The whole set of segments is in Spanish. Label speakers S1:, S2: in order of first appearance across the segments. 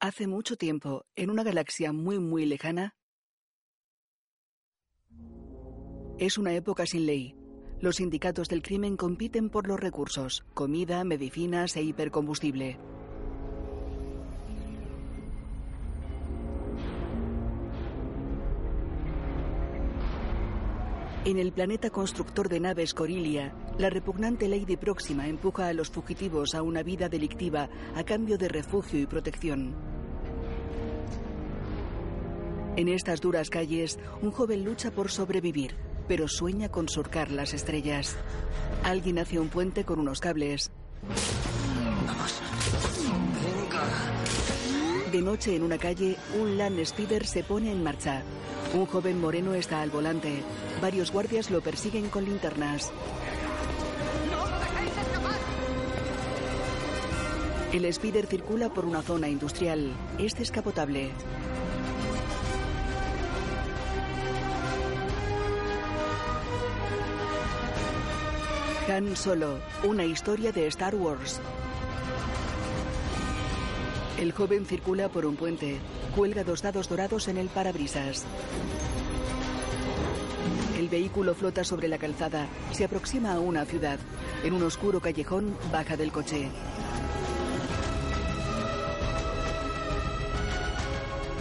S1: Hace mucho tiempo, en una galaxia muy muy lejana, es una época sin ley. Los sindicatos del crimen compiten por los recursos, comida, medicinas e hipercombustible. En el planeta constructor de naves Corilia, la repugnante Lady Próxima empuja a los fugitivos a una vida delictiva a cambio de refugio y protección. En estas duras calles, un joven lucha por sobrevivir, pero sueña con surcar las estrellas. Alguien hace un puente con unos cables.
S2: Vamos. Venga.
S1: De noche en una calle, un Land Speeder se pone en marcha. Un joven moreno está al volante. Varios guardias lo persiguen con linternas.
S2: No lo dejéis escapar.
S1: El Speeder circula por una zona industrial. Es descapotable. Han Solo, una historia de Star Wars. El joven circula por un puente, cuelga dos dados dorados en el parabrisas. El vehículo flota sobre la calzada, se aproxima a una ciudad. En un oscuro callejón baja del coche.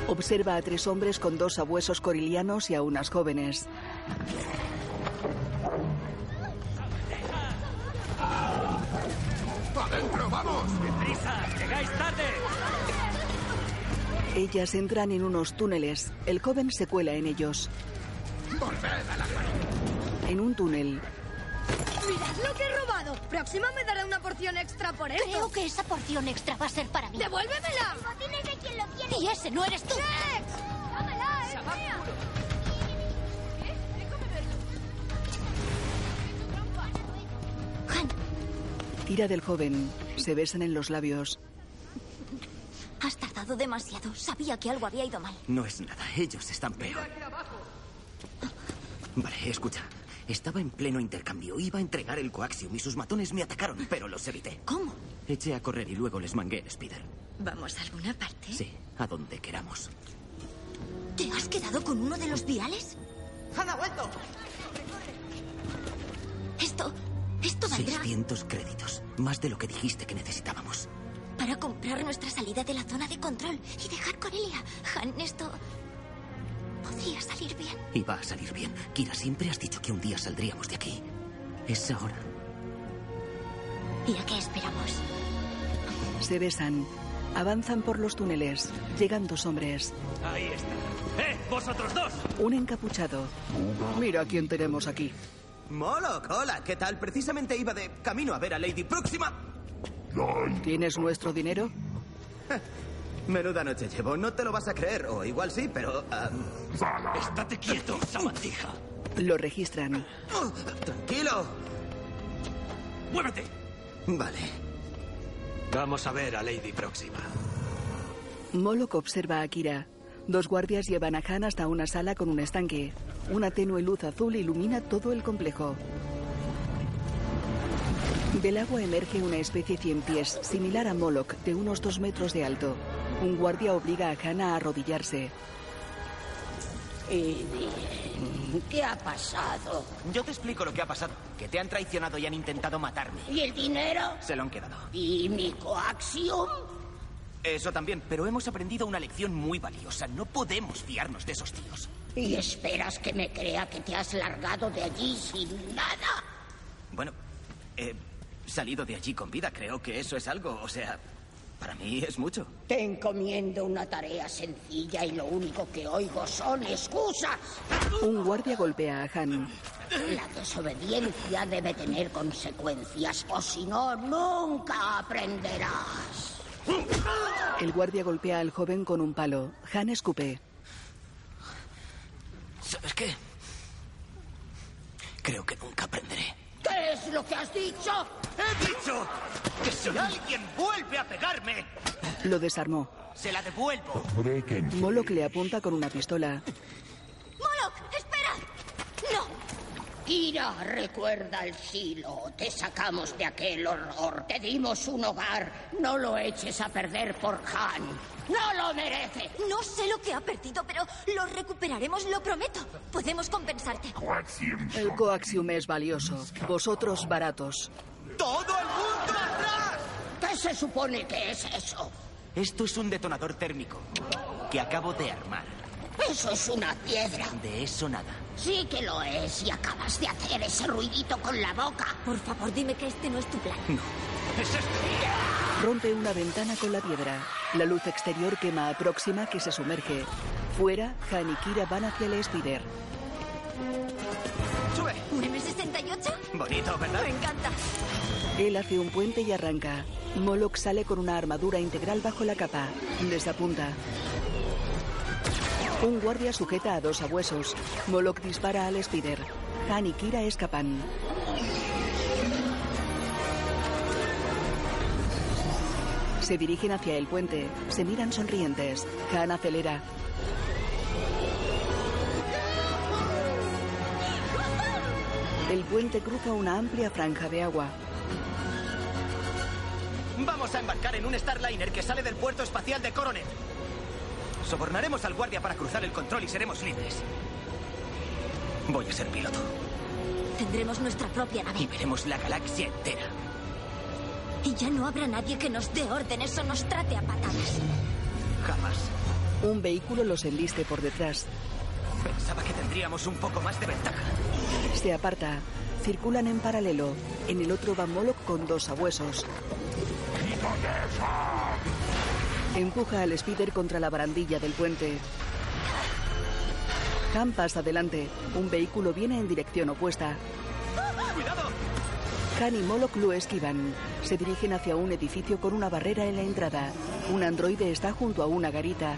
S1: Observa a tres hombres con dos abuesos corilianos y a unas jóvenes.
S3: ¡Adentro, vamos!
S4: ¡Prisa! ¡Llegáis tarde!
S1: Ellas entran en unos túneles. El joven se cuela en ellos.
S3: ¡Volved a la
S1: En un túnel,
S5: ¡Mirad lo que he robado! Próxima me dará una porción extra por esto.
S6: Creo que esa porción extra va a ser para mí.
S5: ¡Devuélvemela!
S6: de quien lo tiene. Y ese no eres tú.
S5: ¡Rex! ¡Dámela,
S3: eh,
S5: es mía!
S6: Han,
S1: tira del joven. Se besan en los labios.
S6: has tardado demasiado. Sabía que algo había ido mal.
S2: No es Pues nada, ellos están peor. Vale, escucha. Estaba en pleno intercambio. Iba a entregar el coaxium y sus matones me atacaron, pero los evité.
S6: ¿Cómo?
S2: Eché a correr y luego les mangué el spider.
S6: ¿Vamos a alguna parte?
S2: Sí, a donde queramos.
S6: ¿Te has quedado con uno de los viales?
S7: ¡Han ha vuelto!
S6: Esto. Esto valdrá
S2: 600 créditos. Más de lo que dijiste que necesitábamos.
S6: para comprar nuestra salida de la zona de control y dejar Corelia. Han, esto. podría salir bien.
S2: Y va a salir bien. Kira, siempre has dicho que un día saldríamos de aquí. Es ahora.
S6: ¿Y a qué esperamos?
S1: Se besan. Avanzan por los túneles. Llegan dos hombres.
S4: Ahí está. ¡Eh! ¡Vosotros dos!
S1: Un encapuchado. Mira quién tenemos aquí.
S7: Moloch, hola, ¿qué tal? Precisamente iba de camino a ver a Lady Próxima.
S1: ¿Tienes nuestro dinero?
S7: Menuda noche llevo, no te lo vas a creer, o igual sí, pero... ah,
S4: ¡Estate quieto, sabandija!
S1: Lo registran.
S7: oh, tranquilo.
S4: ¡Muévete!
S7: Vale.
S4: Vamos a ver a Lady Próxima.
S1: Moloch observa a Kira. Dos guardias llevan a Han hasta una sala con un estanque. Una tenue luz azul ilumina todo el complejo. Del agua emerge una especie cien pies, similar a Moloch, de unos dos metros de alto. Un guardia obliga a Han a arrodillarse.
S8: Y dime, ¿qué ha pasado?
S7: Yo te explico lo que ha pasado. Que te han traicionado y han intentado matarme.
S8: ¿Y el dinero?
S7: Se lo han quedado.
S8: ¿Y mi coaxium?
S7: Eso también, pero hemos aprendido una lección muy valiosa. No podemos fiarnos de esos tíos.
S8: ¿Y esperas que me crea que te has largado de allí sin nada?
S7: Bueno, he salido de allí con vida. Creo que eso es algo. O sea, para mí es mucho.
S8: Te encomiendo una tarea sencilla y lo único que oigo son excusas.
S1: Un guardia golpea a Han.
S8: La desobediencia debe tener consecuencias o si no, nunca aprenderás.
S1: El guardia golpea al joven con un palo. Han escupe.
S2: ¿Sabes qué? Creo que nunca aprenderé.
S8: ¿Qué es lo que has dicho?
S7: ¡He dicho que si alguien vuelve a pegarme,
S1: Lo desarmó.
S7: se la devuelvo.
S1: Moloch le apunta con una pistola.
S6: ¡Moloch! ¡Espera! ¡No!
S8: Gira, recuerda el silo. Te sacamos de aquel horror. Te dimos un hogar. No lo eches a perder por Han. No lo merece.
S6: No sé lo que ha perdido, pero lo recuperaremos, lo prometo. Podemos compensarte.
S9: Coaxium.
S1: El coaxium es valioso, vosotros baratos.
S8: ¿Qué se supone que es eh. eso?
S7: Esto es un detonador térmico que acabo de armar.
S8: Eso es una piedra.
S7: De eso nada.
S8: Sí que lo es. Y acabas de hacer ese ruidito con la boca.
S6: Por favor, dime que este no es tu plan.
S1: Rompe una ventana con la piedra. La luz exterior quema a Próxima que se sumerge. Fuera, Han y Kira van hacia el Spider.
S7: ¡Sube!
S6: ¿M68?
S7: Bonito, ¿verdad?
S6: Me encanta.
S1: Él hace un puente y arranca. Moloch sale con una armadura integral bajo la capa. Les apunta. Un guardia sujeta a dos abuesos. Moloch dispara al Spider. Han y Kira escapan. Se dirigen hacia el puente. Se miran sonrientes. Han acelera. El puente cruza una amplia franja de agua.
S7: Vamos a embarcar en un Starliner que sale del puerto espacial de Coronet. Sobornaremos al guardia para cruzar el control y seremos libres. Voy a ser piloto
S6: Tendremos nuestra propia
S7: y
S6: nave.
S7: veremos la galaxia entera.
S6: Y ya no habrá nadie que nos dé órdenes o nos trate a patadas.
S7: Jamás.
S1: Un vehículo los embiste por detrás.
S7: Pensaba que tendríamos un poco más de ventaja.
S1: Se aparta. Circulan en paralelo. En el otro va Moloch con dos abuesos. Empuja al Spider contra la barandilla del puente. Han pasa adelante. Un vehículo viene en dirección opuesta.
S7: ¡Cuidado!
S1: Han y Moloch lo esquivan. Se dirigen hacia un edificio con una barrera en la entrada. Un androide está junto a una garita.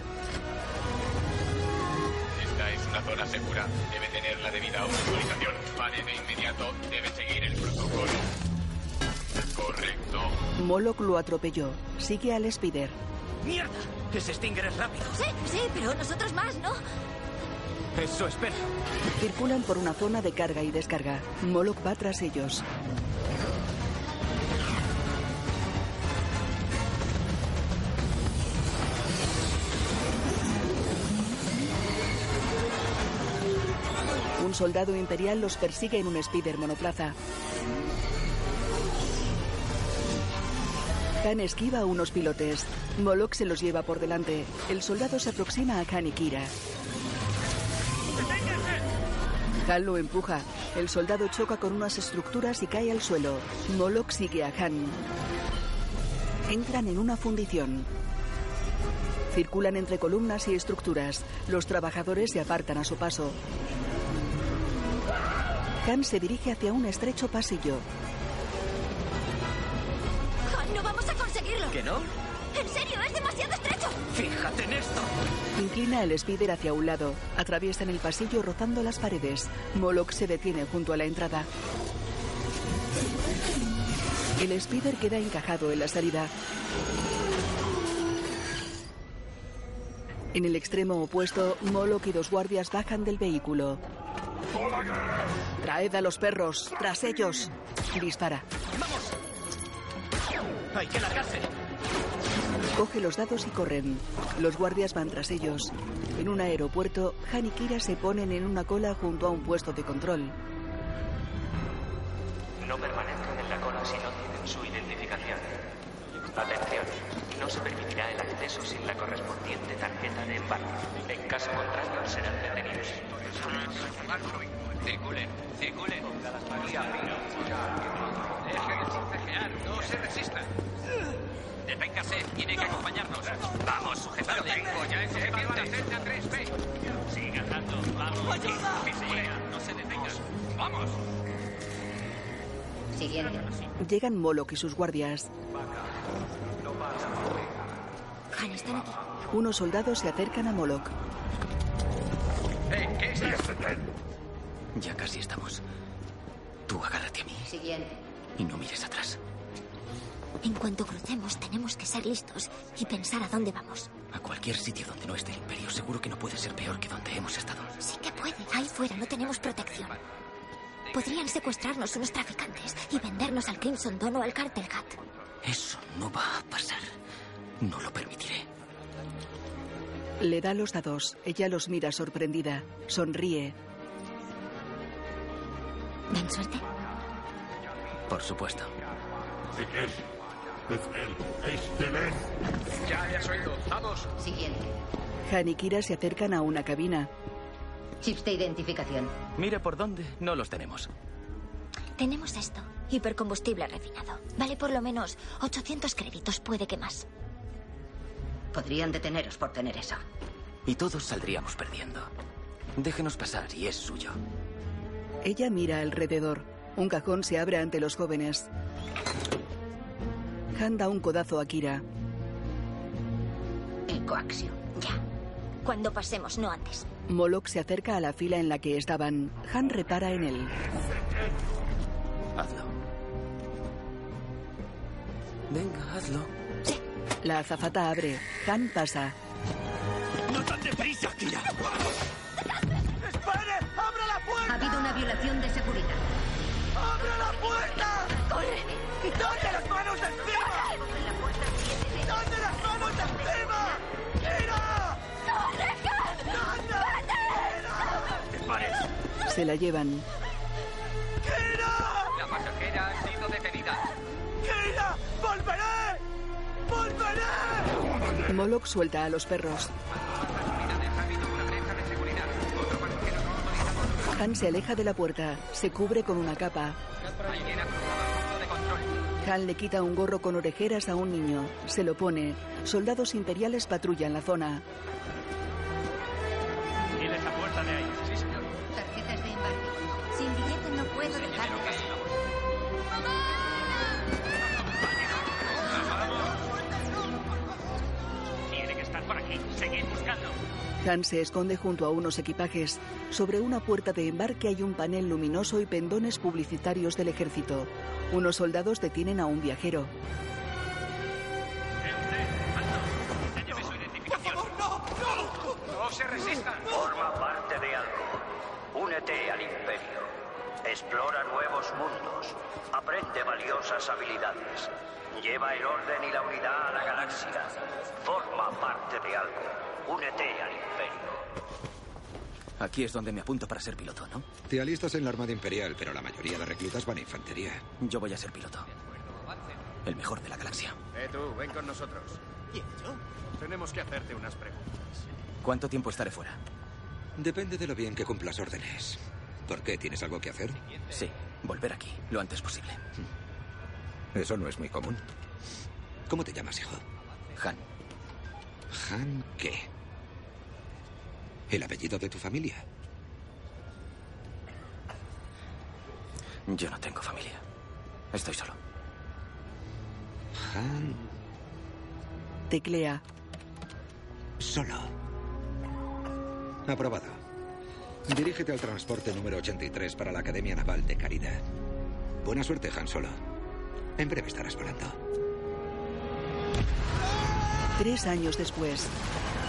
S4: Esta es una zona segura. Debe tener la debida autorización. Pare de inmediato. Debe seguir el protocolo. Correcto.
S1: Moloch lo atropelló. Sigue al Spider.
S7: ¡Mierda! Ese Stinger es rápido.
S6: Sí, sí, pero nosotros más, ¿no?
S7: Eso espera.
S1: Circulan por una zona de carga y descarga. Moloch va tras ellos. Un soldado imperial los persigue en un speeder monoplaza. Han esquiva a unos pilotes. Moloch se los lleva por delante. El soldado se aproxima a Khan y Kira. Han lo empuja. El soldado choca con unas estructuras y cae al suelo. Moloch sigue a Han. Entran en una fundición. Circulan entre columnas y estructuras. Los trabajadores se apartan a su paso. Han se dirige hacia un estrecho pasillo.
S6: Ja, no vamos a conseguirlo.
S7: ¿Que no?
S6: En serio, es demasiado estrecho.
S7: Fíjate en esto.
S1: Inclina el speeder hacia un lado. Atraviesan el pasillo rozando las paredes. Moloch se detiene junto a la entrada. El speeder queda encajado en la salida. En el extremo opuesto, Moloch y dos guardias bajan del vehículo. Traed a los perros, tras ellos. Dispara.
S7: ¡Vamos! Hay que largarse.
S1: Coge los dados y corren. Los guardias van tras ellos. En un aeropuerto, Han y Kira se ponen en una cola junto a un puesto de control.
S10: No permanezcan en la cola si no tienen su identificación. Atención, no se permitirá el acceso sin la correspondiente tarjeta de embarque. En caso contrario, serán detenidos.
S4: Circulen, circulen. Dejen de forcejear, no se resistan. Deténgase, tiene que acompañarnos. Vamos, sujetadle. Tengo ya ese la celda 3B. Sigue andando, vamos. ¡Ayuda! no se detengan. ¡Vamos!
S8: Siguiente.
S1: Llegan Moloch y sus guardias.
S6: Han, están aquí.
S1: Unos soldados se acercan a Moloch.
S4: Eh, ¿qué es esto?
S7: Ya casi estamos. Tú agárrate a mí
S8: Siguiente.
S7: y no mires atrás.
S6: En cuanto crucemos, tenemos que ser listos y pensar a dónde vamos.
S7: A cualquier sitio donde no esté el imperio, seguro que no puede ser peor que donde hemos estado.
S6: Sí que puede. Ahí fuera no tenemos protección. Podrían secuestrarnos unos traficantes y vendernos al Crimson Dawn o al Cartel Hat.
S7: Eso no va a pasar. No lo permitiré.
S1: Le da los dados. Ella los mira sorprendida. Sonríe.
S6: ¿Dan suerte?
S7: Por supuesto.
S11: Ya, ya has oído. Vamos.
S12: Siguiente.
S1: Han y Kira se acercan a una cabina.
S12: Chips de identificación.
S4: Mire por dónde no los tenemos.
S6: Tenemos esto. Hipercombustible refinado. Vale por lo menos 800 créditos, puede que más.
S12: Podrían deteneros por tener eso.
S7: Y todos saldríamos perdiendo. Déjenos pasar y es suyo.
S1: Ella mira alrededor. Un cajón se abre ante los jóvenes. Han da un codazo a Kira.
S12: El coaxio.
S6: Ya. Cuando pasemos, no antes.
S1: Moloch se acerca a la fila en la que estaban. Han repara en él.
S7: Hazlo. Venga, hazlo.
S1: La azafata abre. Han pasa.
S8: ¡No tan deprisa, Kira!
S4: ¡Espere! ¡Abra la puerta!
S12: Ha habido una violación de seguridad.
S4: ¡Abra la puerta!
S6: ¡Corre!
S4: ¡Quitadle las manos de encima! ¡Quitadle las manos de encima! ¡Kira!
S6: ¡Corre, Han!
S4: ¡Anda!
S8: ¡Te pares!
S1: Se la llevan.
S4: ¡Kira!
S11: La pasajera ha sido detenida.
S4: ¡Kira! ¡Volveré! ¡Volveré!
S1: Moloch suelta a los perros. Han se aleja de la puerta. Se cubre con una capa.
S11: Alguien ha cruzado el punto de control.
S1: Han le quita un gorro con orejeras a un niño. Se lo pone. Soldados imperiales patrullan la zona.
S8: Tienes la puerta de ahí.
S11: Sí, señor.
S12: Tarjetas de embarque.
S6: Sin billete no puedo dejarlo pasar.
S13: Tiene que estar por aquí. Seguid buscando.
S1: Han se esconde junto a unos equipajes. Sobre una puerta de embarque hay un panel luminoso y pendones publicitarios del ejército. Unos soldados detienen a un viajero.
S11: Déjeme su identificación. ¡No se resistan!
S13: Forma parte de algo. Únete al imperio. Explora nuevos mundos. Aprende valiosas habilidades. Lleva el orden y la unidad a la galaxia. Forma parte de algo. Únete al imperio.
S7: Aquí es donde me apunto para ser piloto, ¿no?
S14: Te alistas en la Armada Imperial, pero la mayoría de reclutas van a infantería.
S7: Yo voy a ser piloto. El mejor de la galaxia.
S3: Eh, tú, ven con nosotros. Tenemos que hacerte unas preguntas.
S7: ¿Cuánto tiempo estaré fuera?
S14: Depende de lo bien que cumplas órdenes. ¿Por qué? ¿Tienes algo que hacer?
S7: Sí, volver aquí lo antes posible.
S14: Eso no es muy común. ¿Cómo te llamas, hijo?
S7: Han,
S14: Han qué? ¿El apellido de tu familia?
S7: yo no tengo familia. Estoy solo.
S14: Han
S1: Teclea.
S14: Solo. Aprobado. Dirígete al transporte número 83 para la Academia Naval de Caridad. Buena suerte, Han Solo. En breve estarás volando.
S1: Tres años después.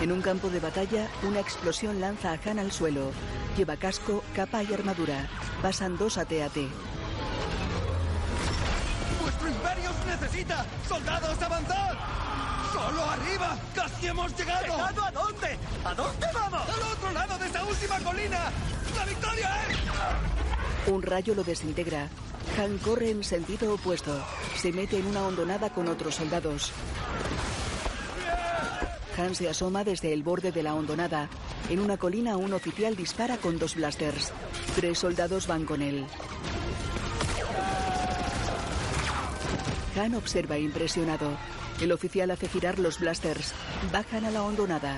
S1: En un campo de batalla, una explosión lanza a Han al suelo. Lleva casco, capa y armadura. Pasan dos AT-AT.
S4: ¡Vuestro imperio os necesita! ¡Soldados, avanzad! ¡Solo arriba! ¡Casi hemos llegado! ¿Llegado a dónde? ¿A dónde vamos? ¡Al otro lado de esa última colina! ¡La victoria es!
S1: Un rayo lo desintegra. Han corre en sentido opuesto. Se mete en una hondonada con otros soldados. Han se asoma desde el borde de la hondonada. En una colina un oficial dispara con dos blasters. Tres soldados van con él. Han observa impresionado. El oficial hace girar los blasters. Bajan a la hondonada.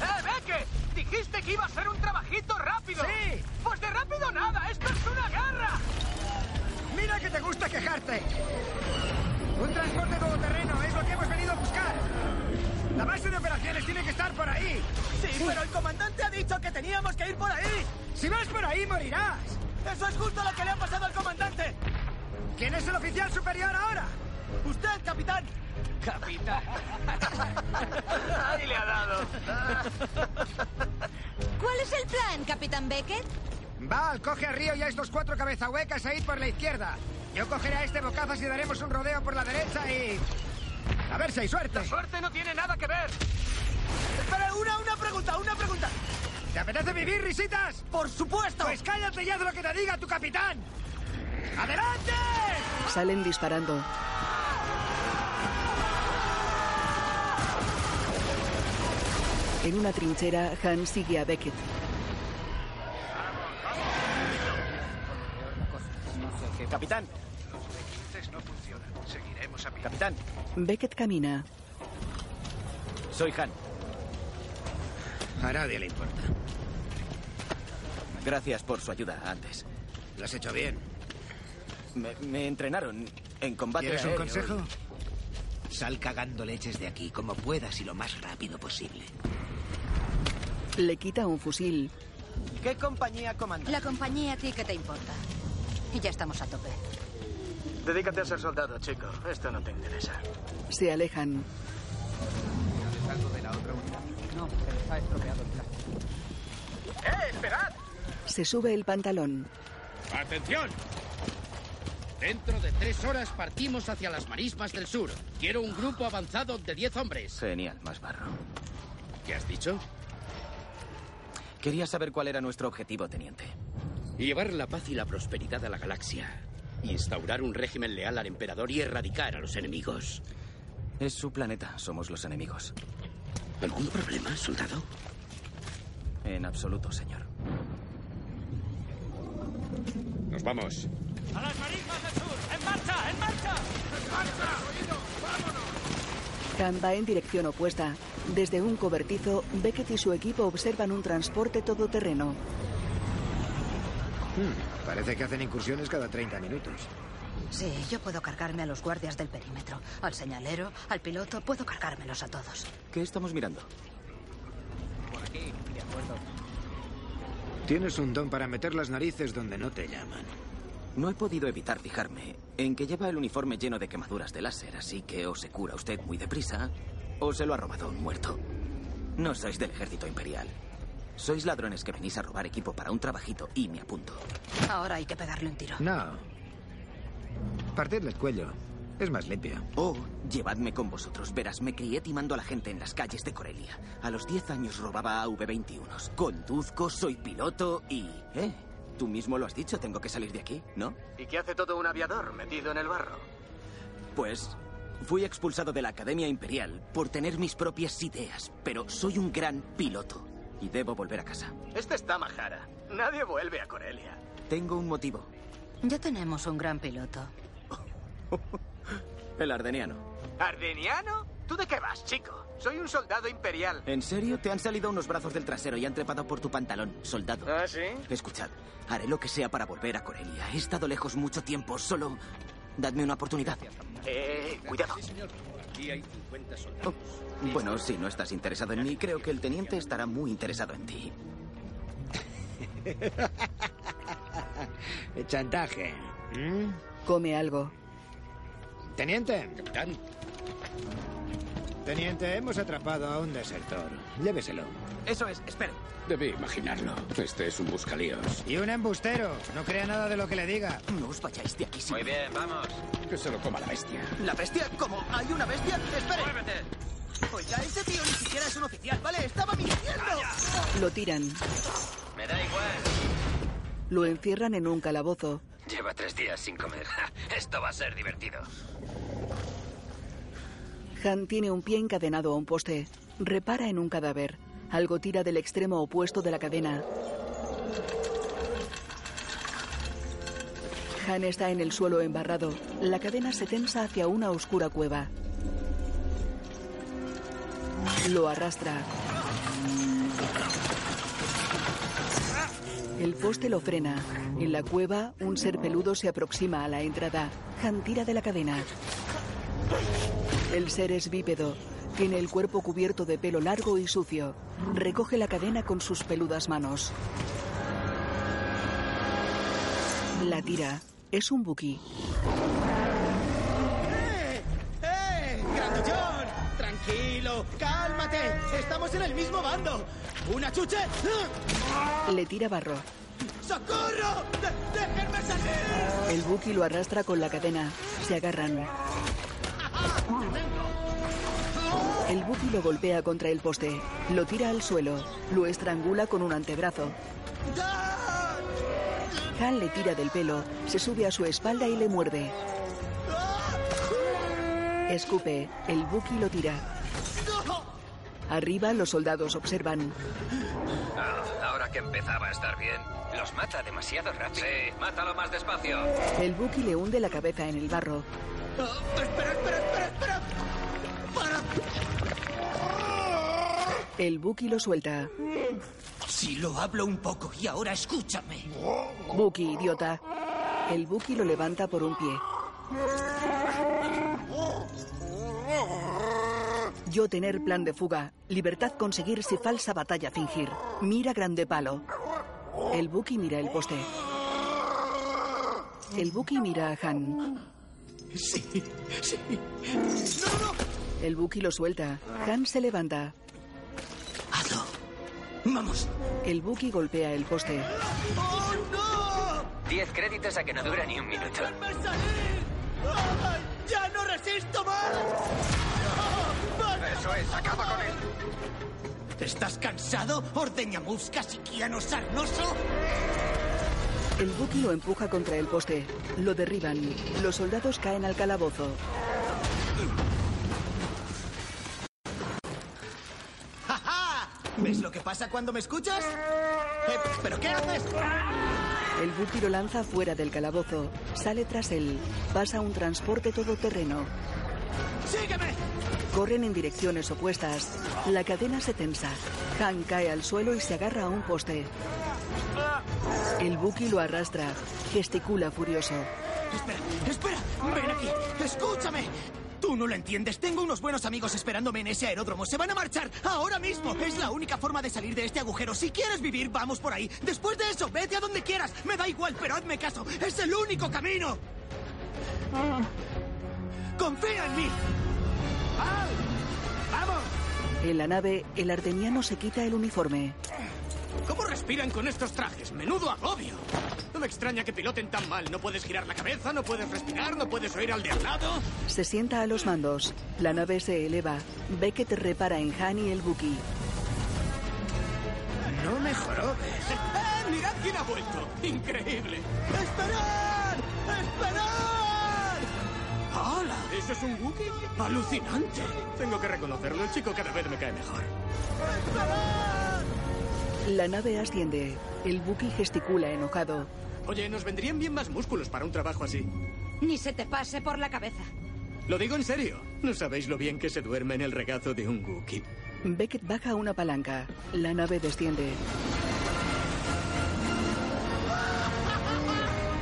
S4: ¡Eh, Beque! ¡Dijiste que iba a ser un trabajito rápido! ¡Sí! ¡Pues de rápido nada! ¡Esto es una guerra! ¡Mira que te gusta quejarte! Un transporte todoterreno es lo que hemos venido a buscar. La base de operaciones tiene que estar por ahí. Sí, pero el comandante ha dicho que teníamos que ir por ahí. Si vas por ahí, morirás. Eso es justo lo que le ha pasado al comandante. ¿Quién es el oficial superior ahora? Usted, capitán.
S11: Capitán. Nadie le ha dado.
S15: ¿Cuál es el plan, Capitán Beckett?
S4: Val, coge a Río y a estos cuatro cabezahuecas ahí por la izquierda. Yo cogeré a este bocazas y daremos un rodeo por la derecha y... A ver si hay suerte.
S3: La suerte no tiene nada que ver.
S4: Espera, una, una pregunta, una pregunta. ¿Te apetece vivir, risitas?
S15: ¡Por supuesto!
S4: Pues cállate y haz lo que te diga tu capitán. ¡Adelante!
S1: Salen disparando. En una trinchera, Han sigue a Beckett.
S4: Capitán.
S3: Los B15 no funcionan. Seguiremos a pie.
S4: Capitán.
S1: Beckett camina.
S4: Soy Han.
S14: A nadie le importa.
S4: Gracias por su ayuda antes.
S14: Lo has hecho bien.
S4: Me, me entrenaron en combate. Eh,
S7: ¿Quieres un
S4: aéreo.
S7: consejo? Sal cagando leches de aquí como puedas y lo más rápido posible.
S1: Le quita un fusil.
S4: ¿Qué compañía comanda?
S15: La compañía a ti que te importa. Y ya estamos a tope.
S3: Dedícate a ser soldado, chico. Esto no te interesa.
S1: Se alejan.
S3: de la otra unidad.
S4: No, se les ha estropeado el plan.
S3: ¡Eh, esperad!
S1: Se sube el pantalón.
S5: ¡Atención! Dentro de tres horas partimos hacia las marismas del sur. Quiero un grupo avanzado de diez hombres.
S7: Genial, más barro.
S5: ¿Qué has dicho?
S7: Quería saber cuál era nuestro objetivo, teniente.
S5: Llevar la paz y la prosperidad a la galaxia. Instaurar un régimen leal al emperador y erradicar a los enemigos.
S7: Es su planeta, somos los enemigos.
S5: ¿Algún problema, soldado?
S7: En absoluto, señor.
S5: Nos vamos.
S8: ¡A las marismas del sur! ¡En marcha! ¡En marcha! ¡En marcha!
S1: Han va en dirección opuesta. Desde un cobertizo, Beckett y su equipo observan un transporte todoterreno.
S14: Hmm, parece que hacen incursiones cada 30 minutos.
S15: Sí, yo puedo cargarme a los guardias del perímetro, al señalero, al piloto, puedo cargármelos a todos.
S7: ¿Qué estamos mirando?
S4: Por aquí, de acuerdo.
S14: Tienes un don para meter las narices donde no te llaman.
S7: No he podido evitar fijarme en que lleva el uniforme lleno de quemaduras de láser, así que o se cura usted muy deprisa o se lo ha robado un muerto. No sois del ejército imperial. Sois ladrones que venís a robar equipo para un trabajito y me apunto.
S15: Ahora hay que pegarle un tiro.
S14: No. Partidle el cuello. Es más limpio.
S7: Oh, llevadme con vosotros. Verás, me crié timando a la gente en las calles de Corelia. A los 10 años robaba AV-21. Conduzco, soy piloto y... Eh, tú mismo lo has dicho, tengo que salir de aquí, ¿no?
S3: ¿Y qué hace todo un aviador metido en el barro?
S7: Pues fui expulsado de la Academia Imperial por tener mis propias ideas, pero soy un gran piloto y debo volver a casa.
S3: Este está majara. Nadie vuelve a Corelia.
S7: Tengo un motivo,
S15: Ya tenemos un gran piloto.
S7: el ardeniano.
S3: ¿Ardeniano? ¿Tú de qué vas, chico? Soy un soldado imperial.
S7: ¿En serio? Te han salido unos brazos del trasero y han trepado por tu pantalón, soldado.
S3: ¿Ah, sí?
S7: Escuchad, haré lo que sea para volver a Corelia. He estado lejos mucho tiempo, solo dadme una oportunidad.
S3: Eh, cuidado.
S5: Sí, señor. Aquí hay 50
S13: Oh.
S5: soldados.
S7: Bueno, si no estás interesado en mí, creo que el teniente estará muy interesado en ti.
S14: Chantaje.
S1: Come algo.
S14: Teniente.
S5: Capitán.
S14: Teniente, hemos atrapado a un desertor. Lléveselo.
S7: Eso es, espera.
S5: Debí imaginarlo. Este es un buscalíos.
S14: Y un embustero. No crea nada de lo que le diga.
S7: No os vayáis de aquí, sí.
S11: Muy bien, vamos.
S5: Que se lo coma la bestia.
S4: ¿La bestia? ¿Cómo? ¿Hay una bestia? ¡Espere!
S11: Muévete.
S7: Pues
S4: Oiga, ese tío ni siquiera es un oficial, ¿vale? ¡Estaba mintiendo!
S1: Lo tiran.
S11: Me da igual.
S1: Lo encierran en un calabozo.
S11: Lleva tres días sin comer. Esto va a ser divertido.
S1: Han tiene un pie encadenado a un poste. Repara en un cadáver. Algo tira del extremo opuesto de la cadena. Han está en el suelo embarrado. La cadena se tensa hacia una oscura cueva. Lo arrastra. El poste lo frena. En la cueva, un ser peludo se aproxima a la entrada. Han tira de la cadena. El ser es bípedo. Tiene el cuerpo cubierto de pelo largo y sucio. Recoge la cadena con sus peludas manos. La tira. Es un buki.
S4: ¡Eh! ¡Eh! ¡Grandullón! Tranquilo, Tranquilo, cálmate. Estamos en el mismo bando. ¿Una chuche?
S1: Le tira barro.
S4: ¡Socorro! ¡De- ¡Déjenme salir!
S1: El Buki lo arrastra con la cadena. Se agarran. El Buki lo golpea contra el poste. Lo tira al suelo. Lo estrangula con un antebrazo. Han le tira del pelo. Se sube a su espalda y le muerde. Escupe. El Buki lo tira. Arriba los soldados observan.
S11: Ah, ahora que empezaba a estar bien. Los mata demasiado rápido. Sí, mátalo más despacio.
S1: El Buki le hunde la cabeza en el barro. El Buki lo suelta.
S16: Si lo hablo un poco y ahora escúchame.
S1: Buki, idiota. El Buki lo levanta por un pie. Yo tener plan de fuga. Libertad conseguir si falsa batalla fingir. Mira grande palo. El Buki mira el poste. El Buki mira a Han.
S16: Sí, sí.
S1: El Buki lo suelta. Han se levanta.
S16: Hazlo. Vamos.
S1: El Buki golpea el poste.
S11: Diez créditos a que no dura ni un minuto.
S4: ¡Ay, ¡Ya no resisto más!
S11: Eso es, acaba con él.
S16: ¿Estás cansado, ordeñamusca, siquiano sarnoso?
S1: El Buki lo empuja contra el poste. Lo derriban. Los soldados caen al calabozo.
S4: ¡Ja, ja! ¿Ves lo que pasa cuando me escuchas? Eh, ¿Pero qué haces?
S1: El Buki lo lanza fuera del calabozo. Sale tras él. Pasa un transporte todoterreno.
S4: ¡Sígueme!
S1: Corren en direcciones opuestas. La cadena se tensa. Han cae al suelo y se agarra a un poste. El Buki lo arrastra. Gesticula furioso.
S16: Espera, espera, ven aquí, escúchame. Tú no lo entiendes. Tengo unos buenos amigos esperándome en ese aeródromo. Se van a marchar ahora mismo. Es la única forma de salir de este agujero. Si quieres vivir, vamos por ahí. Después de eso, vete a donde quieras. Me da igual, pero hazme caso. Es el único camino. Confía en mí.
S4: ¡Vamos!
S1: En la nave, el arteniano se quita el uniforme.
S4: ¿Cómo respiran con estos trajes? ¡Menudo agobio! No me extraña que piloten tan mal. No puedes girar la cabeza, no puedes respirar, no puedes oír al de al lado.
S1: Se sienta a los mandos. La nave se eleva. Beckett repara en Han y el Buki.
S4: No mejoró. ¡Eh! ¡Mirad quién ha vuelto! ¡Increíble! ¡Esperad! ¡Esperad! ¡Hola! ¿Eso es un Wookiee? ¡Alucinante! Tengo que reconocerlo, el chico cada vez me cae mejor.
S1: La nave asciende. El Buki gesticula enojado.
S4: Oye, nos vendrían bien más músculos para un trabajo así.
S17: Ni se te pase por la cabeza.
S4: Lo digo en serio. No sabéis lo bien que se duerme en el regazo de un Wookiee.
S1: Beckett baja una palanca. La nave desciende.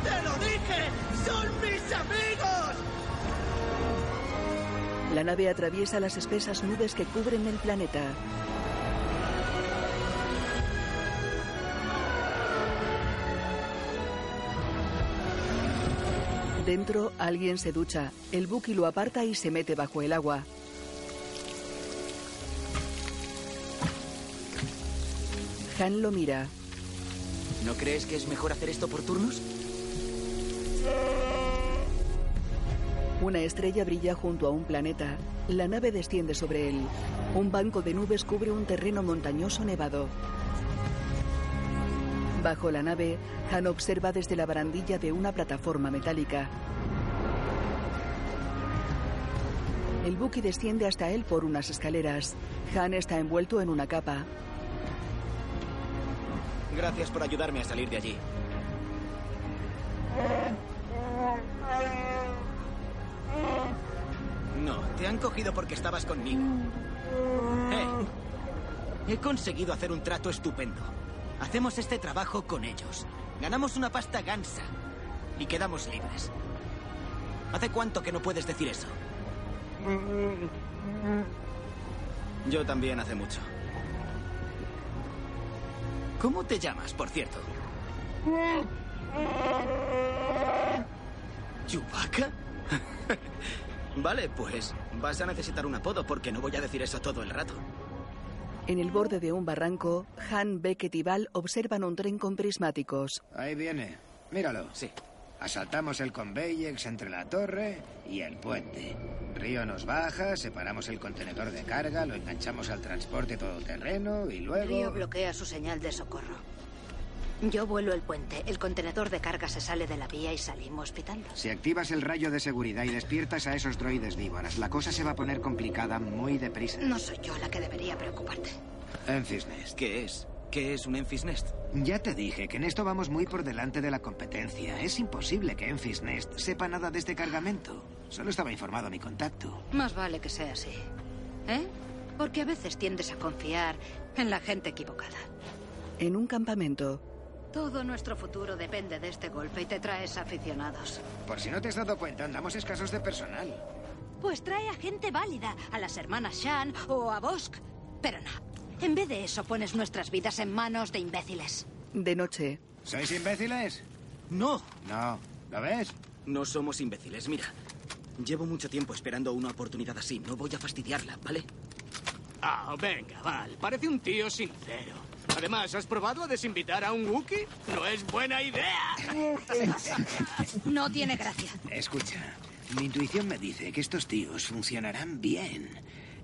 S4: ¡Te lo dije! ¡Son mis amigos!
S1: La nave atraviesa las espesas nubes que cubren el planeta. Dentro, alguien se ducha. El Buki lo aparta y se mete bajo el agua. Han lo mira.
S7: ¿No crees que es mejor hacer esto por turnos?
S1: Una estrella brilla junto a un planeta. La nave desciende sobre él. Un banco de nubes cubre un terreno montañoso nevado. Bajo la nave, Han observa desde la barandilla de una plataforma metálica. El buque desciende hasta él por unas escaleras. Han está envuelto en una capa.
S7: Gracias por ayudarme a salir de allí. No, te han cogido porque estabas conmigo. Eh, he conseguido hacer un trato estupendo. Hacemos este trabajo con ellos. Ganamos una pasta gansa y quedamos libres. ¿Hace cuánto que no puedes decir eso? Yo también hace mucho. ¿Cómo te llamas, por cierto? ¿Chewbacca? Vale, pues vas a necesitar un apodo porque no voy a decir eso todo el rato.
S1: En el borde de un barranco, Han, Beckett y Val observan un tren con prismáticos.
S18: Ahí viene. Míralo. Sí. Asaltamos el conveyex entre la torre y el puente. Río nos baja, separamos el contenedor de carga, lo enganchamos al transporte todoterreno y luego...
S15: Río bloquea su señal de socorro. Yo vuelo el puente, el contenedor de carga se sale de la vía y salimos pitando.
S18: Si activas el rayo de seguridad y despiertas a esos droides víboras, la cosa se va a poner complicada muy deprisa.
S15: No soy yo la que debería preocuparte.
S18: Enfisnest.
S7: ¿Qué es? ¿Qué es un Enfisnest?
S18: Ya te dije que en esto vamos muy por delante de la competencia. Es imposible que Enfis Nest sepa nada de este cargamento. Solo estaba informado mi contacto.
S15: Más vale que sea así. ¿Eh? Porque a veces tiendes a confiar en la gente equivocada.
S1: En un campamento,
S15: Todo nuestro futuro depende de este golpe y te traes aficionados.
S18: Por si no te has dado cuenta, andamos escasos de personal.
S17: Pues trae a gente válida, a las hermanas Shan o a Bosk. Pero no. En vez de eso, pones nuestras vidas en manos de imbéciles.
S1: de noche,
S18: ¿Sois imbéciles?
S7: No.
S18: No. ¿Lo ves?
S7: No somos imbéciles, mira. Llevo mucho tiempo esperando una oportunidad así. No voy a fastidiarla, ¿vale?
S19: Ah, venga, Val. Parece un tío sincero. Además, ¿has probado a desinvitar a un Wookiee? No es buena idea.
S17: No tiene gracia.
S18: Escucha, mi intuición me dice que estos tíos funcionarán bien.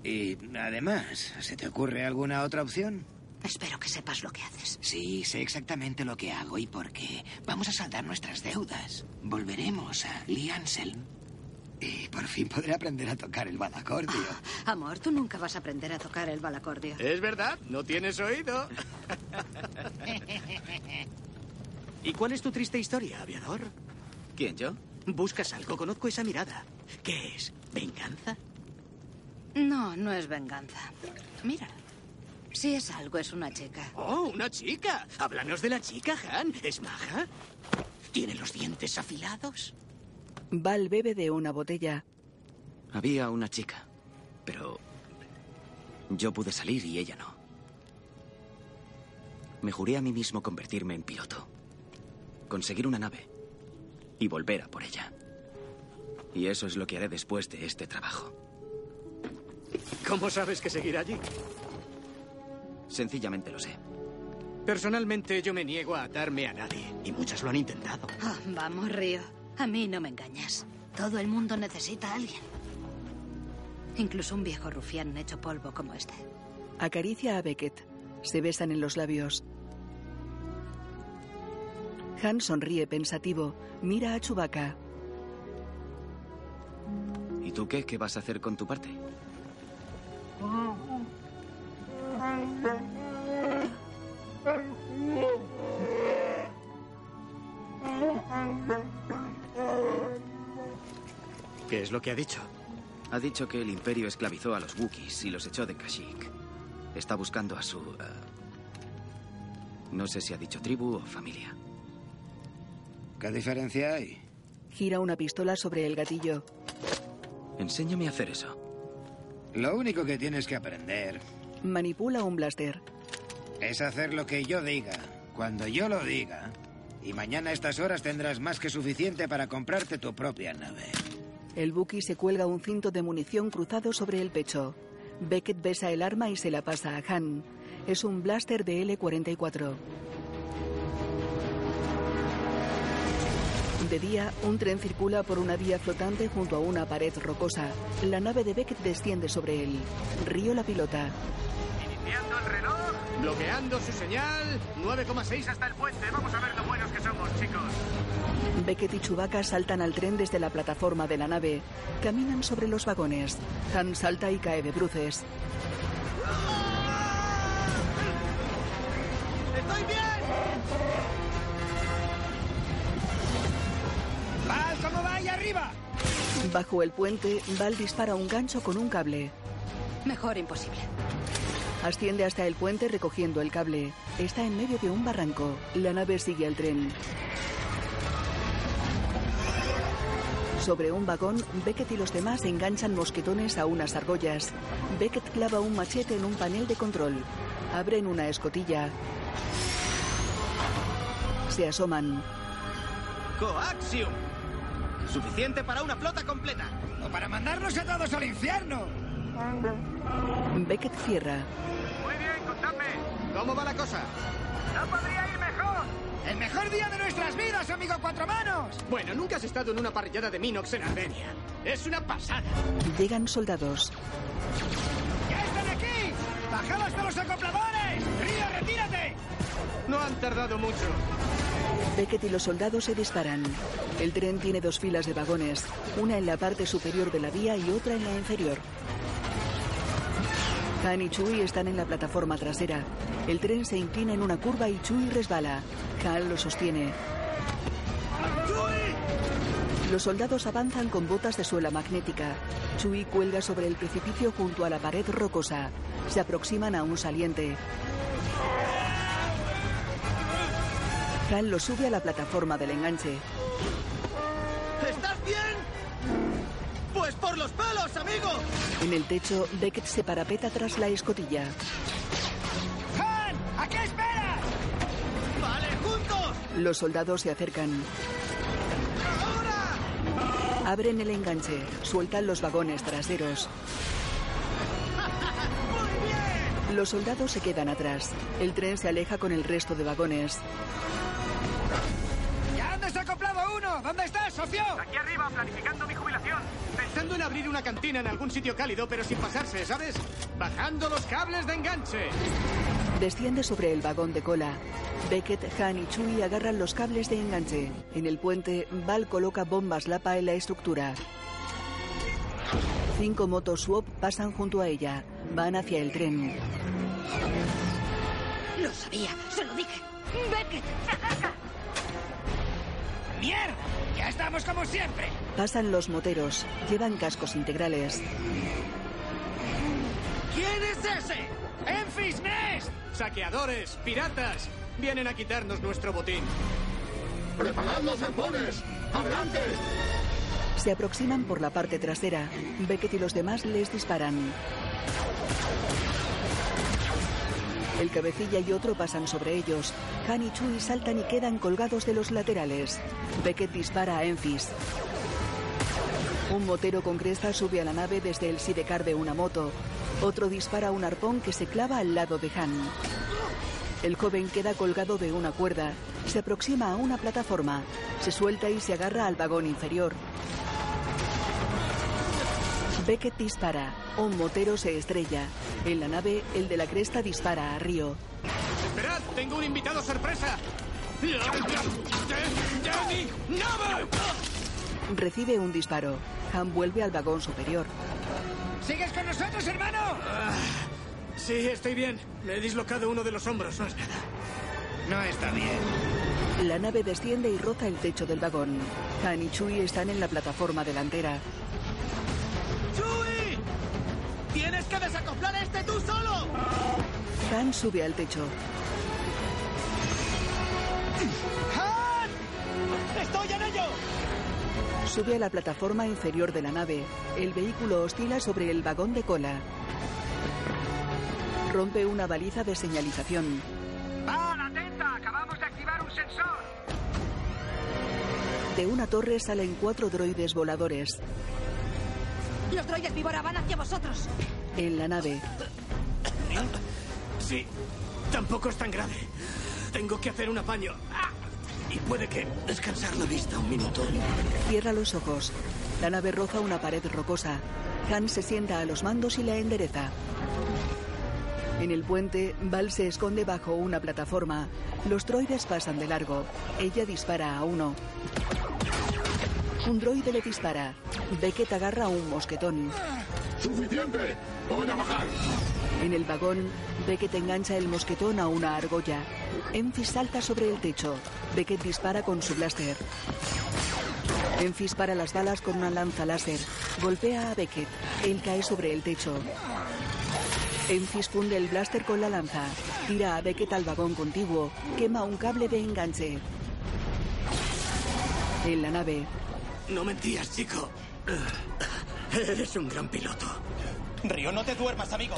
S18: Y además, ¿se te ocurre alguna otra opción?
S15: Espero que sepas lo que haces.
S18: Sí, sé exactamente lo que hago y por qué. Vamos a saldar nuestras deudas. Volveremos a Lee Anselm. Y por fin podré aprender a tocar el balacordio.
S15: Amor, tú nunca vas a aprender a tocar el balacordio.
S19: Es verdad, no tienes oído. ¿Y cuál es tu triste historia, aviador?
S7: ¿Quién, yo?
S19: Buscas algo, conozco esa mirada. ¿Qué es? ¿Venganza?
S15: No, no es venganza. Mira, si es algo, es una chica.
S19: ¡Oh, una chica! Háblanos de la chica, Han. ¿Es maja? ¿Tiene los dientes afilados?
S1: Val bebe de una botella.
S7: Había una chica, pero yo pude salir y ella no. Me juré a mí mismo convertirme en piloto, conseguir una nave y volver a por ella. Y eso es lo que haré después de este trabajo.
S19: ¿Cómo sabes que seguirá allí?
S7: Sencillamente lo sé.
S19: Personalmente yo me niego a atarme a nadie, y muchas lo han intentado.
S15: Ah, vamos, Río. A mí no me engañas. Todo el mundo necesita a alguien. Incluso un viejo rufián hecho polvo como este.
S1: Acaricia a Beckett. Se besan en los labios. Han sonríe pensativo. Mira a Chewbacca.
S7: ¿Y tú qué? ¿Qué vas a hacer con tu parte?
S19: ¿Qué es lo que ha dicho?
S7: Ha dicho que el imperio esclavizó a los Wookiees y los echó de Kashyyyk. Está buscando a su... eh, no sé si ha dicho tribu o familia.
S18: ¿Qué diferencia hay?
S1: Gira una pistola sobre el gatillo.
S7: Enséñame a hacer eso.
S18: Lo único que tienes que aprender
S1: Manipula un blaster.
S18: es hacer lo que yo diga, cuando yo lo diga. Y mañana a estas horas tendrás más que suficiente para comprarte tu propia nave.
S1: El Buki se cuelga un cinto de munición cruzado sobre el pecho. Beckett besa el arma y se la pasa a Han. Es un blaster de L-44. De día, un tren circula por una vía flotante junto a una pared rocosa. La nave de Beckett desciende sobre él. Río la pilota.
S4: Iniciando el reloj.
S19: Bloqueando su señal, 9,6
S4: hasta el puente. Vamos a ver lo buenos que somos, chicos.
S1: Beckett y Chewbacca saltan al tren desde la plataforma de la nave. Caminan sobre los vagones. Han salta y cae de bruces.
S4: ¡Estoy bien!
S19: ¡Val, cómo va ahí arriba!
S1: Bajo el puente, Val dispara un gancho con un cable.
S15: Mejor imposible.
S1: Asciende hasta el puente recogiendo el cable. Está en medio de un barranco. La nave sigue al tren. Sobre un vagón, Beckett y los demás enganchan mosquetones a unas argollas. Beckett clava un machete en un panel de control. Abren una escotilla. Se asoman.
S19: ¡Coaxium! Suficiente para una flota completa.
S18: ¡O para mandarnos a todos al infierno!
S1: Beckett cierra.
S4: Muy bien, contadme. ¿Cómo va la cosa? ¡No podría ir mejor!
S18: ¡El mejor día de nuestras vidas, amigo Cuatro Manos!
S19: Bueno, nunca has estado en una parrillada de Minox en Armenia. Es una pasada.
S1: Llegan soldados.
S18: ¡Ya están aquí! ¡Bajad hasta los acopladores! ¡Río, retírate!
S19: No han tardado mucho.
S1: Beckett y los soldados se disparan. El tren tiene dos filas de vagones, una en la parte superior de la vía y otra en la inferior. Han y Chui están en la plataforma trasera. El tren se inclina en una curva y Chui resbala. Hal lo sostiene. Los soldados avanzan con botas de suela magnética. Chui cuelga sobre el precipicio junto a la pared rocosa. Se aproximan a un saliente. Hal lo sube a la plataforma del enganche.
S16: ¿Estás bien? Pues por los pelos, amigo.
S1: En el techo, Beckett se parapeta tras la escotilla.
S16: ¡Han! ¿A qué esperas? ¡Vale, juntos!
S1: Los soldados se acercan. Abren el enganche, sueltan los vagones traseros. Los soldados se quedan atrás. El tren se aleja con el resto de vagones.
S18: ¡Ya han desacoplado uno! ¿Dónde estás, socio?
S4: Aquí arriba, planificando mi jubilación.
S19: Pensando en abrir una cantina en algún sitio cálido, pero sin pasarse, ¿sabes? Bajando los cables de enganche.
S1: Desciende sobre el vagón de cola. Beckett, Han y Chui agarran los cables de enganche. En el puente, Val coloca bombas lapa en la estructura. Cinco motos SWAP pasan junto a ella. Van hacia el tren.
S17: Lo sabía, se lo dije. Beckett,
S18: ¡Mierda! ¡Ya estamos como siempre!
S1: Pasan los moteros. Llevan cascos integrales.
S16: ¿Quién es ese? ¡Enfis Nest!
S19: Saqueadores, piratas, vienen a quitarnos nuestro botín.
S20: ¡Preparad los zampones! ¡Adelante!
S1: Se aproximan por la parte trasera. Beckett y los demás les disparan. El cabecilla y otro pasan sobre ellos. Han y Chui saltan y quedan colgados de los laterales. Beckett dispara a Enfis. Un motero con cresta sube a la nave desde el sidecar de una moto. Otro dispara un arpón que se clava al lado de Han. El joven queda colgado de una cuerda. Se aproxima a una plataforma. Se suelta y se agarra al vagón inferior. Beckett dispara. Un motero se estrella. En la nave, el de la cresta dispara a Río.
S19: ¡Esperad! ¡Tengo un invitado sorpresa! ¡Danny Nava!
S1: Recibe un disparo. Han vuelve al vagón superior.
S18: ¿Sigues con nosotros, hermano?
S19: Ah, sí, estoy bien. Me he dislocado uno de los hombros, no es nada.
S18: No está bien.
S1: La nave desciende y roza el techo del vagón. Han y Chui están en la plataforma delantera.
S16: ¡Chui! ¡Tienes que desacoplar este tú solo!
S1: Han sube al techo.
S18: ¡Ah!
S16: ¡Han! ¡Estoy en ello!
S1: Sube a la plataforma inferior de la nave. El vehículo oscila sobre el vagón de cola. Rompe una baliza de señalización.
S4: ¡Van, atenta! ¡Acabamos de activar un sensor!
S1: De una torre salen cuatro droides voladores.
S17: Los droides víbora van hacia vosotros.
S1: En la nave.
S19: Ah, Sí, tampoco es tan grave. Tengo que hacer un apaño. ¡Ah! Y puede que descansar la vista un minuto.
S1: Cierra los ojos. La nave roza una pared rocosa. Han se sienta a los mandos y la endereza. En el puente, Val se esconde bajo una plataforma. Los droides pasan de largo. Ella dispara a uno. Un droide le dispara. Beckett agarra un mosquetón.
S20: ¡Suficiente! ¡Voy a bajar!
S1: En el vagón, Beckett engancha el mosquetón a una argolla. Enfis salta sobre el techo. Beckett dispara con su blaster. Enfis para las balas con una lanza láser. Golpea a Beckett. Él cae sobre el techo. Enfis funde el blaster con la lanza. Tira a Beckett al vagón contiguo. Quema un cable de enganche. En la nave,
S19: no mentías, chico. Eres un gran piloto.
S16: Río, no te duermas, amigo.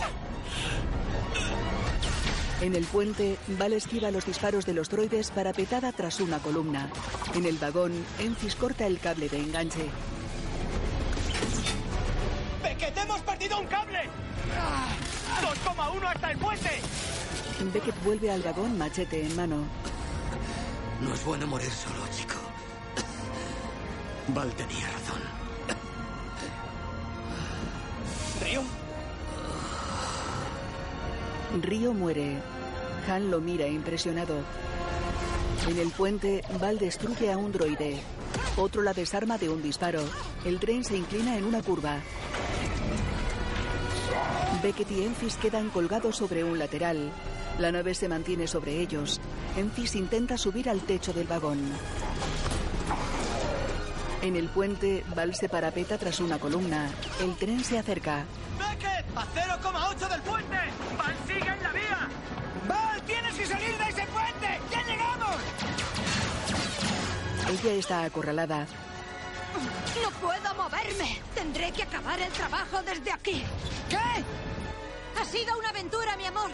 S1: En el puente, Val esquiva los disparos de los droides parapetada tras una columna. En el vagón, Enfis corta el cable de enganche.
S4: ¡Beckett, hemos perdido un cable! ¡2,1 hasta el puente!
S1: Beckett vuelve al vagón machete en mano.
S21: No es bueno morir solo, chico. Val tenía razón.
S4: ¿Río?
S1: Río muere. Han lo mira impresionado. En el puente, Val destruye a un droide. Otro la desarma de un disparo. El tren se inclina en una curva. Beckett y Enfis quedan colgados sobre un lateral. La nave se mantiene sobre ellos. Enfis intenta subir al techo del vagón. En el puente, Val se parapeta tras una columna. El tren se acerca.
S4: ¡Beckett! ¡A 0,8 del puente! ¡Val sigue en la vía! ¡Val, tienes que salir de ese puente! ¡Ya llegamos!
S1: Ella está acorralada.
S17: ¡No puedo moverme! Tendré que acabar el trabajo desde aquí. ¿Qué? Ha sido una aventura, mi amor.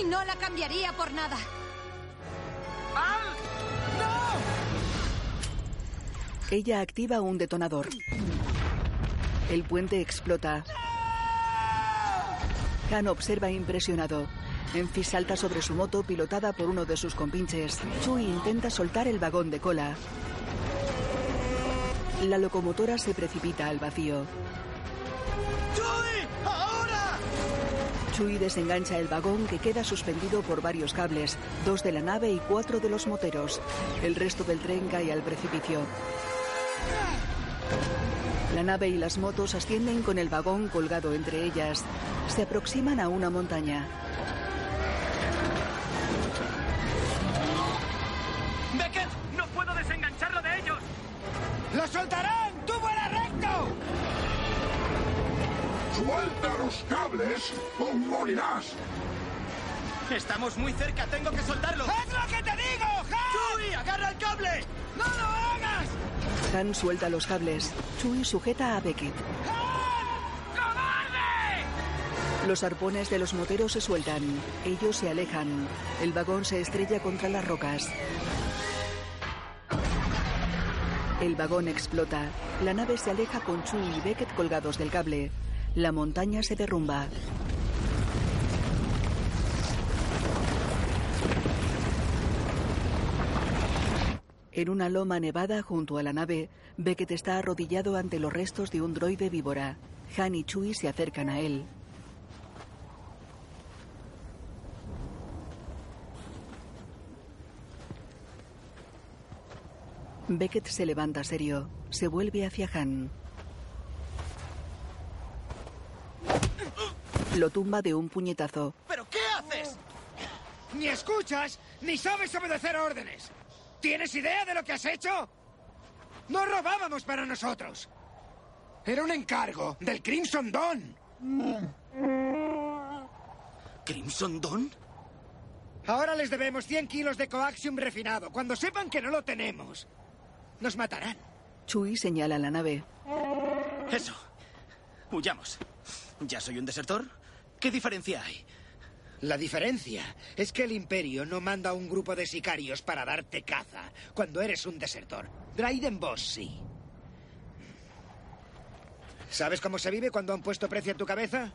S17: Y no la cambiaría por nada.
S4: ¡Val! ¡No!
S1: Ella activa un detonador. El puente explota. Han observa impresionado. Enfi salta sobre su moto pilotada por uno de sus compinches. Chui intenta soltar el vagón de cola. La locomotora se precipita al vacío.
S4: ¡Chuy!
S21: eh,
S4: ¡Ahora!
S1: Chui desengancha el vagón que queda suspendido por varios cables, dos de la nave y cuatro de los moteros. El resto del tren cae al precipicio. La nave y las motos ascienden con el vagón colgado entre ellas. Se aproximan a una montaña.
S4: ¡Beckett! ¡No puedo desengancharlo de ellos! ¡Lo soltarán! ¡Tú vuela recto!
S20: Suelta los cables o morirás.
S4: Estamos muy cerca, tengo que soltarlo. ¡Es lo que te digo, Han! ¡Chuy, agarra el cable! ¡No lo hagas!
S1: Han suelta los cables. Chui sujeta a Beckett. Los arpones de los moteros se sueltan. Ellos se alejan. El vagón se estrella contra las rocas. El vagón explota. La nave se aleja con Chui y Beckett colgados del cable. La montaña se derrumba. En una loma nevada junto a la nave, Beckett está arrodillado ante los restos de un droide víbora. Han y Chui se acercan a él. Beckett se levanta serio, se vuelve hacia Han. Lo tumba de un puñetazo.
S4: ¿Pero qué haces? Ni escuchas, ni sabes obedecer a órdenes. ¿Tienes idea de lo que has hecho? No robábamos para nosotros. Era un encargo del Crimson Dawn.
S21: ¿Crimson Dawn?
S4: Ahora les debemos 100 kilos de coaxium refinado. Cuando sepan que no lo tenemos, nos matarán.
S1: Chui señala la nave.
S7: Eso. Huyamos. ¿Ya soy un desertor? ¿Qué diferencia hay?
S18: La diferencia es que el Imperio no manda un grupo de sicarios para darte caza cuando eres un desertor. Dryden Boss sí. ¿Sabes cómo se vive cuando han puesto precio en tu cabeza?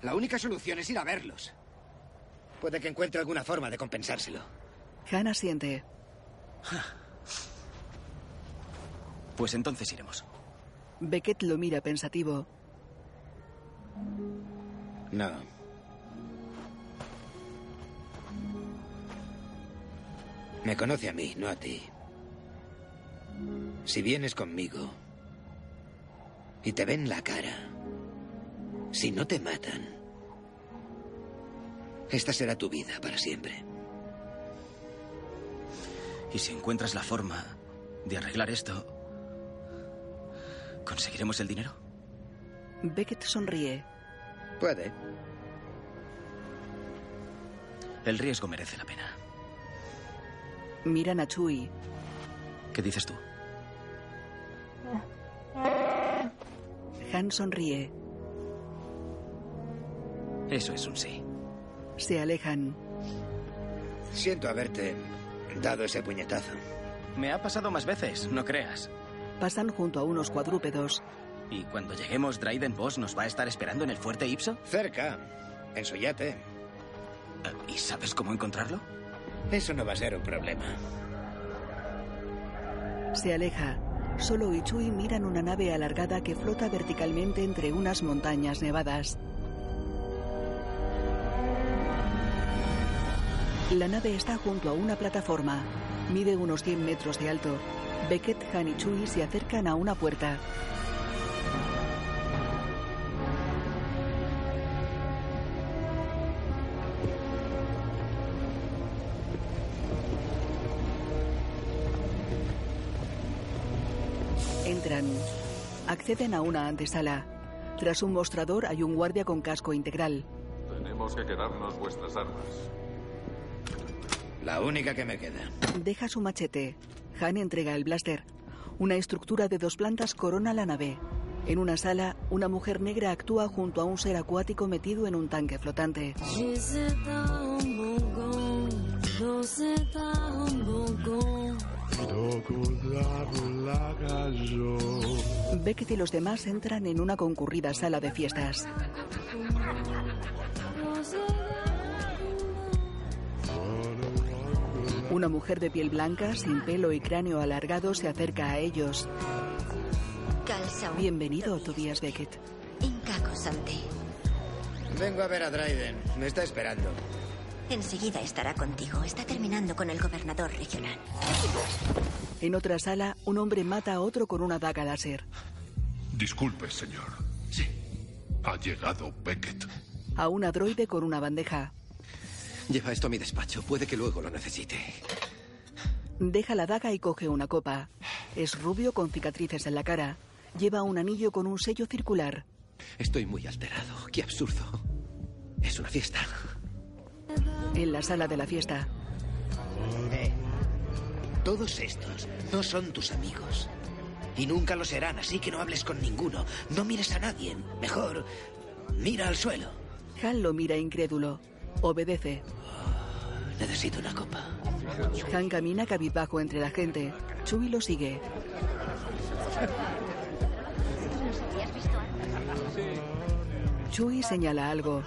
S18: La única solución es ir a verlos. Puede que encuentre alguna forma de compensárselo.
S1: Hannah siente.
S7: Pues entonces iremos.
S1: Beckett lo mira pensativo.
S18: No, Me conoce a mí, no a ti. Si vienes conmigo y te ven la cara, si no te matan, esta será tu vida para siempre.
S7: Y si encuentras la forma de arreglar esto, ¿conseguiremos el dinero?
S1: Beckett sonríe.
S18: Puede.
S7: El riesgo merece la pena.
S1: Miran a Chui.
S7: ¿Qué dices tú?
S1: Han sonríe.
S7: Eso es un sí.
S1: Se alejan.
S18: Siento haberte dado ese puñetazo.
S7: Me ha pasado más veces, no creas.
S1: Pasan junto a unos cuadrúpedos.
S7: ¿Y cuando lleguemos, Dryden Boss nos va a estar esperando en el fuerte Ipso?
S18: Cerca, en su yate.
S7: ¿Y sabes cómo encontrarlo?
S18: Eso no va a ser un problema.
S1: Se aleja. Solo y Chui miran una nave alargada que flota verticalmente entre unas montañas nevadas. La nave está junto a una plataforma. Mide unos 100 metros de alto. Beckett, Han y Chui se acercan a una puerta. Entran. Acceden a una antesala. Tras un mostrador hay un guardia con casco integral.
S22: Tenemos que quedarnos vuestras armas.
S18: La única que me queda.
S1: Deja su machete. Han entrega el blaster. Una estructura de dos plantas corona la nave. En una sala, una mujer negra actúa junto a un ser acuático metido en un tanque flotante. Beckett y los demás entran en una concurrida sala de fiestas. Una mujer de piel blanca, sin pelo y cráneo alargado, se acerca a ellos. Bienvenido, Tobias Beckett.
S18: Vengo a ver a Dryden. Me está esperando.
S6: Enseguida estará contigo. Está terminando con el gobernador regional.
S1: En otra sala, un hombre mata a otro con una daga láser.
S20: Disculpe, señor. Sí. Ha llegado Beckett.
S1: A un androide con una bandeja.
S21: Lleva esto a mi despacho. Puede que luego lo necesite.
S1: Deja la daga y coge una copa. Es rubio con cicatrices en la cara. Lleva un anillo con un sello circular.
S21: Estoy muy alterado. Qué absurdo. Es una fiesta.
S1: En la sala de la fiesta,
S23: Todos estos no son tus amigos. Y nunca lo serán, así que no hables con ninguno. No mires a nadie. Mejor, mira al suelo.
S1: Han lo mira incrédulo. Obedece.
S23: Necesito una copa.
S1: Han camina cabizbajo entre la gente. Chubi lo sigue. Chuy señala algo.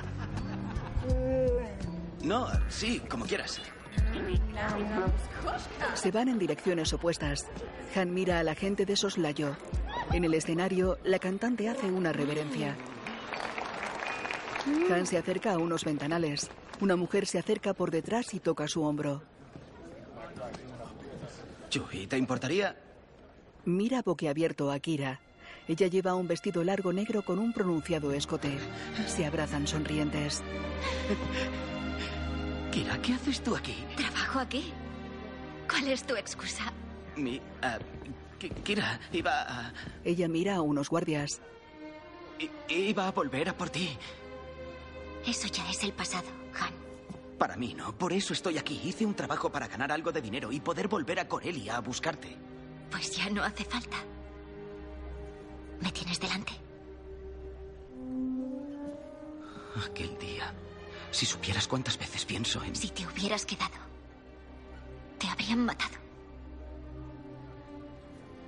S7: No, sí, como quieras.
S1: Se van en direcciones opuestas. Han mira a la gente de soslayo. En el escenario, la cantante hace una reverencia. Han se acerca a unos ventanales. Una mujer se acerca por detrás y toca su hombro.
S7: Chuy, ¿te importaría?
S1: Mira boquiabierto a Kira. Ella lleva un vestido largo negro con un pronunciado escote. Se abrazan sonrientes.
S21: Kira, ¿qué haces tú aquí?
S6: ¿Trabajo aquí? ¿Cuál es tu excusa?
S21: Mi. ah, Ki- Kira, iba a.
S1: Ella mira a unos guardias.
S21: i- iba a volver a por ti.
S6: Eso ya es el pasado, Han.
S21: Para mí no, por eso estoy aquí. Hice un trabajo para ganar algo de dinero y poder volver a Corelia a buscarte.
S6: Pues ya no hace falta. Me tienes delante.
S21: Aquel día. Si supieras cuántas veces pienso en.
S6: Si te hubieras quedado, te habrían matado.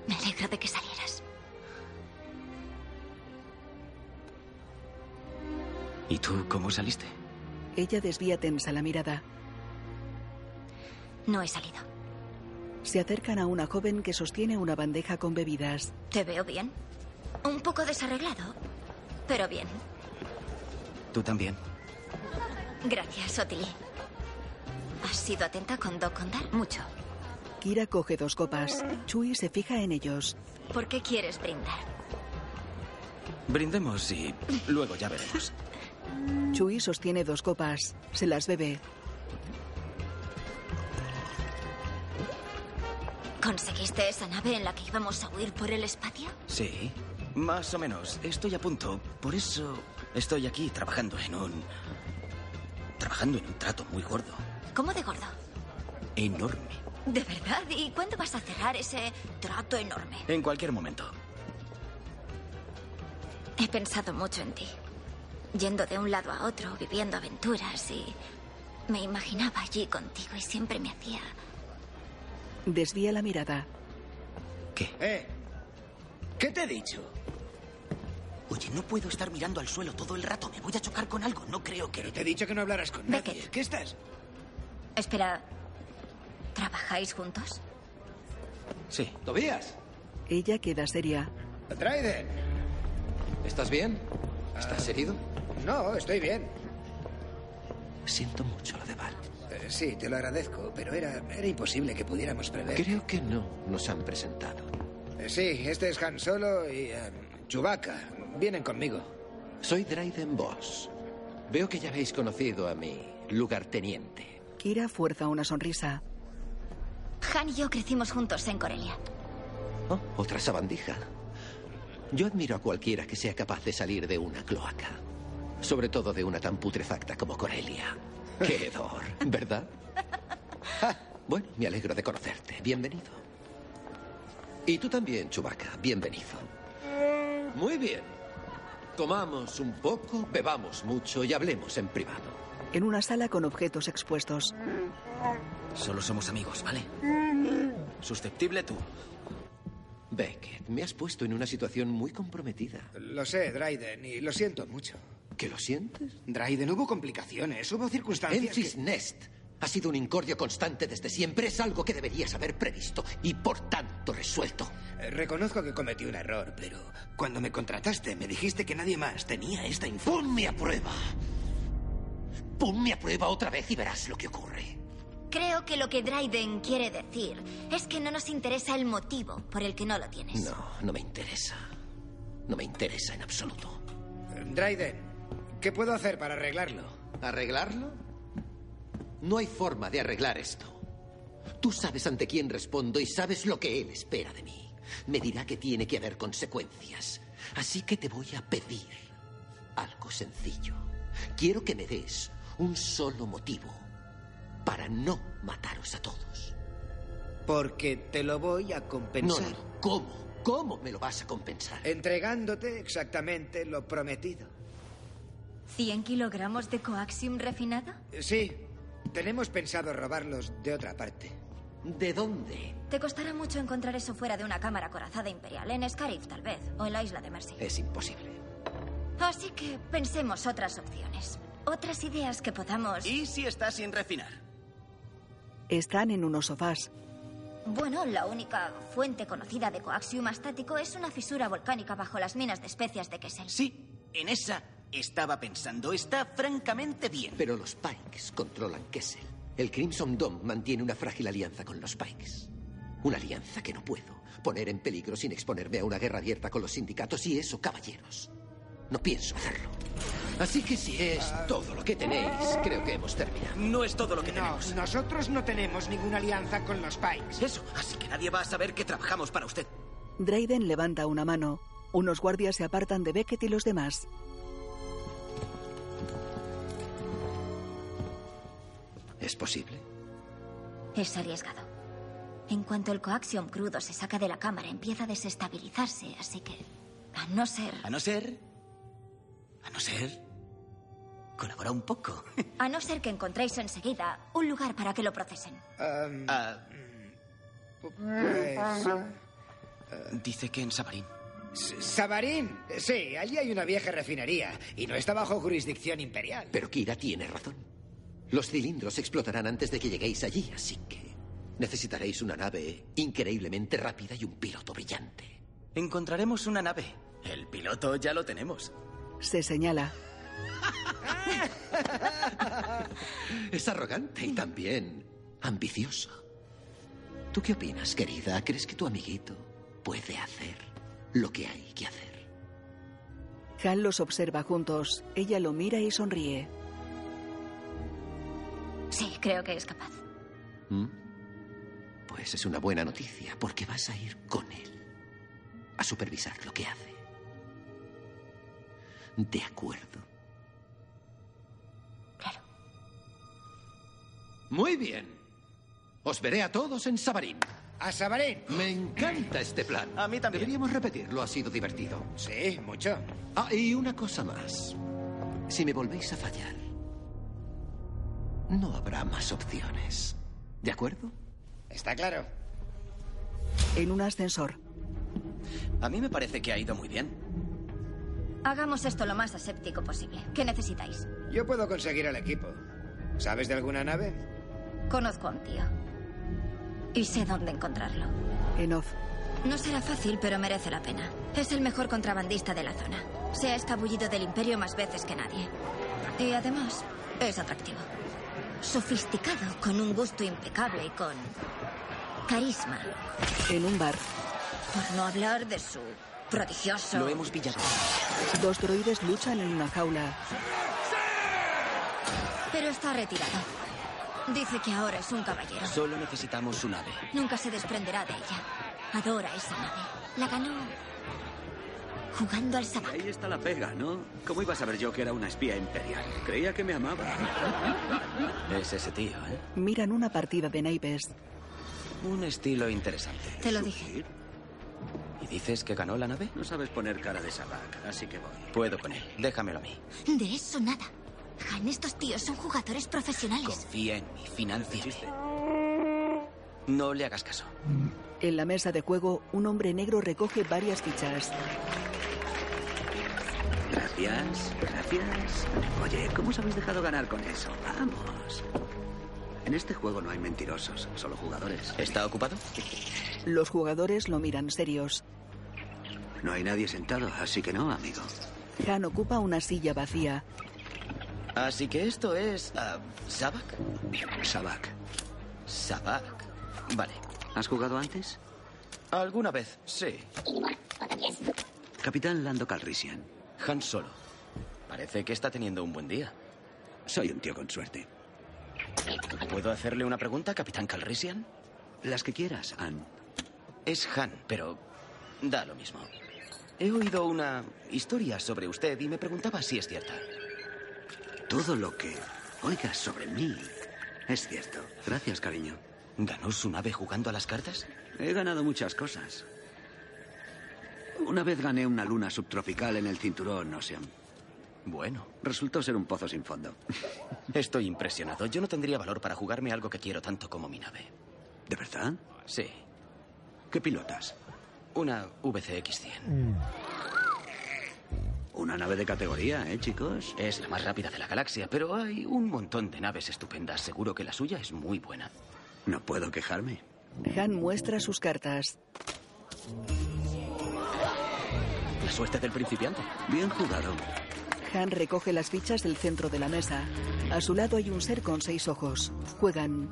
S6: Me alegro de que salieras.
S7: ¿Y tú cómo saliste?
S1: Ella desvía tensa la mirada.
S6: No he salido.
S1: Se acercan a una joven que sostiene una bandeja con bebidas.
S6: Te veo bien. Un poco desarreglado, pero bien.
S7: Tú también.
S6: Gracias, Otili. Has sido atenta con Doc Ondar mucho.
S1: Kira coge dos copas. Chui se fija en ellos.
S6: ¿Por qué quieres brindar?
S7: Brindemos y luego ya veremos.
S1: Chui sostiene dos copas. Se las bebe.
S6: ¿Conseguiste esa nave en la que íbamos a huir por el espacio?
S7: Sí, más o menos. Estoy a punto. Por eso estoy aquí trabajando en un... Trabajando en un trato muy gordo.
S6: ¿Cómo de gordo?
S7: Enorme.
S6: ¿De verdad? ¿Y cuándo vas a cerrar ese trato enorme?
S7: En cualquier momento.
S6: He pensado mucho en ti. Yendo de un lado a otro, viviendo aventuras y... Me imaginaba allí contigo y siempre me hacía...
S1: Desvía la mirada.
S18: ¿Qué? ¿Eh? ¿Qué te he dicho?
S21: Oye, no puedo estar mirando al suelo todo el rato. Me voy a chocar con algo. No creo que.
S23: Te he dicho que no hablaras con nadie. ¿Qué estás?
S6: Espera, ¿trabajáis juntos?
S21: Sí.
S23: ¿Tobías?
S1: Ella queda seria.
S18: Traiden.
S23: ¿Estás bien? ¿Estás herido?
S18: No, estoy bien.
S23: Siento mucho lo de Val.
S18: Eh, sí, te lo agradezco, pero era, era imposible que pudiéramos prever.
S23: Creo que no nos han presentado.
S18: Eh, sí, este es Han Solo y eh, Chewbacca. Vienen conmigo.
S23: Soy Dryden Boss. Veo que ya habéis conocido a mi lugarteniente.
S1: Kira fuerza una sonrisa.
S6: Han y yo crecimos juntos en Corelia.
S23: Oh, otra sabandija. Yo admiro a cualquiera que sea capaz de salir de una cloaca. Sobre todo de una tan putrefacta como Corelia. Qué hedor, ¿verdad? Ah, bueno, me alegro de conocerte. Bienvenido. Y tú también, Chubaca. Bienvenido. Muy bien. Comamos un poco, bebamos mucho y hablemos en privado.
S1: En una sala con objetos expuestos.
S21: Solo somos amigos, ¿vale? Susceptible tú.
S23: Beckett, me has puesto en una situación muy comprometida.
S18: Lo sé, Dryden, y lo siento mucho.
S23: ¿Que lo sientes?
S18: Dryden, hubo complicaciones, hubo circunstancias.
S23: Memphis Nest ha sido un incordio constante desde siempre. Es algo que deberías haber previsto y por tanto resuelto.
S18: Eh, Reconozco que cometí un error, pero cuando me contrataste me dijiste que nadie más tenía esta información.
S23: ¡Ponme a prueba! Ponme a prueba otra vez y verás lo que ocurre.
S6: Creo que lo que Dryden quiere decir es que no nos interesa el motivo por el que no lo tienes.
S23: No, no me interesa. No me interesa en absoluto.
S18: Dryden, ¿qué puedo hacer para arreglarlo?
S23: ¿Arreglarlo? No hay forma de arreglar esto. Tú sabes ante quién respondo y sabes lo que él espera de mí. Me dirá que tiene que haber consecuencias. Así que te voy a pedir algo sencillo. Quiero que me des un solo motivo para no mataros a todos.
S18: Porque te lo voy a
S23: No,
S18: compensar.
S23: no, ¿cómo? ¿Cómo me lo vas a compensar?
S18: Entregándote exactamente lo prometido.
S6: ¿100 kilogramos de coaxium refinado?
S18: Sí, tenemos pensado robarlos de otra parte.
S23: ¿De dónde?
S6: Te costará mucho encontrar eso fuera de una cámara corazada imperial, en Scarif tal vez, o en la isla de Mercy.
S23: Es imposible.
S6: Así que pensemos otras opciones, otras ideas que podamos...
S7: ¿Y si está sin refinar?
S1: Están en unos sofás.
S6: Bueno, la única fuente conocida de coaxium astático es una fisura volcánica bajo las minas de especias de Kessel.
S21: Sí. En esa estaba pensando. Está francamente bien.
S23: Pero los Pikes controlan Kessel. El Crimson Dome mantiene una frágil alianza con los Pikes. Una alianza que no puedo poner en peligro sin exponerme a una guerra abierta con los sindicatos y eso, caballeros. No pienso hacerlo. Así que si es todo lo que tenéis, creo que hemos terminado.
S21: No es todo lo que
S23: No,
S21: tenemos.
S18: Nosotros no tenemos ninguna alianza con los Pikes.
S21: Eso, así que nadie va a saber que trabajamos para usted.
S1: Dryden levanta una mano. Unos guardias se apartan de Beckett y los demás.
S23: ¿Es posible?
S6: Es arriesgado. En cuanto el coaxium crudo se saca de la cámara, empieza a desestabilizarse, así que... A no ser...
S21: A no ser. A no ser. Colabora un poco.
S6: A no ser que encontréis enseguida un lugar para que lo procesen.
S21: Ah,
S18: Pues,
S21: dice que en Sabarín.
S18: S- Sabarín, sí, allí hay una vieja refinería y no está bajo jurisdicción imperial.
S23: Pero Kira tiene razón. Los cilindros explotarán antes de que lleguéis allí, así que necesitaréis una nave increíblemente rápida y un piloto brillante.
S21: Encontraremos una nave. El piloto ya lo tenemos.
S1: Se señala.
S23: Es arrogante y también ambiciosa. ¿Tú qué opinas, querida? ¿Crees que tu amiguito puede hacer lo que hay que hacer?
S1: Han los observa juntos. Ella lo mira y sonríe.
S6: Sí, creo que es capaz.
S23: ¿Mm? Pues es una buena noticia, porque vas a ir con él a supervisar lo que hace. De acuerdo.
S6: Claro.
S23: Muy bien. Os veré a todos en Sabarín.
S18: ¡A Sabarín!
S23: Me encanta este plan. A mí también. Deberíamos repetirlo, ha sido divertido.
S18: Sí, mucho.
S23: Ah, y una cosa más. Si me volvéis a fallar, no habrá más opciones. ¿De acuerdo?
S18: Está claro.
S1: En un ascensor.
S21: A mí me parece que ha ido muy bien.
S12: Hagamos esto lo más aséptico posible. ¿Qué necesitáis?
S18: Yo puedo conseguir al equipo. ¿Sabes de alguna nave?
S12: Conozco a un tío. Y sé dónde encontrarlo.
S1: En off.
S12: No será fácil, pero merece la pena. Es el mejor contrabandista de la zona. Se ha escabullido del imperio más veces que nadie. Y además, es atractivo. Sofisticado, con un gusto impecable y con carisma.
S1: En un bar.
S12: Por no hablar de su prodigioso...
S1: Lo hemos pillado. Dos droides luchan en una jaula.
S12: Pero está retirado. Dice que ahora es un caballero.
S7: Solo necesitamos su nave.
S12: Nunca se desprenderá de ella. Adora esa nave. La ganó jugando al sabac.
S21: Ahí está la pega, ¿no? ¿Cómo iba a saber yo que era una espía imperial? Creía que me amaba.
S7: Es ese tío, ¿eh?
S1: Miran una partida de naipes.
S7: Un estilo interesante.
S12: Te lo dije.
S7: ¿Y dices que ganó la nave?
S21: No sabes poner cara de sabac, así que voy.
S7: Puedo con él. Déjamelo a mí.
S6: De eso nada. Han, estos tíos son jugadores profesionales.
S7: Confía en mí, financiame. No le hagas caso.
S1: En la mesa de juego, un hombre negro recoge varias fichas.
S21: Gracias, gracias. Oye, ¿cómo os habéis dejado ganar con eso? Vamos. En este juego no hay mentirosos, solo jugadores.
S7: ¿Está ocupado?
S1: Los jugadores lo miran serios.
S21: No hay nadie sentado, así que no, amigo.
S1: Han ocupa una silla vacía.
S7: Así que esto es. ah, ¿Sabak?
S21: Sabak.
S7: Sabak. Vale.
S21: ¿Has jugado antes?
S7: ¿Alguna vez? Sí.
S21: Capitán Lando Calrissian.
S7: Han Solo. Parece que está teniendo un buen día.
S21: Soy un tío con suerte.
S7: ¿Puedo hacerle una pregunta, Capitán Calrissian?
S21: Las que quieras, Han.
S7: Es Han, pero da lo mismo. He oído una historia sobre usted y me preguntaba si es cierta.
S21: Todo lo que oigas sobre mí es cierto. Gracias, cariño.
S7: ¿Ganó su nave jugando a las cartas?
S21: He ganado muchas cosas. Una vez gané una luna subtropical en el cinturón Ocean.
S7: Bueno,
S21: Resultó ser un pozo sin fondo.
S7: estoy impresionado. Yo no tendría valor para jugarme algo que quiero tanto como mi nave.
S21: ¿De verdad?
S7: Sí,
S21: ¿Qué pilotas?
S7: una VCX-100.
S21: Una nave de categoría, ¿eh, chicos?
S7: Es la más rápida de la galaxia, pero hay un montón de naves estupendas. Seguro que la suya es muy buena.
S21: No puedo quejarme.
S1: Han muestra sus cartas.
S7: La suerte del principiante.
S21: Bien jugado.
S1: Han recoge las fichas del centro de la mesa. A su lado hay un ser con seis ojos. Juegan.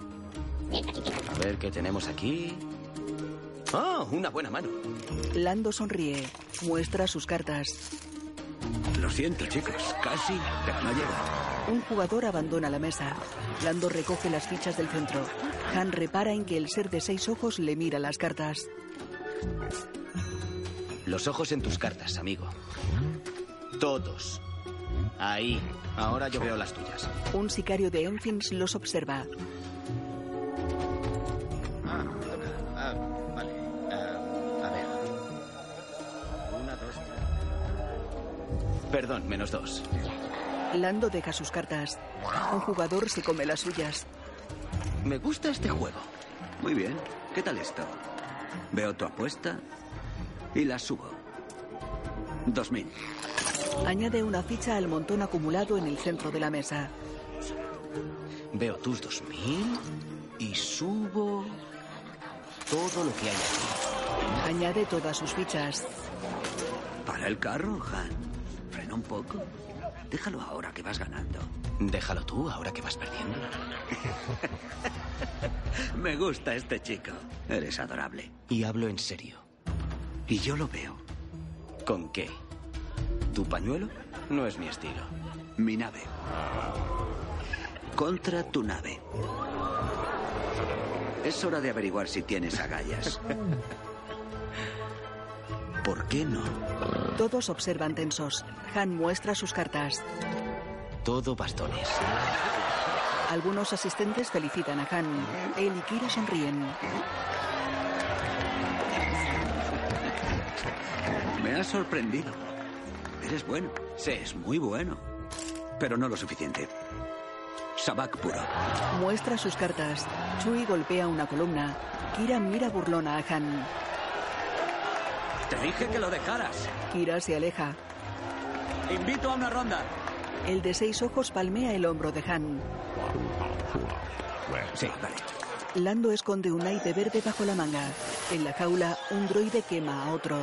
S7: A ver qué tenemos aquí. ¡Oh! Una buena mano.
S1: Lando sonríe. Muestra sus cartas.
S21: Lo siento, chicos. Casi, pero no llega.
S1: Un jugador abandona la mesa. Lando recoge las fichas del centro. Han repara en que el ser de seis ojos le mira las cartas.
S7: Los ojos en tus cartas, amigo. Todos. Ahí. Ahora yo veo las tuyas.
S1: Un sicario de Enfins los observa.
S7: Ah, me toca. Ah, vale. Ah, a ver. Una, dos, tres. Perdón, menos dos.
S1: Lando deja sus cartas. Un jugador se come las suyas.
S7: Me gusta este juego.
S21: Muy bien. ¿Qué tal esto? Veo tu apuesta y la subo. 2000.
S1: Añade una ficha al montón acumulado en el centro de la mesa.
S7: Veo tus 2000 y subo todo lo que hay aquí.
S1: Añade todas sus fichas.
S21: Para el carro, Han. Frena un poco. Déjalo ahora que vas ganando.
S7: Déjalo tú ahora que vas perdiendo.
S21: Me gusta este chico. Eres adorable.
S7: Y hablo en serio.
S21: Y yo lo veo.
S7: ¿Con qué? ¿Tu pañuelo? No es mi estilo.
S21: Mi nave. Contra tu nave. Es hora de averiguar si tienes agallas. ¿Por qué no?
S1: Todos observan tensos. Han muestra sus cartas.
S7: Todo bastones.
S1: Algunos asistentes felicitan a Han. Él y Kira sonríen.
S21: Me has sorprendido. Eres bueno. Sí, es muy bueno. Pero no lo suficiente. Sabak puro.
S1: Muestra sus cartas. Chui golpea una columna. Kira mira burlona a Han.
S21: Te dije que lo dejaras.
S1: Kira se aleja. Invito a una ronda. El de seis ojos palmea el hombro de Han.
S23: Sí, vale.
S1: Lando esconde un naipe verde bajo la manga. En la jaula, un droide quema a otro.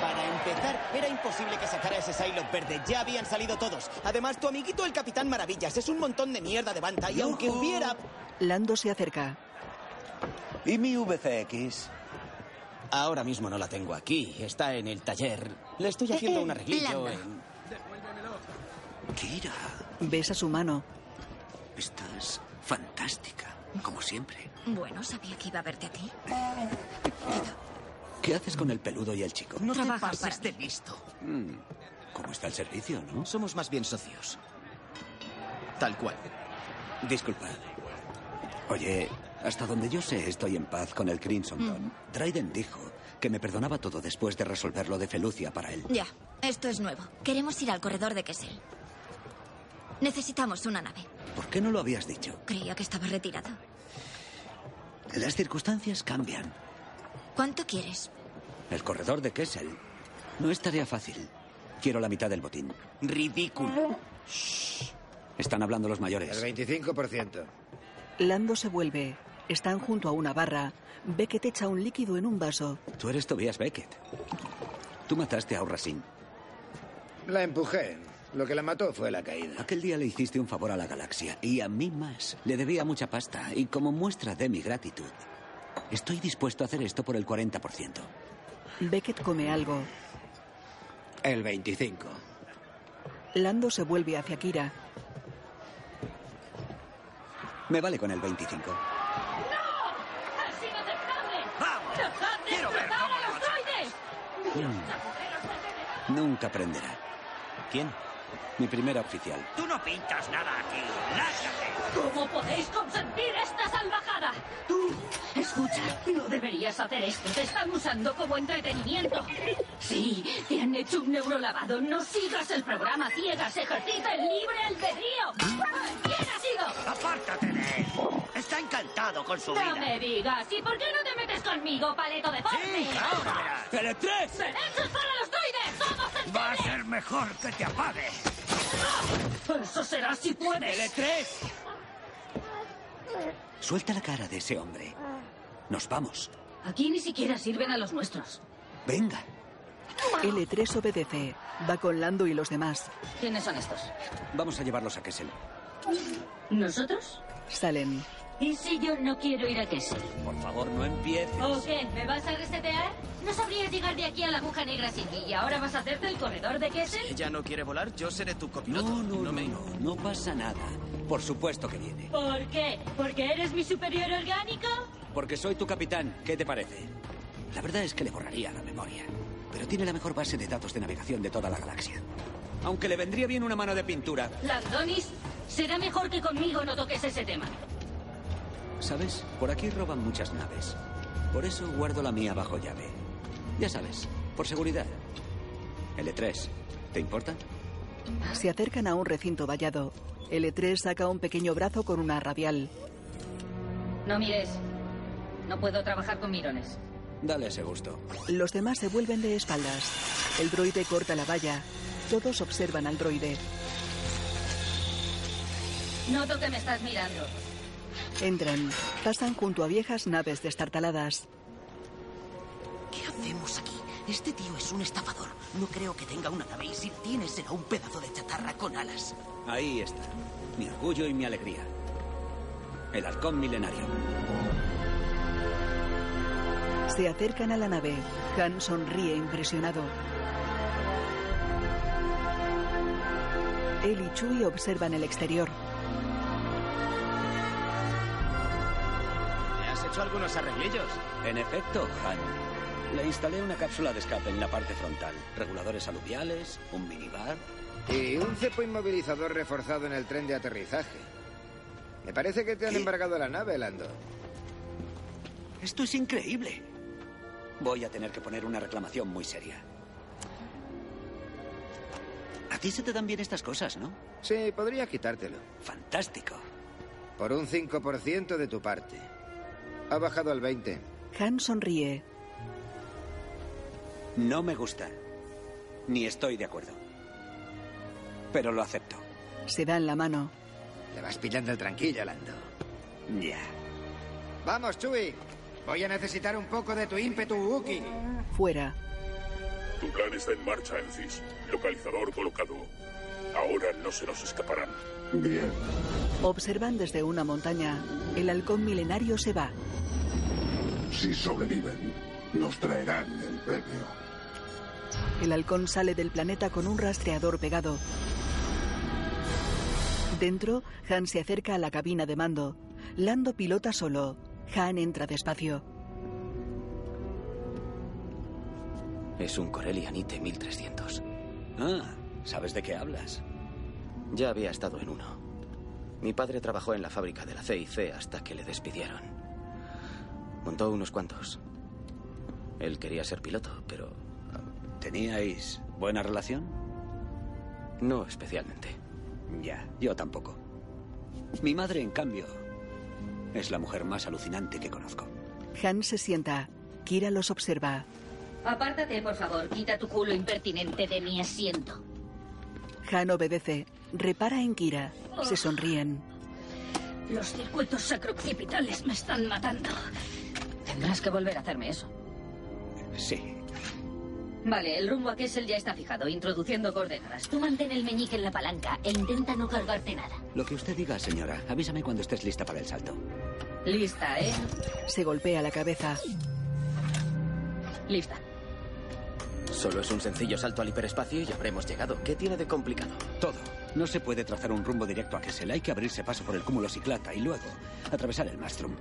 S24: Para empezar, era imposible que sacara ese Psylocke verde. Ya habían salido todos. Además, tu amiguito el Capitán Maravillas es un montón de mierda de banda. Y aunque hubiera...
S1: Lando se acerca.
S24: ¿Y mi VCX? Ahora mismo no la tengo aquí. Está en el taller. Le estoy haciendo un arreglillo eh.
S1: Lando.
S24: en...
S21: Kira,
S1: Besa su mano.
S21: estás fantástica, como siempre.
S12: Bueno, sabía que iba a verte a ti.
S21: ¿Qué haces con el peludo y el chico?
S12: No te Trabaja
S24: pases
S12: para
S24: de listo.
S21: Mm, ¿Cómo está el servicio, no?
S24: Somos más bien socios. Tal cual.
S21: Disculpa. Oye, hasta donde yo sé, estoy en paz con el Crimson
S12: Mm,
S21: Dawn. Dryden dijo que me perdonaba todo después de resolver lo de Felucia para él.
S12: Ya, esto es nuevo. Queremos ir al corredor de Kessel. Necesitamos una nave.
S21: ¿Por qué no lo habías dicho?
S12: Creía que estaba retirado.
S21: Las circunstancias cambian.
S12: ¿Cuánto quieres?
S21: El corredor de Kessel no es tarea fácil. Quiero la mitad del botín.
S24: Ridículo.
S21: Están hablando los mayores.
S18: El 25%.
S1: Lando se vuelve. Están junto a una barra. Beckett echa un líquido en un vaso.
S21: Tú eres Tobias Beckett. Tú mataste a Aurrasin.
S18: La empujé. Lo que la mató fue la caída.
S21: Aquel día le hiciste un favor a la galaxia y a mí más. Le debía mucha pasta y como muestra de mi gratitud, estoy dispuesto a hacer esto por el 40%.
S1: Beckett come algo.
S21: El 25.
S1: Lando se vuelve hacia Kira.
S21: Me vale con el 25.
S8: ¡Es inaceptable! ¡Vamos! ¡Dejad de explotar a los droides!
S21: Mm. Nunca aprenderá. ¿Quién? Mi primera oficial.
S8: Tú no pintas nada aquí. ¡Lárgate! ¿Cómo podéis consentir esta salvajada? Tú, escucha, no deberías hacer esto. Te están usando como entretenimiento. Sí, te han hecho un neurolavado. No sigas el programa ciegas. Ejercita el libre albedrío. ¿Quién ha sido?
S4: ¡Apártate de él! Está encantado con su
S8: No
S4: vida.
S8: me digas. ¿Y por qué no te metes conmigo, paleto de
S4: Sí, ahora.
S8: tres! ¡Derechos para los droides! ¡Todos en
S4: Va a ser mejor que te apagues.
S8: Eso será si puedes.
S4: ¡L3!
S21: Suelta la cara de ese hombre. Nos vamos.
S8: Aquí ni siquiera sirven a los nuestros.
S21: Venga.
S1: L3 obedece. Va con Lando y los demás.
S8: ¿Quiénes son estos?
S21: Vamos a llevarlos a Kessel.
S8: ¿Nosotros?
S1: Salen.
S8: ¿Y si yo no quiero ir a Kessel?
S21: Por favor, no empieces.
S8: ¿O qué? ¿Me vas a resetear? No sabrías llegar de aquí a la aguja negra sin mí y ahora vas a hacerte el corredor de Kessel.
S24: Ella no quiere volar, yo seré tu copiloto.
S21: No, no, no, no, no pasa nada. Por supuesto que viene.
S8: ¿Por qué? ¿Porque eres mi superior orgánico?
S21: Porque soy tu capitán. ¿Qué te parece? La verdad es que le borraría la memoria. Pero tiene la mejor base de datos de navegación de toda la galaxia. Aunque le vendría bien una mano de pintura.
S8: Landonis, será mejor que conmigo no toques ese tema.
S21: ¿Sabes? Por aquí roban muchas naves. Por eso guardo la mía bajo llave. Ya sabes, por seguridad. L3, ¿te importa?
S1: Se acercan a un recinto vallado. L3 saca un pequeño brazo con una radial.
S8: No mires. No puedo trabajar con mirones.
S21: Dale ese gusto.
S1: Los demás se vuelven de espaldas. El droide corta la valla. Todos observan al droide.
S8: Noto que me estás mirando.
S1: Entran. Pasan junto a viejas naves destartaladas.
S4: ¿Qué hacemos aquí? Este tío es un estafador. No creo que tenga una nave y si tiene será un pedazo de chatarra con alas.
S21: Ahí está. Mi orgullo y mi alegría. El halcón milenario.
S1: Se acercan a la nave. Han sonríe impresionado. Él y Chewie observan el exterior.
S24: ¿Le has hecho algunos arreglillos?
S21: En efecto, Han. Le instalé una cápsula de escape en la parte frontal. Reguladores aluviales, un minibar.
S18: Y un cepo inmovilizador reforzado en el tren de aterrizaje. Me parece que te han embargado la nave, Lando.
S21: Esto es increíble. Voy a tener que poner una reclamación muy seria. A ti se te dan bien estas cosas, ¿no?
S18: Sí, podría quitártelo.
S21: Fantástico.
S18: Por un 5% de tu parte. Ha bajado al 20.
S1: Han sonríe.
S21: No me gusta. Ni estoy de acuerdo. Pero lo acepto.
S1: Se dan la mano.
S18: Te vas pillando el tranquillo, Lando.
S21: Ya.
S18: Vamos, Chuy. Voy a necesitar un poco de tu ímpetu, Wookie.
S1: Fuera.
S20: Tu plan está en marcha, Encis. Localizador colocado. Ahora no se nos escaparán. Bien.
S1: Observan desde una montaña. El halcón milenario se va.
S20: Si sobreviven, nos traerán el premio.
S1: El halcón sale del planeta con un rastreador pegado. Dentro, Han se acerca a la cabina de mando. Lando pilota solo. Han entra despacio.
S7: Es un Corellian IT 1300.
S21: Ah, ¿sabes de qué hablas?
S7: Ya había estado en uno. Mi padre trabajó en la fábrica de la CIC hasta que le despidieron. Montó unos cuantos. Él quería ser piloto, pero... ah,
S21: ¿Teníais buena relación?
S7: No especialmente.
S21: Ya, yo tampoco. Mi madre, en cambio, es la mujer más alucinante que conozco.
S1: Han se sienta. Kira los observa.
S8: Apártate, por favor. Quita tu culo impertinente de mi asiento.
S1: Han obedece. Repara en Kira. Se sonríen.
S8: Los circuitos sacroccipitales me están matando. Tendrás que volver a hacerme eso.
S21: Sí.
S8: Vale, el rumbo a Kessel ya está fijado, introduciendo coordenadas. Tú mantén el meñique en la palanca e intenta no cargarte nada.
S21: Lo que usted diga, señora. Avísame cuando estés lista para el salto.
S8: Lista, ¿eh?
S1: Se golpea la cabeza.
S8: Lista.
S7: Solo es un sencillo salto al hiperespacio y habremos llegado. ¿Qué tiene de complicado?
S21: Todo. No se puede trazar un rumbo directo a Kessel. Hay que abrirse paso por el cúmulo ciclata y luego atravesar el Mastrum.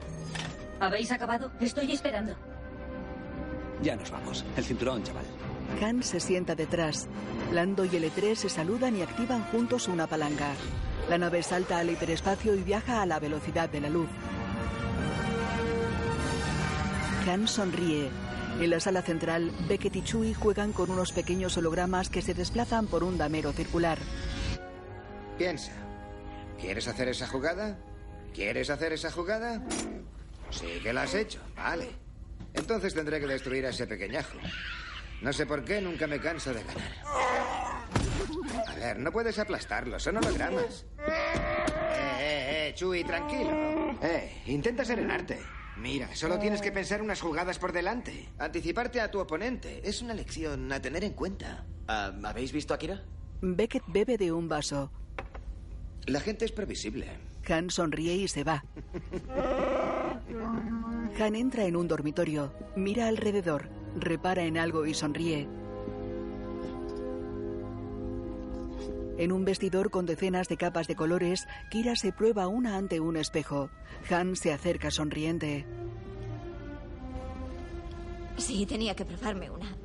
S8: ¿Habéis acabado? Estoy esperando.
S21: Ya nos vamos. El cinturón, chaval.
S1: Han se sienta detrás. Lando y L3 se saludan y activan juntos una palanca. La nave salta al hiperespacio y viaja a la velocidad de la luz. Han sonríe. En la sala central, Beckett y Chui juegan con unos pequeños hologramas que se desplazan por un damero circular.
S18: Piensa. ¿Quieres hacer esa jugada? ¿Quieres hacer esa jugada? Sí que la has hecho. Vale. Entonces tendré que destruir a ese pequeñajo. No sé por qué nunca me canso de ganar. A ver, no puedes aplastarlo, son hologramas. Eh, eh, eh, Chuy, tranquilo. Eh, intenta serenarte. Mira, solo tienes que pensar unas jugadas por delante. Anticiparte a tu oponente. Es una lección a tener en cuenta.
S7: Ah, ¿Habéis visto a Kira?
S1: Beckett bebe de un vaso.
S18: La gente es previsible.
S1: Han sonríe y se va. Han entra en un dormitorio, mira alrededor, repara en algo y sonríe. En un vestidor con decenas de capas de colores, Kira se prueba una ante un espejo. Han se acerca sonriente.
S12: Sí, tenía que probarme una.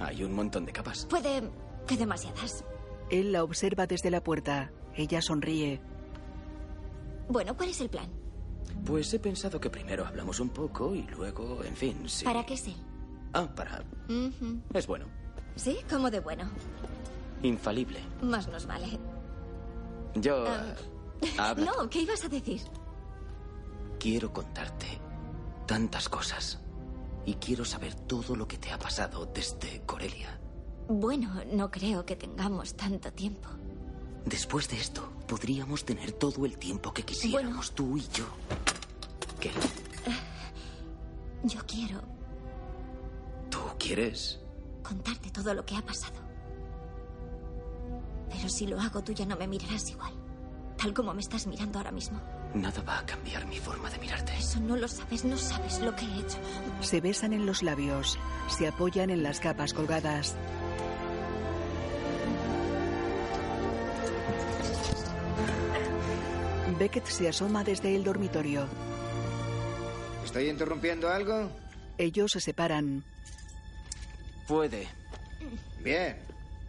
S7: Hay un montón de capas.
S12: Puede que demasiadas.
S1: Él la observa desde la puerta. Ella sonríe.
S12: Bueno, ¿cuál es el plan?
S7: Pues he pensado que primero hablamos un poco y luego, en fin, sí.
S12: ¿Para qué sé?
S7: Ah, para.
S12: Ujú.
S7: Es bueno.
S12: ¿Sí? ¿Cómo de bueno?
S7: Infalible.
S12: Más nos vale.
S7: Yo.
S12: Ah.
S7: ah, habla-
S12: No, ¿qué ibas a decir?
S7: Quiero contarte tantas cosas. Y quiero saber todo lo que te ha pasado desde Corelia.
S12: Bueno, no creo que tengamos tanto tiempo.
S7: Después de esto, podríamos tener todo el tiempo que quisiéramos, tú y yo. ¿Qué?
S12: Yo quiero
S7: ¿Tú quieres?
S12: contarte todo lo que ha pasado. Pero si lo hago, tú ya no me mirarás igual. Tal como me estás mirando ahora mismo.
S7: Nada va a cambiar mi forma de mirarte.
S12: Eso no lo sabes, no sabes lo que he hecho.
S1: Se besan en los labios, se apoyan en las capas colgadas. Beckett se asoma desde el dormitorio.
S18: ¿Estoy interrumpiendo algo?
S1: Ellos se separan.
S7: Puede.
S18: Bien,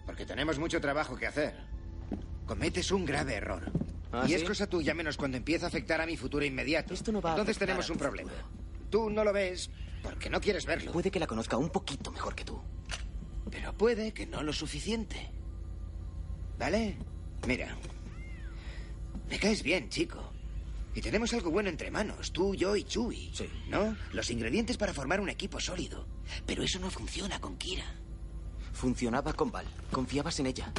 S18: porque tenemos mucho trabajo que hacer. Cometes un grave error.
S7: ¿Ah,
S18: y es
S7: sí?
S18: cosa tuya menos cuando empieza a afectar a mi futuro inmediato. Esto no
S7: va a
S18: Entonces
S7: afectar
S18: tenemos
S7: a
S18: un
S7: tu
S18: problema. Tú no lo ves porque no quieres verlo.
S7: Puede que la conozca un poquito mejor que tú.
S18: Pero puede que no lo suficiente. ¿Vale? Mira. Me caes bien, chico. Y tenemos algo bueno entre manos, tú, yo y Chuy. Sí. ¿No? Los ingredientes para formar un equipo sólido. Pero eso no funciona con Kira.
S7: Funcionaba con Val. Confiabas en ella.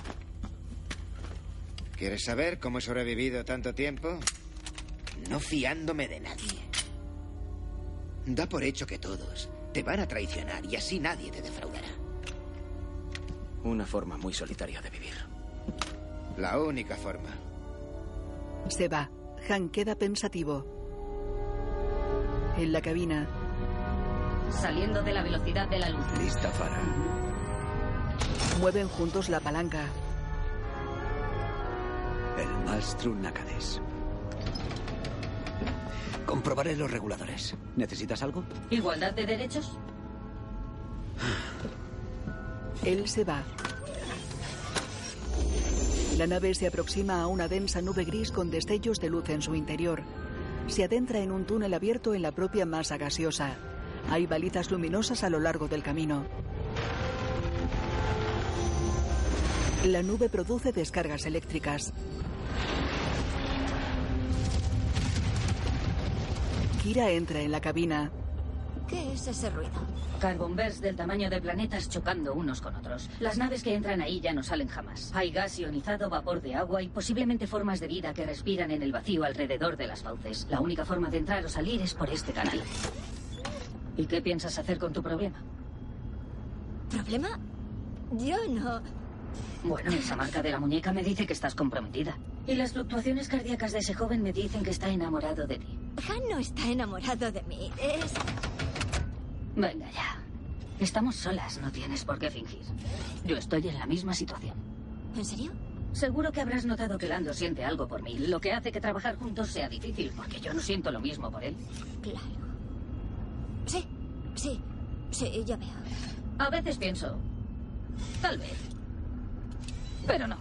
S18: ¿Quieres saber cómo he sobrevivido tanto tiempo? No fiándome de nadie. Da por hecho que todos te van a traicionar y así nadie te defraudará.
S7: Una forma muy solitaria de vivir.
S18: La única forma.
S1: Se va. Han queda pensativo. En la cabina,
S8: Saliendo de la velocidad de la luz.
S23: Lista, Farah.
S1: mueven juntos la palanca.
S21: El Maelstrom Nácades. Comprobaré los reguladores. ¿Necesitas algo?
S8: Igualdad de derechos.
S1: Él se va. La nave se aproxima a una densa nube gris con destellos de luz en su interior. Se adentra en un túnel abierto en la propia masa gaseosa. Hay balizas luminosas a lo largo del camino. La nube produce descargas eléctricas. Kira entra en la cabina.
S8: ¿Qué es ese ruido? Carbonvers del tamaño de planetas chocando unos con otros. Las naves que entran ahí ya no salen jamás. Hay gas ionizado, vapor de agua y posiblemente formas de vida que respiran en el vacío alrededor de las fauces. La única forma de entrar o salir es por este canal. ¿Y qué piensas hacer con tu problema?
S6: ¿Problema? Yo no.
S8: Bueno, esa marca de la muñeca me dice que estás comprometida. Y las fluctuaciones cardíacas de ese joven me dicen que está enamorado de ti.
S6: Han no está enamorado de mí. Es.
S8: Venga ya. Estamos solas, no tienes por qué fingir. Yo estoy en la misma situación.
S6: ¿En serio?
S8: Seguro que habrás notado que Lando siente algo por mí, lo que hace que trabajar juntos sea difícil, porque yo no siento lo mismo por él.
S6: Claro. Sí, sí, sí, ya veo.
S8: A veces pienso, tal vez, pero no.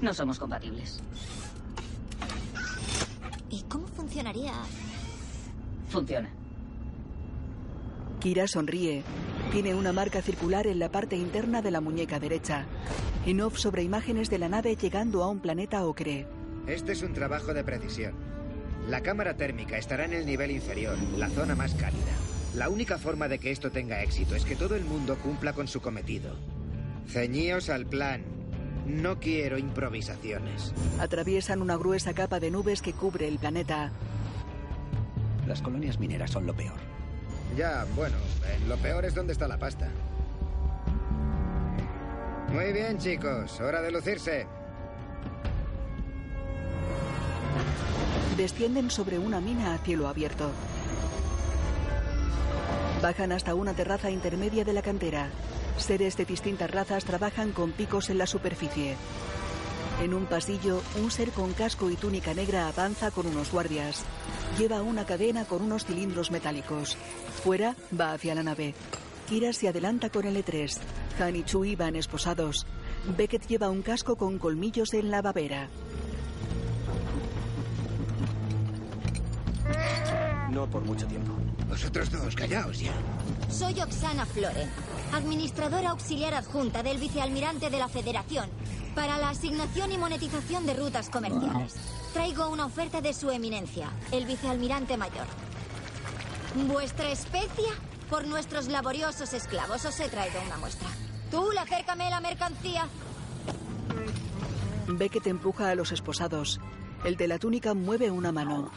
S8: No somos compatibles.
S6: ¿Y cómo funcionaría?
S8: Funciona.
S1: Kira sonríe. Tiene una marca circular en la parte interna de la muñeca derecha. En off sobre imágenes de la nave llegando a un planeta ocre.
S18: Este es un trabajo de precisión. La cámara térmica estará en el nivel inferior, la zona más cálida. La única forma de que esto tenga éxito es que todo el mundo cumpla con su cometido. Ceñíos al plan. No quiero improvisaciones.
S1: Atraviesan una gruesa capa de nubes que cubre el planeta.
S21: Las colonias mineras son lo peor.
S18: Ya, bueno, eh, lo peor es dónde está la pasta. Muy bien, chicos, hora de lucirse.
S1: Descienden sobre una mina a cielo abierto. Bajan hasta una terraza intermedia de la cantera. Seres de distintas razas trabajan con picos en la superficie. En un pasillo, un ser con casco y túnica negra avanza con unos guardias. Lleva una cadena con unos cilindros metálicos. Fuera, va hacia la nave. Kira se adelanta con el E3. Han y Chui van esposados. Beckett lleva un casco con colmillos en la babera.
S7: No por mucho tiempo.
S18: Vosotros dos, callaos ya.
S6: Soy Oxana Floren, administradora auxiliar adjunta del vicealmirante de la Federación para la asignación y monetización de rutas comerciales. Traigo una oferta de su eminencia, el vicealmirante mayor. Vuestra especia por nuestros laboriosos esclavos. Os he traído una muestra. Tú, acércame la mercancía.
S1: Beckett empuja a los esposados. El de la túnica mueve una mano.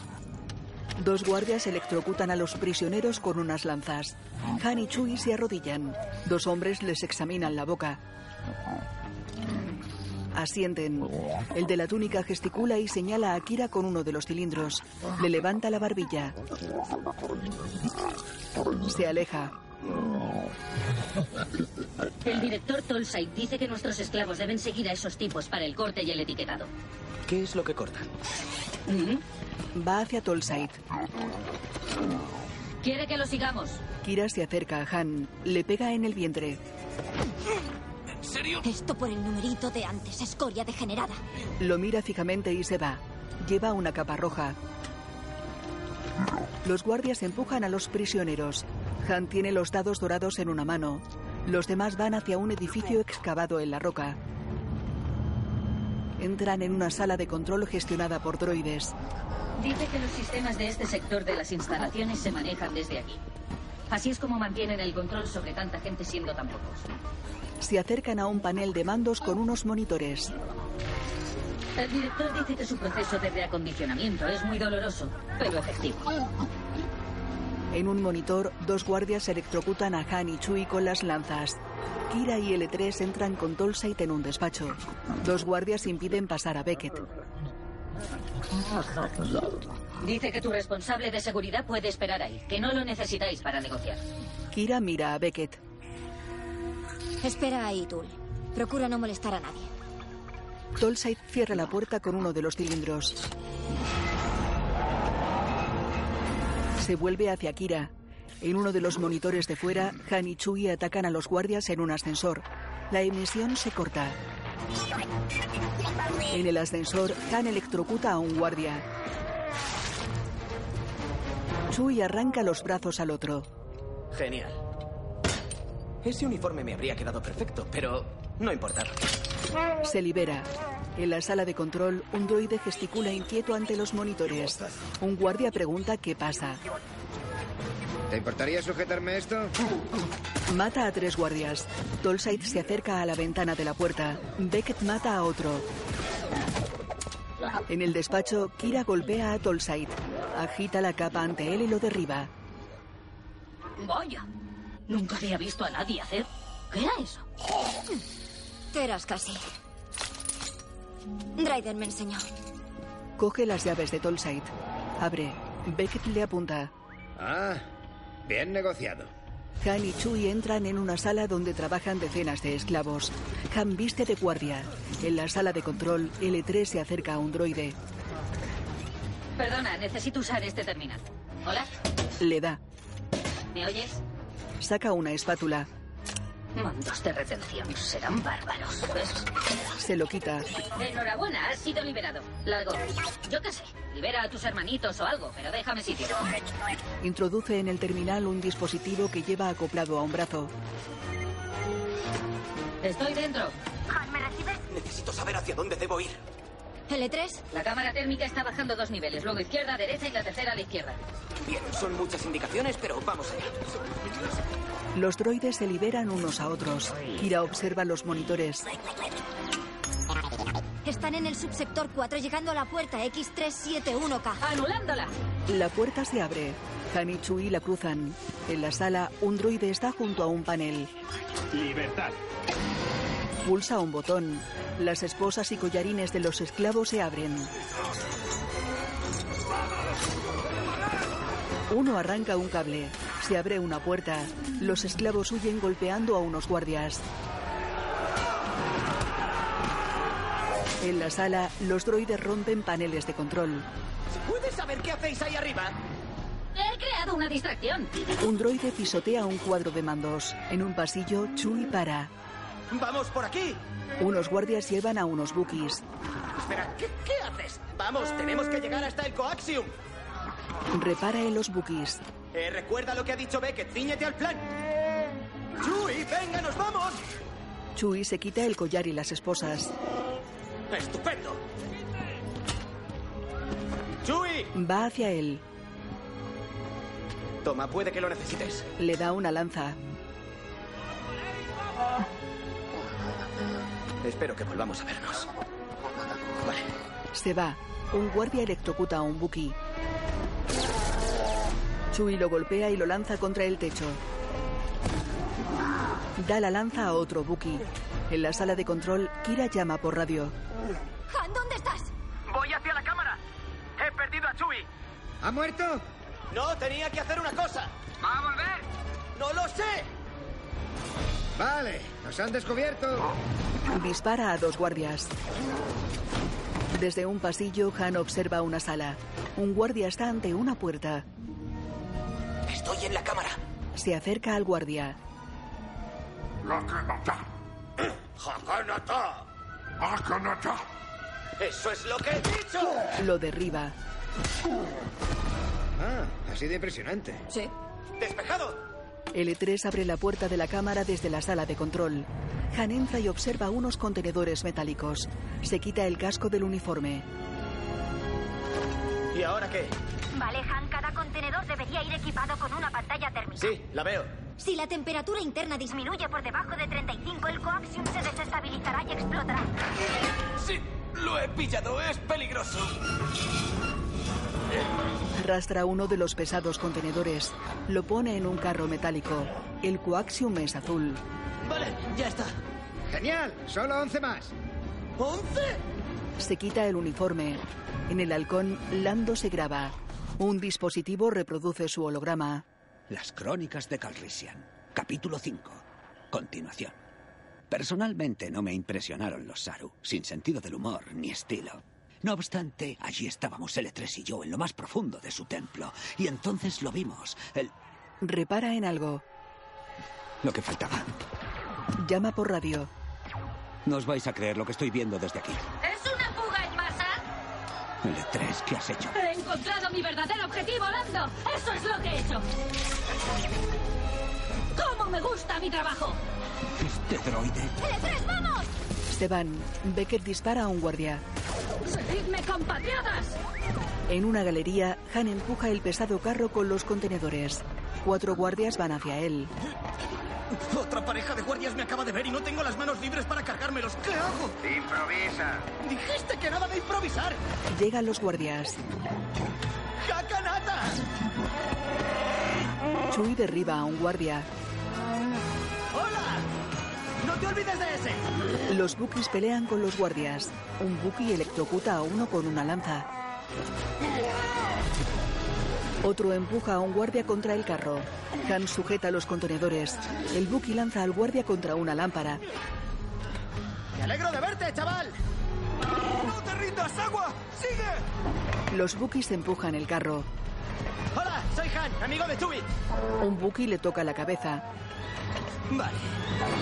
S1: Dos guardias electrocutan a los prisioneros con unas lanzas. Han y Chui se arrodillan. Dos hombres les examinan la boca. Asienten. El de la túnica gesticula y señala a Kira con uno de los cilindros. Le levanta la barbilla. Se aleja.
S8: El director Tolsai dice que nuestros esclavos deben seguir a esos tipos para el corte y el etiquetado.
S7: ¿Qué es lo que cortan?
S1: Va hacia Tolside.
S8: Quiere que lo sigamos.
S1: Kira se acerca a Han. Le pega en el vientre.
S6: ¿En serio? Esto por el numerito de antes, escoria degenerada.
S1: Lo mira fijamente y se va. Lleva una capa roja. Los guardias empujan a los prisioneros. Han tiene los dados dorados en una mano. Los demás van hacia un edificio excavado en la roca. Entran en una sala de control gestionada por droides.
S8: Dice que los sistemas de este sector de las instalaciones se manejan desde aquí. Así es como mantienen el control sobre tanta gente siendo tan pocos.
S1: Se acercan a un panel de mandos con unos monitores.
S8: El director dice que su proceso de reacondicionamiento es muy doloroso, pero efectivo.
S1: En un monitor, dos guardias electrocutan a Han y Chui con las lanzas. Kira y L3 entran con Tolsa y en un despacho. Dos guardias impiden pasar a Beckett.
S8: Dice que tu responsable de seguridad puede esperar ahí, que no lo necesitáis para negociar.
S1: Kira mira a Beckett.
S6: Espera ahí, Tul. Procura no molestar a nadie.
S1: Tolside cierra la puerta con uno de los cilindros. Se vuelve hacia Kira. En uno de los monitores de fuera, Han y Chuy atacan a los guardias en un ascensor. La emisión se corta. En el ascensor, Han electrocuta a un guardia. Chuy arranca los brazos al otro.
S7: Genial. Ese uniforme me habría quedado perfecto, pero no importaba.
S1: Se libera. En la sala de control, un droide gesticula inquieto ante los monitores. Un guardia pregunta qué pasa.
S18: ¿Te importaría sujetarme esto?
S1: Mata a tres guardias. Tolside se acerca a la ventana de la puerta. Beckett mata a otro. En el despacho, Kira golpea a Tolside. Agita la capa ante él y lo derriba.
S8: Vaya, nunca había visto a nadie hacer. ¿Qué era eso?
S12: Eras casi. Dryden me enseñó.
S1: Coge las llaves de Tolside. Abre. Beckett le apunta.
S18: Ah, bien negociado.
S1: Han y Chuy entran en una sala donde trabajan decenas de esclavos. Han viste de guardia. En la sala de control, L3 se acerca a un droide.
S8: Perdona, necesito usar este terminal. ¿Hola?
S1: Le da.
S8: ¿Me oyes?
S1: Saca una espátula.
S8: Mandos de retención serán bárbaros. ¿ves?
S1: Se lo quita.
S8: Enhorabuena, has sido liberado. Largo. Yo qué sé. Libera a tus hermanitos o algo, pero déjame sitio.
S1: Introduce en el terminal un dispositivo que lleva acoplado a un brazo.
S8: Estoy dentro.
S17: Han, ¿me recibes?
S7: Necesito saber hacia dónde debo ir.
S12: ¿L3?
S8: La cámara térmica está bajando dos niveles, luego izquierda, derecha y la tercera a la izquierda.
S7: Bien, son muchas indicaciones, pero vamos allá.
S1: Los droides se liberan unos a otros. Kira observa los monitores.
S6: Están en el subsector 4 llegando a la puerta X371K.
S8: ¡Anulándola!
S1: La puerta se abre. Han y Chui la cruzan. En la sala, un droide está junto a un panel.
S19: Libertad.
S1: Pulsa un botón. Las esposas y collarines de los esclavos se abren. Uno arranca un cable. Se abre una puerta. Los esclavos huyen golpeando a unos guardias. En la sala, los droides rompen paneles de control.
S24: ¿Puedes saber qué hacéis ahí arriba?
S8: He creado una distracción.
S1: Un droide pisotea un cuadro de mandos. En un pasillo, Chui para.
S24: ¡Vamos por aquí!
S1: Unos guardias llevan a unos bookies.
S24: Espera, ¿qué, qué haces? Vamos, tenemos que llegar hasta el coaxium.
S1: Repara en los bookies.
S24: Eh, recuerda lo que ha dicho Beckett, ciñete al plan. ¡Chuy, venga, nos vamos!
S1: Chui se quita el collar y las esposas.
S24: ¡Estupendo! ¡Chuy!
S1: Va hacia él.
S24: Toma, puede que lo necesites.
S1: Le da una lanza.
S7: Espero que volvamos a vernos. Vale.
S1: Se va. Un guardia electrocuta a un buki. Chui lo golpea y lo lanza contra el techo. Da la lanza a otro Buki. En la sala de control, Kira llama por radio.
S17: Han, ¿dónde estás?
S4: Voy hacia la cámara. He perdido a Chui.
S18: ¿Ha muerto?
S24: No, tenía que hacer una cosa.
S4: ¿Va a volver?
S24: ¡No lo sé!
S18: Vale, nos han descubierto.
S1: Dispara a dos guardias. Desde un pasillo, Han observa una sala. Un guardia está ante una puerta.
S24: Estoy en la cámara.
S1: Se acerca al guardia.
S24: ¡Eso es lo que he dicho!
S1: Lo derriba.
S18: Ah, así de impresionante.
S12: Sí.
S24: ¡Despejado!
S1: L3 E abre la puerta de la cámara desde la sala de control. Han entra y observa unos contenedores metálicos. Se quita el casco del uniforme.
S24: ¿Y ahora qué?
S6: Vale, Han, cada contenedor ordenador debería ir equipado con una pantalla térmica.
S25: Sí, la veo.
S6: Si la temperatura interna disminuye por debajo de 35, el coaxium se desestabilizará y explotará.
S25: Sí, lo he pillado. Es peligroso.
S1: Arrastra uno de los pesados contenedores. Lo pone en un carro metálico. El coaxium es azul.
S18: Vale, ya está. Genial, solo 11 más. ¿11?
S1: Se quita el uniforme. En el halcón, Lando se graba. Un dispositivo reproduce su holograma.
S21: Las crónicas de Calrissian, capítulo 5. Continuación. Personalmente no me impresionaron los Saru, sin sentido del humor ni estilo. No obstante, allí estábamos L3 y yo en lo más profundo de su templo, y entonces lo vimos, el...
S1: Repara en algo.
S21: lo que faltaba.
S1: Llama por radio.
S21: No os vais a creer lo que estoy viendo desde aquí.
S8: ¿Es una fuga en masa?
S21: L3, ¿qué has hecho?
S8: He encontrado mi verdadero objetivo, Lando. Eso es lo que he hecho. ¿Cómo me gusta mi trabajo?
S21: Este droide.
S8: ¡L3, vamos!
S1: Se van. Beckett dispara a un guardia.
S8: ¡Seguidme, compatriotas!
S1: En una galería, Han empuja el pesado carro con los contenedores. Cuatro guardias van hacia él.
S24: Otra pareja de guardias me acaba de ver y no tengo las manos libres para cargármelos. ¿Qué hago?
S18: Improvisa.
S24: Dijiste que nada de improvisar.
S1: Llegan los guardias.
S24: ¡Jacanata!
S1: Chui derriba a un guardia.
S24: ¡Hola! ¡No te olvides de ese!
S1: Los Bookies pelean con los guardias. Un Buki electrocuta a uno con una lanza. Otro empuja a un guardia contra el carro. Han sujeta los contenedores. El Buki lanza al guardia contra una lámpara.
S24: ¡Me alegro de verte, chaval! ¡No te rindas, agua! ¡Sigue!
S1: Los Bookies empujan el carro.
S24: ¡Hola! Soy Han, amigo de Chubby.
S1: Un Buki le toca la cabeza.
S24: Vale.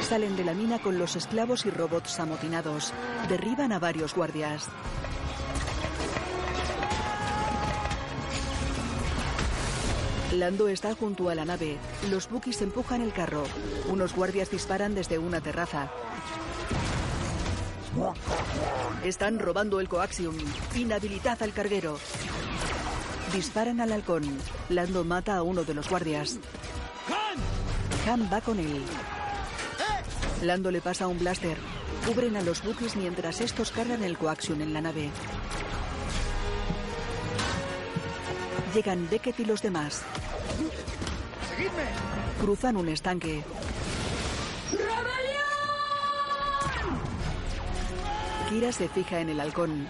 S1: Salen de la mina con los esclavos y robots amotinados. Derriban a varios guardias. Lando está junto a la nave. Los bookies empujan el carro. Unos guardias disparan desde una terraza. Están robando el coaxium. Inhabilitad al carguero. Disparan al halcón. Lando mata a uno de los guardias. Han va con él. Lando le pasa un blaster. Cubren a los buques mientras estos cargan el coaxium en la nave. Llegan Beckett y los demás.
S24: ¡Seguidme!
S1: Cruzan un estanque. Kira se fija en el halcón.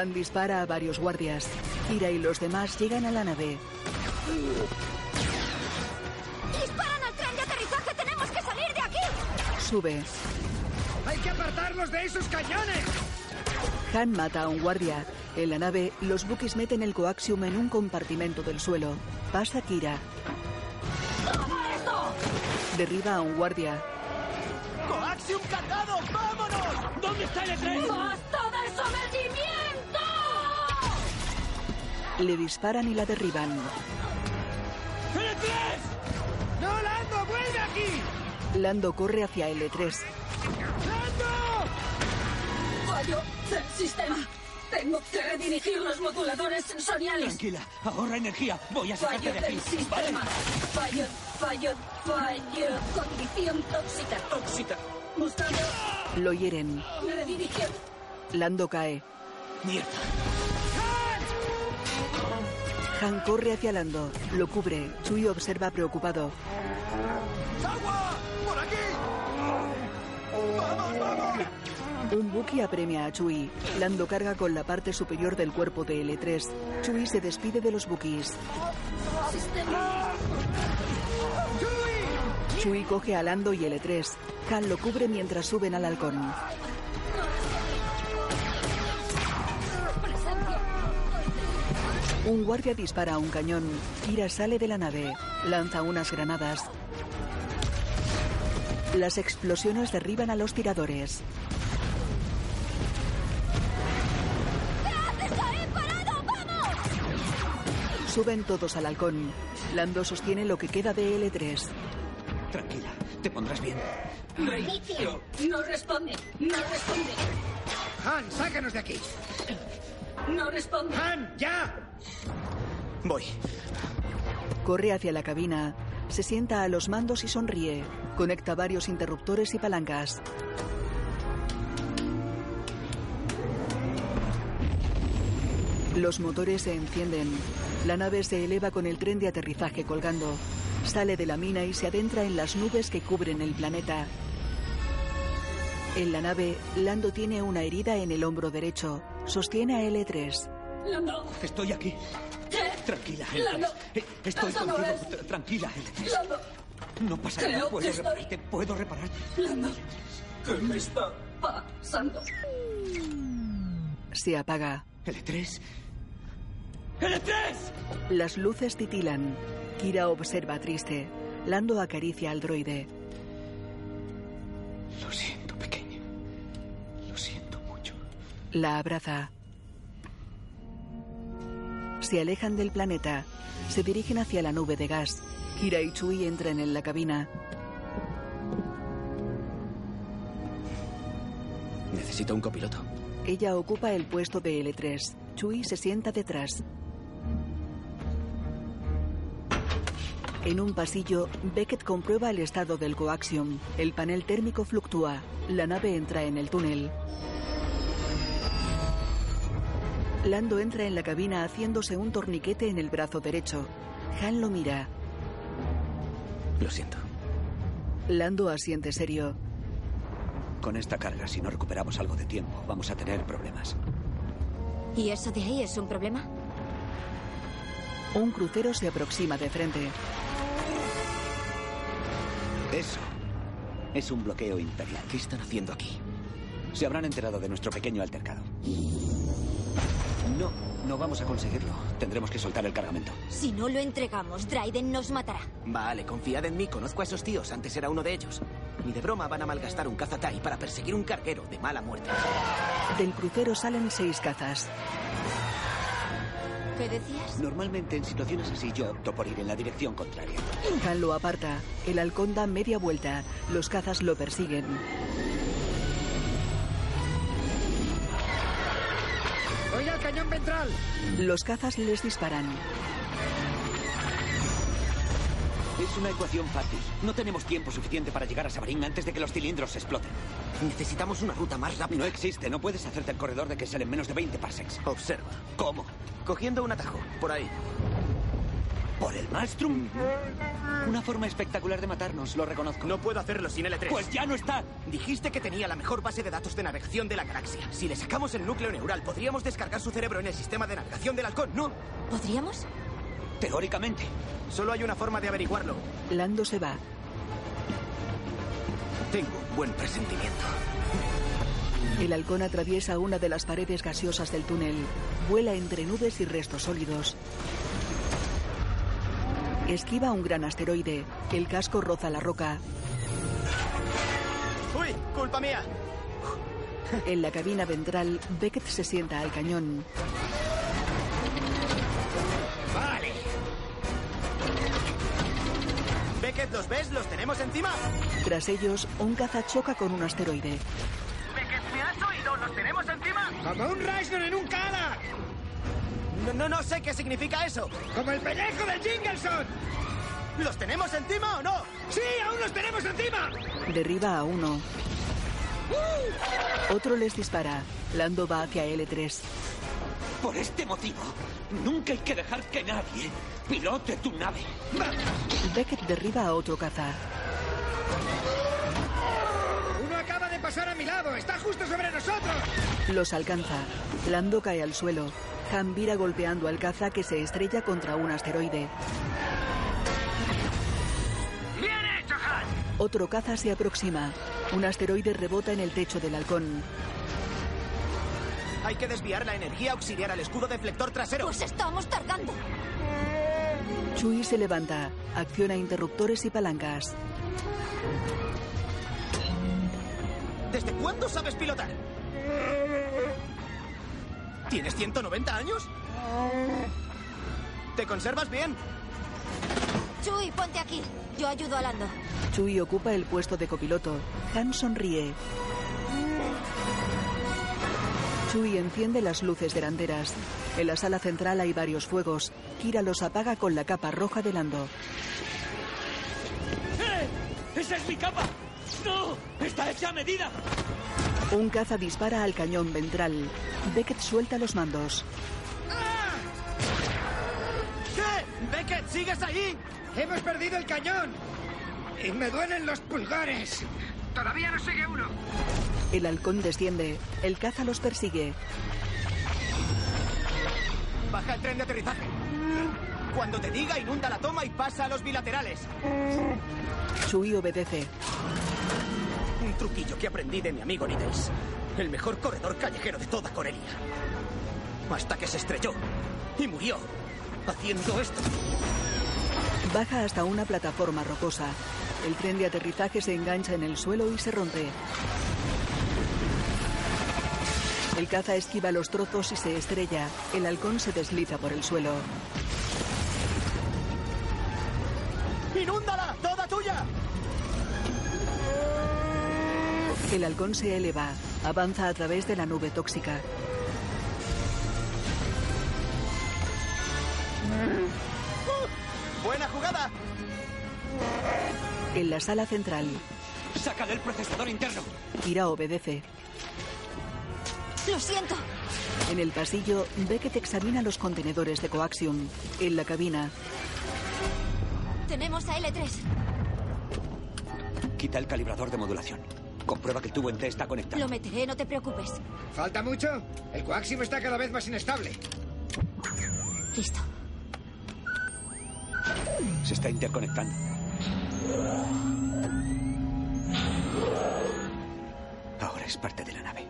S1: Han dispara a varios guardias. Kira y los demás llegan a la nave.
S6: ¡Disparan al tren de aterrizaje! ¡Tenemos que salir de aquí!
S1: Sube.
S18: Hay que apartarlos de esos cañones.
S1: Han mata a un guardia. En la nave, los buques meten el coaxium en un compartimento del suelo. Pasa Kira.
S8: ¡Toma esto!
S1: Derriba a un guardia.
S24: ¡Coaxium cargado! ¡Vámonos! ¿Dónde está el E tren?
S8: ¡Basta de sometimiento!
S1: Le disparan y la derriban.
S24: E ¡L3!
S18: ¡No, Lando! ¡Vuelve aquí!
S1: Lando corre hacia L3.
S8: ¡Fallo del sistema! Tengo que redirigir los moduladores sensoriales.
S21: Tranquila, ahorra energía. Voy a sacarte
S8: Fallo
S21: de aquí.
S8: del sistema. Fallo, fallo, fallo. Condición tóxica.
S21: Tóxica.
S8: Buscando
S1: Lo hieren.
S8: redirigir.
S1: Lando cae. Han corre hacia Lando. Lo cubre. Chuy observa preocupado.
S24: ¡Agua! ¡Por aquí! ¡Vamos, vamos!
S1: Un Buki apremia a Chuy. Lando carga con la parte superior del cuerpo de L3. Chuy se despide de los Bukis.
S24: ¡Ah!
S8: Sistema.
S1: Chuy coge a Lando y L3. Han lo cubre mientras suben al halcón.
S8: Presencia.
S1: Un guardia dispara a un cañón. Kira sale de la nave. Lanza unas granadas. Las explosiones derriban a los tiradores. Suben todos al halcón. Lando sostiene lo que queda de L3.
S21: Tranquila, te pondrás bien.
S8: Reinicio. No responde. No responde.
S18: Han, sácanos de aquí.
S8: No responde.
S18: Han, ya.
S24: Voy.
S1: Corre hacia la cabina, se sienta a los mandos y sonríe. Conecta varios interruptores y palancas. Los motores se encienden. La nave se eleva con el tren de aterrizaje colgando. Sale de la mina y se adentra en las nubes que cubren el planeta. En la nave, Lando tiene una herida en el hombro derecho. Sostiene a L3.
S8: Lando,
S3: Estoy aquí. Tranquila, L3.
S8: Lando,
S3: Eh, Estoy
S8: eso no
S3: contigo.
S8: es.
S3: Tra- Tranquila, L3.
S8: Lando,
S3: No pasa nada.
S8: Creo
S3: Puedo
S8: que
S3: reparar-
S8: estoy-
S3: Te puedo reparar.
S8: Lando. ¿Qué me está pasando?
S1: Se apaga.
S3: L3.
S1: ¡L3! Las luces titilan. Kira observa triste. Lando acaricia al droide.
S3: Lo siento, pequeña. Lo siento mucho.
S1: La abraza. Se alejan del planeta. Se dirigen hacia la nube de gas. Kira y Chui entran en la cabina.
S7: Necesito un copiloto.
S1: Ella ocupa el puesto de L3. Chui se sienta detrás. En un pasillo, Beckett comprueba el estado del coaxium. El panel térmico fluctúa. La nave entra en el túnel. Lando entra en la cabina haciéndose un torniquete en el brazo derecho. Han lo mira.
S7: Lo siento.
S1: Lando asiente serio.
S21: Con esta carga, si no recuperamos algo de tiempo, vamos a tener problemas.
S6: ¿Y eso de ahí es un problema?
S1: Un crucero se aproxima de frente.
S21: Eso es un bloqueo imperial.
S7: ¿Qué están haciendo aquí?
S21: Se habrán enterado de nuestro pequeño altercado. No, no vamos a conseguirlo. Tendremos que soltar el cargamento.
S6: Si no lo entregamos, Dryden nos matará.
S7: Vale, confiad en mí, conozco a esos tíos, antes era uno de ellos. Ni de broma van a malgastar un cazatai para perseguir un carguero de mala muerte.
S1: Del crucero salen seis cazas.
S6: ¿Qué decías?
S21: Normalmente en situaciones así yo opto por ir en la dirección contraria.
S1: Han lo aparta. El halcón da media vuelta. Los cazas lo persiguen.
S4: ¡Voy al cañón ventral!
S1: Los cazas les disparan.
S21: Es una ecuación fácil. No tenemos tiempo suficiente para llegar a Sabarín antes de que los cilindros exploten.
S7: Necesitamos una ruta más rápida.
S21: No existe, no puedes hacerte el corredor de que salen menos de 20 parsecs.
S7: Observa.
S21: ¿Cómo?
S7: Cogiendo un atajo, por ahí.
S21: ¿Por el Maelstrom? Una forma espectacular de matarnos, lo reconozco.
S7: No puedo hacerlo sin L3.
S21: Pues ya no está.
S7: Dijiste que tenía la mejor base de datos de navegación de la galaxia. Si le sacamos el núcleo neural, podríamos descargar su cerebro en el sistema de navegación del halcón, ¿no?
S6: ¿Podríamos?
S21: Teóricamente.
S7: Solo hay una forma de averiguarlo.
S1: Lando se va.
S7: Tengo un buen presentimiento.
S1: El halcón atraviesa una de las paredes gaseosas del túnel. Vuela entre nubes y restos sólidos. Esquiva un gran asteroide. El casco roza la roca.
S7: ¡Uy! ¡Culpa mía!
S1: En la cabina ventral, Beckett se sienta al cañón.
S7: Vale. Beckett, ¿los ves? ¿Los tenemos encima?
S1: Tras ellos, un caza choca con un asteroide.
S4: ¿Me has oído? ¡Los tenemos encima! ¡Como un Reisner en un cara!
S7: No, no, no sé qué significa eso.
S4: ¡Como el pellejo de Jingleson!
S7: ¿Los tenemos encima o no?
S4: ¡Sí, aún los tenemos encima!
S1: Derriba a uno. Otro les dispara. Lando va hacia L3.
S21: Por este motivo, nunca hay que dejar que nadie pilote tu nave.
S1: Beckett derriba a otro caza.
S4: ¡Uno acaba de pasar a mi lado! ¡Está justo sobre nosotros!
S1: Los alcanza. Lando cae al suelo. Han vira golpeando al caza que se estrella contra un asteroide.
S4: ¡Bien hecho, Han!
S1: Otro caza se aproxima. Un asteroide rebota en el techo del halcón.
S7: Hay que desviar la energía auxiliar al escudo deflector trasero.
S6: Pues estamos tardando.
S1: Chui se levanta. Acciona interruptores y palancas.
S7: ¿Desde cuándo sabes pilotar? ¿Tienes 190 años? ¿Te conservas bien?
S6: Chuy, ponte aquí. Yo ayudo a Lando.
S1: Chui ocupa el puesto de copiloto. Han sonríe. Chui enciende las luces delanteras. En la sala central hay varios fuegos. Kira los apaga con la capa roja de Lando.
S4: ¡Eh! ¡Esa es mi capa! ¡No! ¡Está hecha a medida!
S1: Un caza dispara al cañón ventral. Beckett suelta los mandos.
S26: ¿Qué? Beckett, ¿sigues allí? Hemos perdido el cañón. Y me duelen los pulgares. Todavía no sigue uno.
S1: El halcón desciende. El caza los persigue.
S7: Baja el tren de aterrizaje. Cuando te diga, inunda la toma y pasa a los bilaterales.
S1: Chui obedece.
S7: Un truquillo que aprendí de mi amigo Nides. El mejor corredor callejero de toda Corelia. Hasta que se estrelló y murió haciendo esto.
S1: Baja hasta una plataforma rocosa. El tren de aterrizaje se engancha en el suelo y se rompe. El caza esquiva los trozos y se estrella. El halcón se desliza por el suelo.
S7: ¡Inúndala! ¡Toda tuya!
S1: El halcón se eleva. Avanza a través de la nube tóxica.
S7: ¡Uh! ¡Buena jugada!
S1: En la sala central,
S4: ¡Sácale el procesador interno!
S1: Kira obedece.
S6: Lo siento.
S1: En el pasillo, Beckett examina los contenedores de coaxium. En la cabina,
S6: Tenemos a L3.
S21: Quita el calibrador de modulación. Comprueba que el tubo en T está conectado.
S6: Lo meteré, no te preocupes.
S18: ¿Falta mucho? El coaxium está cada vez más inestable.
S6: Listo.
S21: Se está interconectando. Ahora es parte de la nave.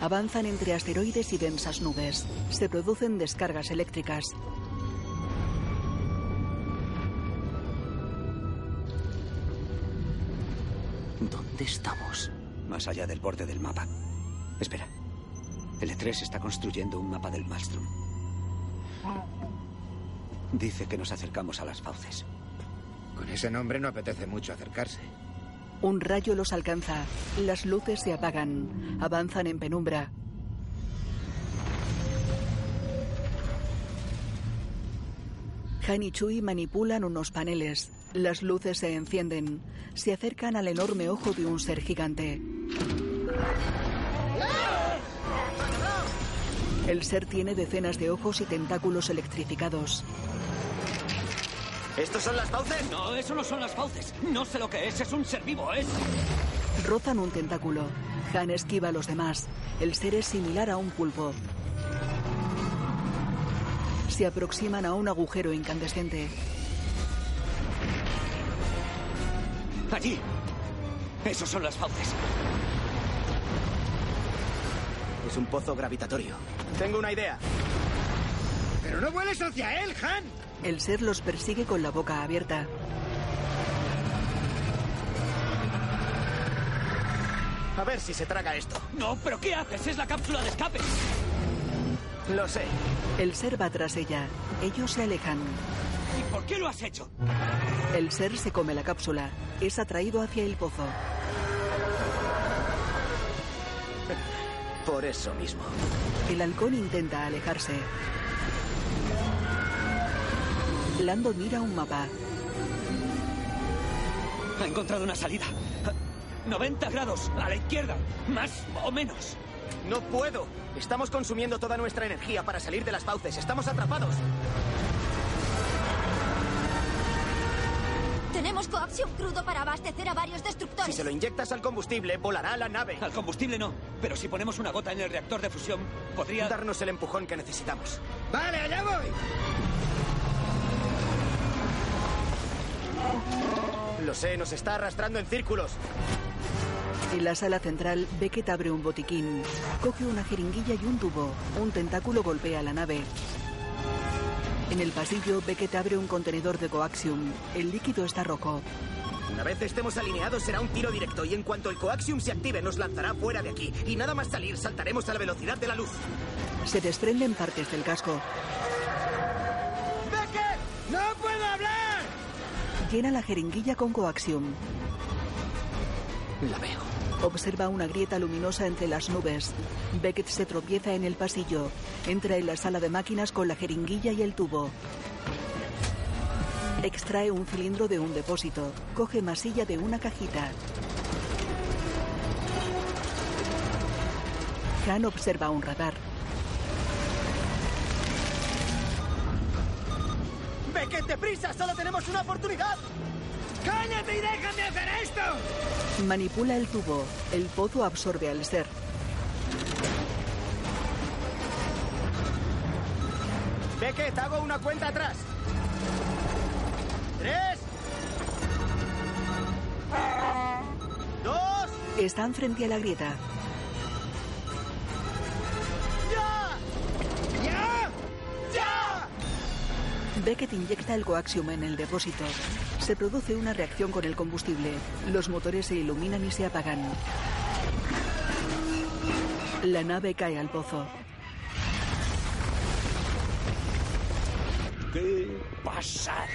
S1: avanzan entre asteroides y densas nubes. Se producen descargas eléctricas.
S21: ¿Dónde estamos? Más allá del borde del mapa. Espera. L3 está construyendo un mapa del Maelstrom. Dice que nos acercamos a las fauces.
S18: Con ese nombre no apetece mucho acercarse.
S1: Un rayo los alcanza. Las luces se apagan. Avanzan en penumbra. Han y Chui manipulan unos paneles. Las luces se encienden. Se acercan al enorme ojo de un ser gigante. El ser tiene decenas de ojos y tentáculos electrificados.
S4: ¿Estos son las fauces? No, eso no son las fauces. No sé lo que es. Es un ser vivo, es.
S1: Rozan un tentáculo. Han esquiva a los demás. El ser es similar a un pulpo. Se aproximan a un agujero incandescente.
S4: Allí. Esos son las fauces.
S7: Es un pozo gravitatorio. Tengo una idea.
S26: Pero no vueles hacia él, Han.
S1: El ser los persigue con la boca abierta.
S7: A ver si se traga esto.
S4: No, pero ¿qué haces? Es la cápsula de escape.
S7: Lo sé.
S1: El ser va tras ella. Ellos se alejan.
S4: ¿Y por qué lo has hecho?
S1: El ser se come la cápsula. Es atraído hacia el pozo.
S7: Por eso mismo.
S1: El halcón intenta alejarse. Lando mira un mapa.
S4: Ha encontrado una salida. 90 grados, a la izquierda. Más o menos.
S7: No puedo. Estamos consumiendo toda nuestra energía para salir de las fauces. Estamos atrapados.
S6: Tenemos coacción crudo para abastecer a varios destructores.
S7: Si se lo inyectas al combustible, volará la nave.
S4: Al combustible no, pero si ponemos una gota en el reactor de fusión, podría...
S7: Darnos el empujón que necesitamos.
S26: Vale, allá voy.
S7: Lo sé, nos está arrastrando en círculos.
S1: En la sala central, Beckett abre un botiquín. Coge una jeringuilla y un tubo. Un tentáculo golpea la nave. En el pasillo, Beckett abre un contenedor de coaxium. El líquido está rojo.
S7: Una vez estemos alineados será un tiro directo y en cuanto el coaxium se active nos lanzará fuera de aquí. Y nada más salir saltaremos a la velocidad de la luz.
S1: Se desprenden partes del casco.
S26: ¡Beckett! ¡No puedo hablar!
S1: Llena la jeringuilla con coaxium.
S7: La veo.
S1: Observa una grieta luminosa entre las nubes. Beckett se tropieza en el pasillo. Entra en la sala de máquinas con la jeringuilla y el tubo. Extrae un cilindro de un depósito. Coge masilla de una cajita. Han observa un radar.
S4: ¡Beckett, deprisa! ¡Solo tenemos una oportunidad! ¡Cállate y déjame hacer esto!
S1: Manipula el tubo. El pozo absorbe al ser.
S4: Beckett, hago una cuenta atrás. ¡Tres! ¡Dos!
S1: Están frente a la grieta.
S4: ¡Ya! ¡Ya! ¡Ya!
S1: Beckett inyecta el coaxium en el depósito. Se produce una reacción con el combustible. Los motores se iluminan y se apagan. La nave cae al pozo.
S27: ¡Qué pasada!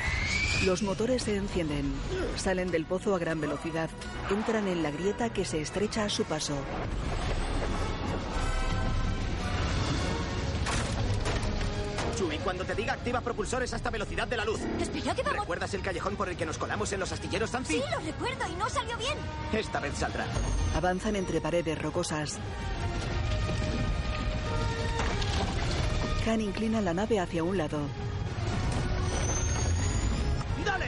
S1: Los motores se encienden. Salen del pozo a gran velocidad. Entran en la grieta que se estrecha a su paso.
S7: Chuy, cuando te diga activa propulsores a esta velocidad de la luz.
S28: Espera, que vamos.
S7: ¿Recuerdas el callejón por el que nos colamos en los astilleros, Santi?
S28: Sí, lo recuerdo y no salió bien.
S7: Esta vez saldrá.
S1: Avanzan entre paredes rocosas. Han inclina la nave hacia un lado.
S7: ¡Dale!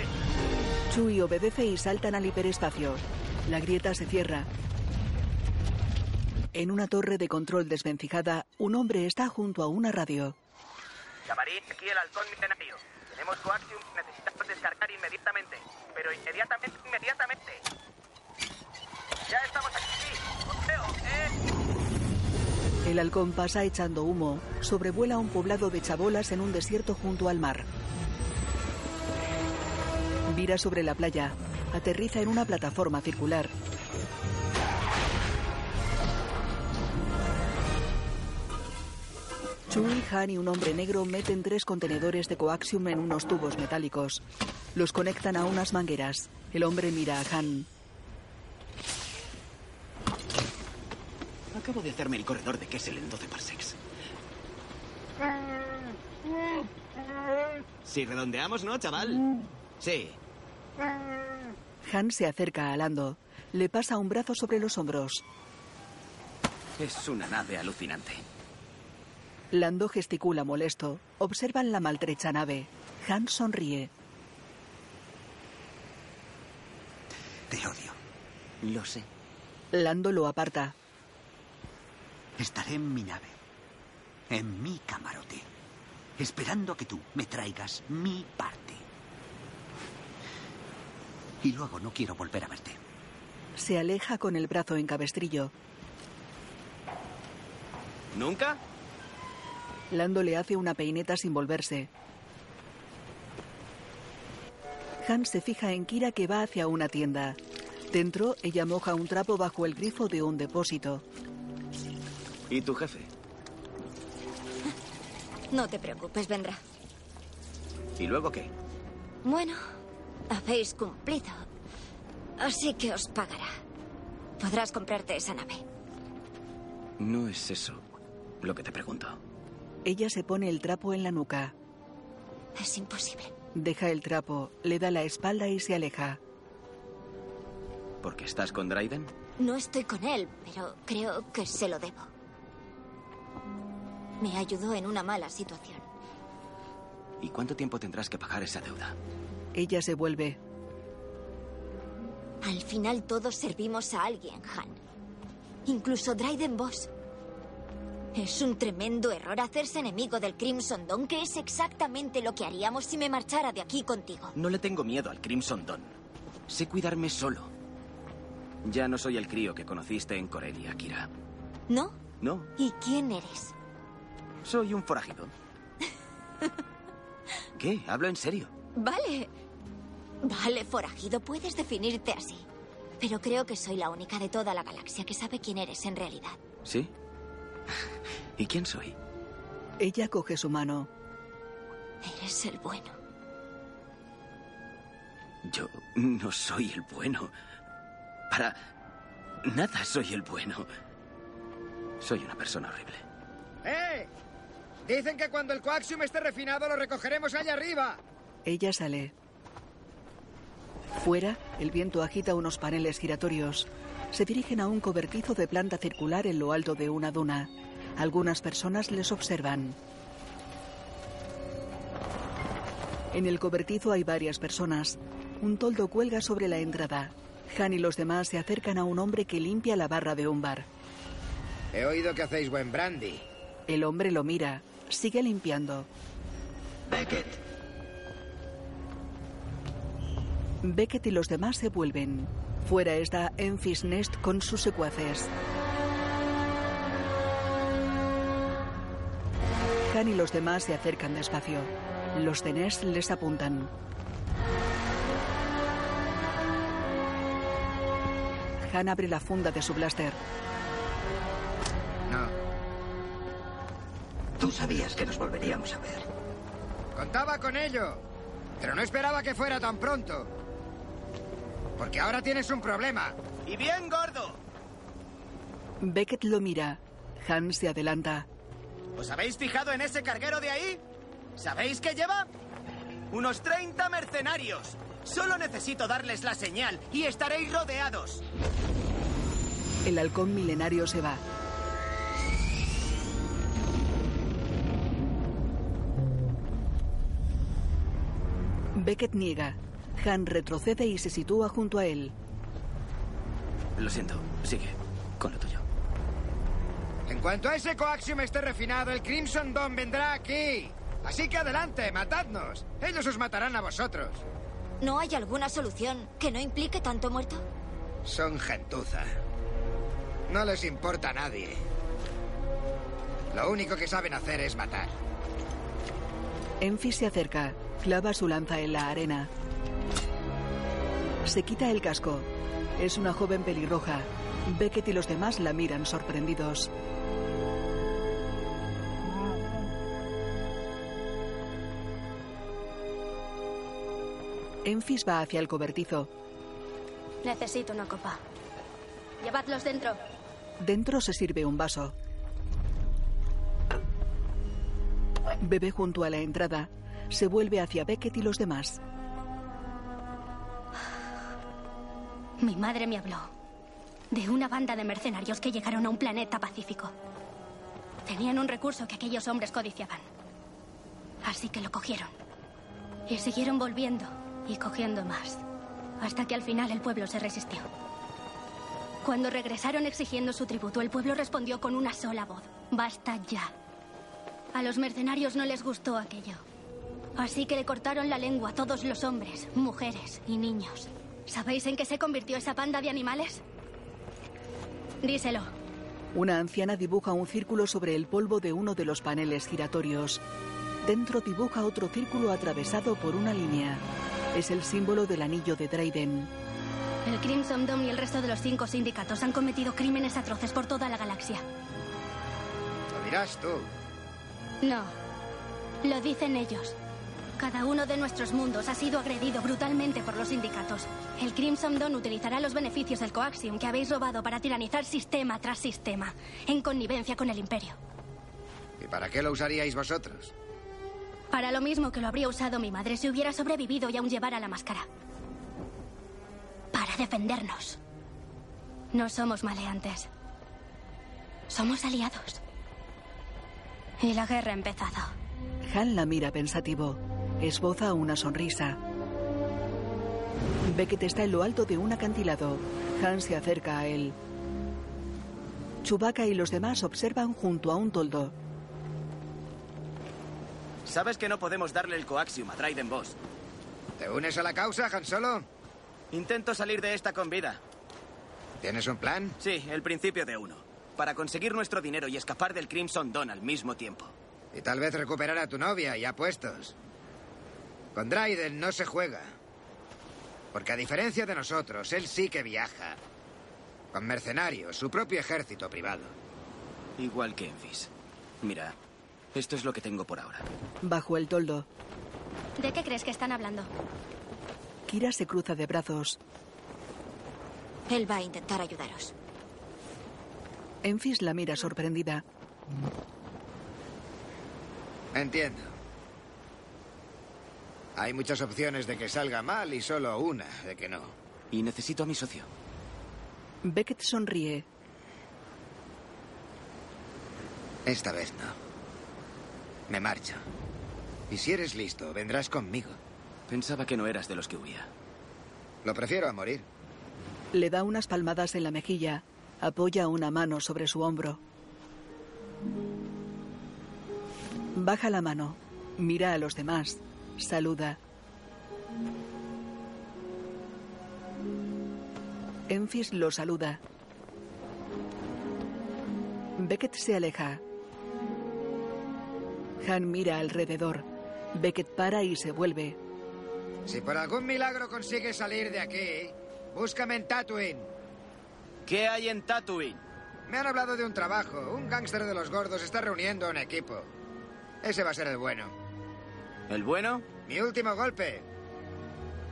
S1: Chui obedece y saltan al hiperespacio. La grieta se cierra. En una torre de control desvencijada, un hombre está junto a una radio.
S29: Chavarín, aquí el halcón milenario. Tenemos coaxium que necesitamos descargar inmediatamente. Pero inmediatamente, inmediatamente. Ya estamos aquí. ¿eh? Veo,
S1: El halcón pasa echando humo. Sobrevuela un poblado de chabolas en un desierto junto al mar. Vira sobre la playa. Aterriza en una plataforma circular. Chui, Han y un hombre negro meten tres contenedores de coaxium en unos tubos metálicos. Los conectan a unas mangueras. El hombre mira a Han.
S7: Acabo de hacerme el corredor de Kessel en 12 parsecs. Si redondeamos, ¿no,
S28: Mm.
S7: chaval? Sí.
S1: Han se acerca a Lando. Le pasa un brazo sobre los hombros.
S7: Es una nave alucinante.
S1: Lando gesticula molesto. Observan la maltrecha nave. Han sonríe.
S21: Te odio.
S7: Lo sé.
S1: Lando lo aparta.
S21: Estaré en mi nave. En mi camarote. Esperando a que tú me traigas mi parte. Y luego no quiero volver a verte.
S1: Se aleja con el brazo en cabestrillo.
S7: ¿Nunca?
S1: Lando le hace una peineta sin volverse. Han se fija en Kira que va hacia una tienda. Dentro, ella moja un trapo bajo el grifo de un depósito.
S7: ¿Y tu jefe?
S6: No te preocupes, vendrá.
S7: ¿Y luego qué?
S6: Bueno, habéis cumplido. Así que os pagará. Podrás comprarte esa nave.
S7: No es eso lo que te pregunto.
S1: Ella se pone el trapo en la nuca.
S6: Es imposible.
S1: Deja el trapo, le da la espalda y se aleja.
S7: ¿Porque estás con Dryden?
S6: No estoy con él, pero creo que se lo debo. Me ayudó en una mala situación.
S7: ¿Y cuánto tiempo tendrás que pagar esa deuda?
S1: Ella se vuelve.
S6: Al final todos servimos a alguien, Han. Incluso Dryden Boss. Es un tremendo error hacerse enemigo del Crimson Dawn, que es exactamente lo que haríamos si me marchara de aquí contigo.
S7: No le tengo miedo al Crimson Dawn. Sé cuidarme solo. Ya no soy el crío que conociste en Corelia, Kira.
S6: ¿No?
S7: No.
S6: ¿Y quién eres?
S7: Soy un forajido. ¿Qué? Hablo en serio.
S6: Vale. Vale, forajido, puedes definirte así. Pero creo que soy la única de toda la galaxia que sabe quién eres en realidad.
S7: ¿Sí? ¿Y quién soy?
S1: Ella coge su mano.
S6: Eres el bueno.
S7: Yo no soy el bueno. Para... Nada, soy el bueno. Soy una persona horrible.
S4: ¡Eh! Dicen que cuando el coaxium esté refinado lo recogeremos allá arriba.
S1: Ella sale. Fuera, el viento agita unos paneles giratorios. Se dirigen a un cobertizo de planta circular en lo alto de una duna. Algunas personas les observan. En el cobertizo hay varias personas. Un toldo cuelga sobre la entrada. Han y los demás se acercan a un hombre que limpia la barra de un bar.
S18: He oído que hacéis buen brandy.
S1: El hombre lo mira, sigue limpiando.
S18: Beckett.
S1: Beckett y los demás se vuelven. Fuera está Enfis Nest con sus secuaces. Han y los demás se acercan despacio. Los de Nest les apuntan. Han abre la funda de su blaster.
S18: No,
S13: Tú sabías que nos volveríamos a ver.
S4: Contaba con ello, pero no esperaba que fuera tan pronto. Porque ahora tienes un problema.
S24: Y bien gordo.
S1: Beckett lo mira. Han se adelanta.
S24: ¿Os habéis fijado en ese carguero de ahí? ¿Sabéis qué lleva? Unos 30 mercenarios. Solo necesito darles la señal y estaréis rodeados.
S1: El halcón milenario se va. Beckett niega. Han retrocede y se sitúa junto a él.
S7: Lo siento, sigue con lo tuyo.
S4: En cuanto a ese coaxium esté refinado, el Crimson Dawn vendrá aquí. Así que adelante, matadnos. Ellos os matarán a vosotros.
S6: ¿No hay alguna solución que no implique tanto muerto?
S18: Son gentuza. No les importa a nadie. Lo único que saben hacer es matar.
S1: Enfi se acerca, clava su lanza en la arena. Se quita el casco. Es una joven pelirroja. Beckett y los demás la miran sorprendidos. Enfis va hacia el cobertizo.
S5: Necesito una copa. Llevadlos dentro.
S1: Dentro se sirve un vaso. Bebe junto a la entrada. Se vuelve hacia Beckett y los demás.
S5: Mi madre me habló de una banda de mercenarios que llegaron a un planeta pacífico. Tenían un recurso que aquellos hombres codiciaban. Así que lo cogieron. Y siguieron volviendo y cogiendo más. Hasta que al final el pueblo se resistió. Cuando regresaron exigiendo su tributo, el pueblo respondió con una sola voz. Basta ya. A los mercenarios no les gustó aquello. Así que le cortaron la lengua a todos los hombres, mujeres y niños. ¿Sabéis en qué se convirtió esa banda de animales? Díselo.
S1: Una anciana dibuja un círculo sobre el polvo de uno de los paneles giratorios. Dentro dibuja otro círculo atravesado por una línea. Es el símbolo del anillo de Dryden.
S5: El Crimson Dawn y el resto de los cinco sindicatos han cometido crímenes atroces por toda la galaxia.
S18: Lo dirás tú.
S5: No, lo dicen ellos. Cada uno de nuestros mundos ha sido agredido brutalmente por los sindicatos. El Crimson Dawn utilizará los beneficios del Coaxium que habéis robado para tiranizar sistema tras sistema, en connivencia con el Imperio.
S18: ¿Y para qué lo usaríais vosotros?
S5: Para lo mismo que lo habría usado mi madre si hubiera sobrevivido y aún llevara la máscara. Para defendernos. No somos maleantes. Somos aliados. Y la guerra ha empezado.
S1: Han la mira pensativo. Esboza una sonrisa. Beckett está en lo alto de un acantilado. Han se acerca a él. Chewbacca y los demás observan junto a un toldo.
S7: Sabes que no podemos darle el coaxium a Dryden Boss.
S18: ¿Te unes a la causa, Han Solo?
S7: Intento salir de esta con vida.
S18: ¿Tienes un plan?
S7: Sí, el principio de uno. Para conseguir nuestro dinero y escapar del Crimson Dawn al mismo tiempo.
S18: Y tal vez recuperar a tu novia y apuestos. Con Dryden no se juega. Porque a diferencia de nosotros, él sí que viaja. Con mercenarios, su propio ejército privado.
S7: Igual que Enfis. Mira, esto es lo que tengo por ahora.
S1: Bajo el toldo,
S5: ¿De qué crees que están hablando?
S1: Kira se cruza de brazos.
S6: Él va a intentar ayudaros.
S1: Enfis la mira sorprendida.
S18: Entiendo. Hay muchas opciones de que salga mal y solo una de que no.
S7: Y necesito a mi socio.
S1: Beckett sonríe.
S18: Esta vez no. Me marcho. Y si eres listo, vendrás conmigo.
S7: Pensaba que no eras de los que huía.
S18: Lo prefiero a morir.
S1: Le da unas palmadas en la mejilla. Apoya una mano sobre su hombro. Baja la mano. Mira a los demás. Saluda. Enfis lo saluda. Beckett se aleja. Han mira alrededor. Beckett para y se vuelve.
S18: Si por algún milagro consigues salir de aquí, búscame en Tatooine.
S7: ¿Qué hay en Tatooine?
S18: Me han hablado de un trabajo. Un gángster de los gordos está reuniendo a un equipo. Ese va a ser el bueno.
S7: ¿El bueno?
S18: Mi último golpe.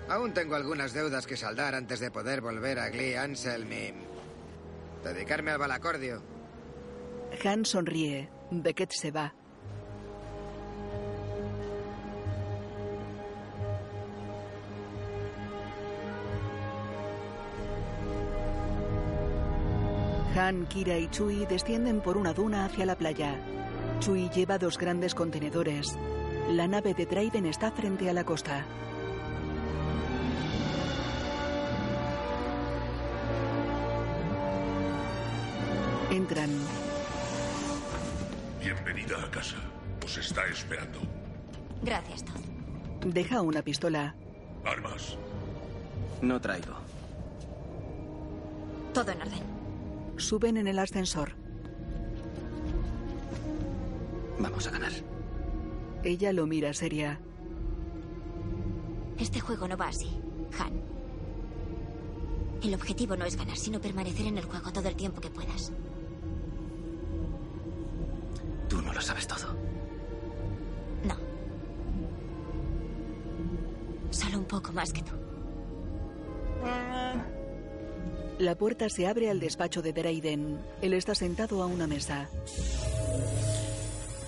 S18: Aún tengo algunas deudas que saldar antes de poder volver a Glee Anselm y dedicarme al balacordio.
S1: Han sonríe. Beckett se va. Han, Kira y Chui descienden por una duna hacia la playa. Chui lleva dos grandes contenedores. La nave de Draven está frente a la costa. Entran.
S20: Bienvenida a casa. Os está esperando.
S12: Gracias, Todd.
S1: Deja una pistola.
S20: Armas.
S7: No traigo.
S12: Todo en orden.
S1: Suben en el ascensor.
S7: Vamos a ganar.
S1: Ella lo mira seria.
S12: Este juego no va así, Han. El objetivo no es ganar, sino permanecer en el juego todo el tiempo que puedas.
S7: Tú no lo sabes todo.
S12: No. Solo un poco más que tú.
S1: La puerta se abre al despacho de Dryden. Él está sentado a una mesa.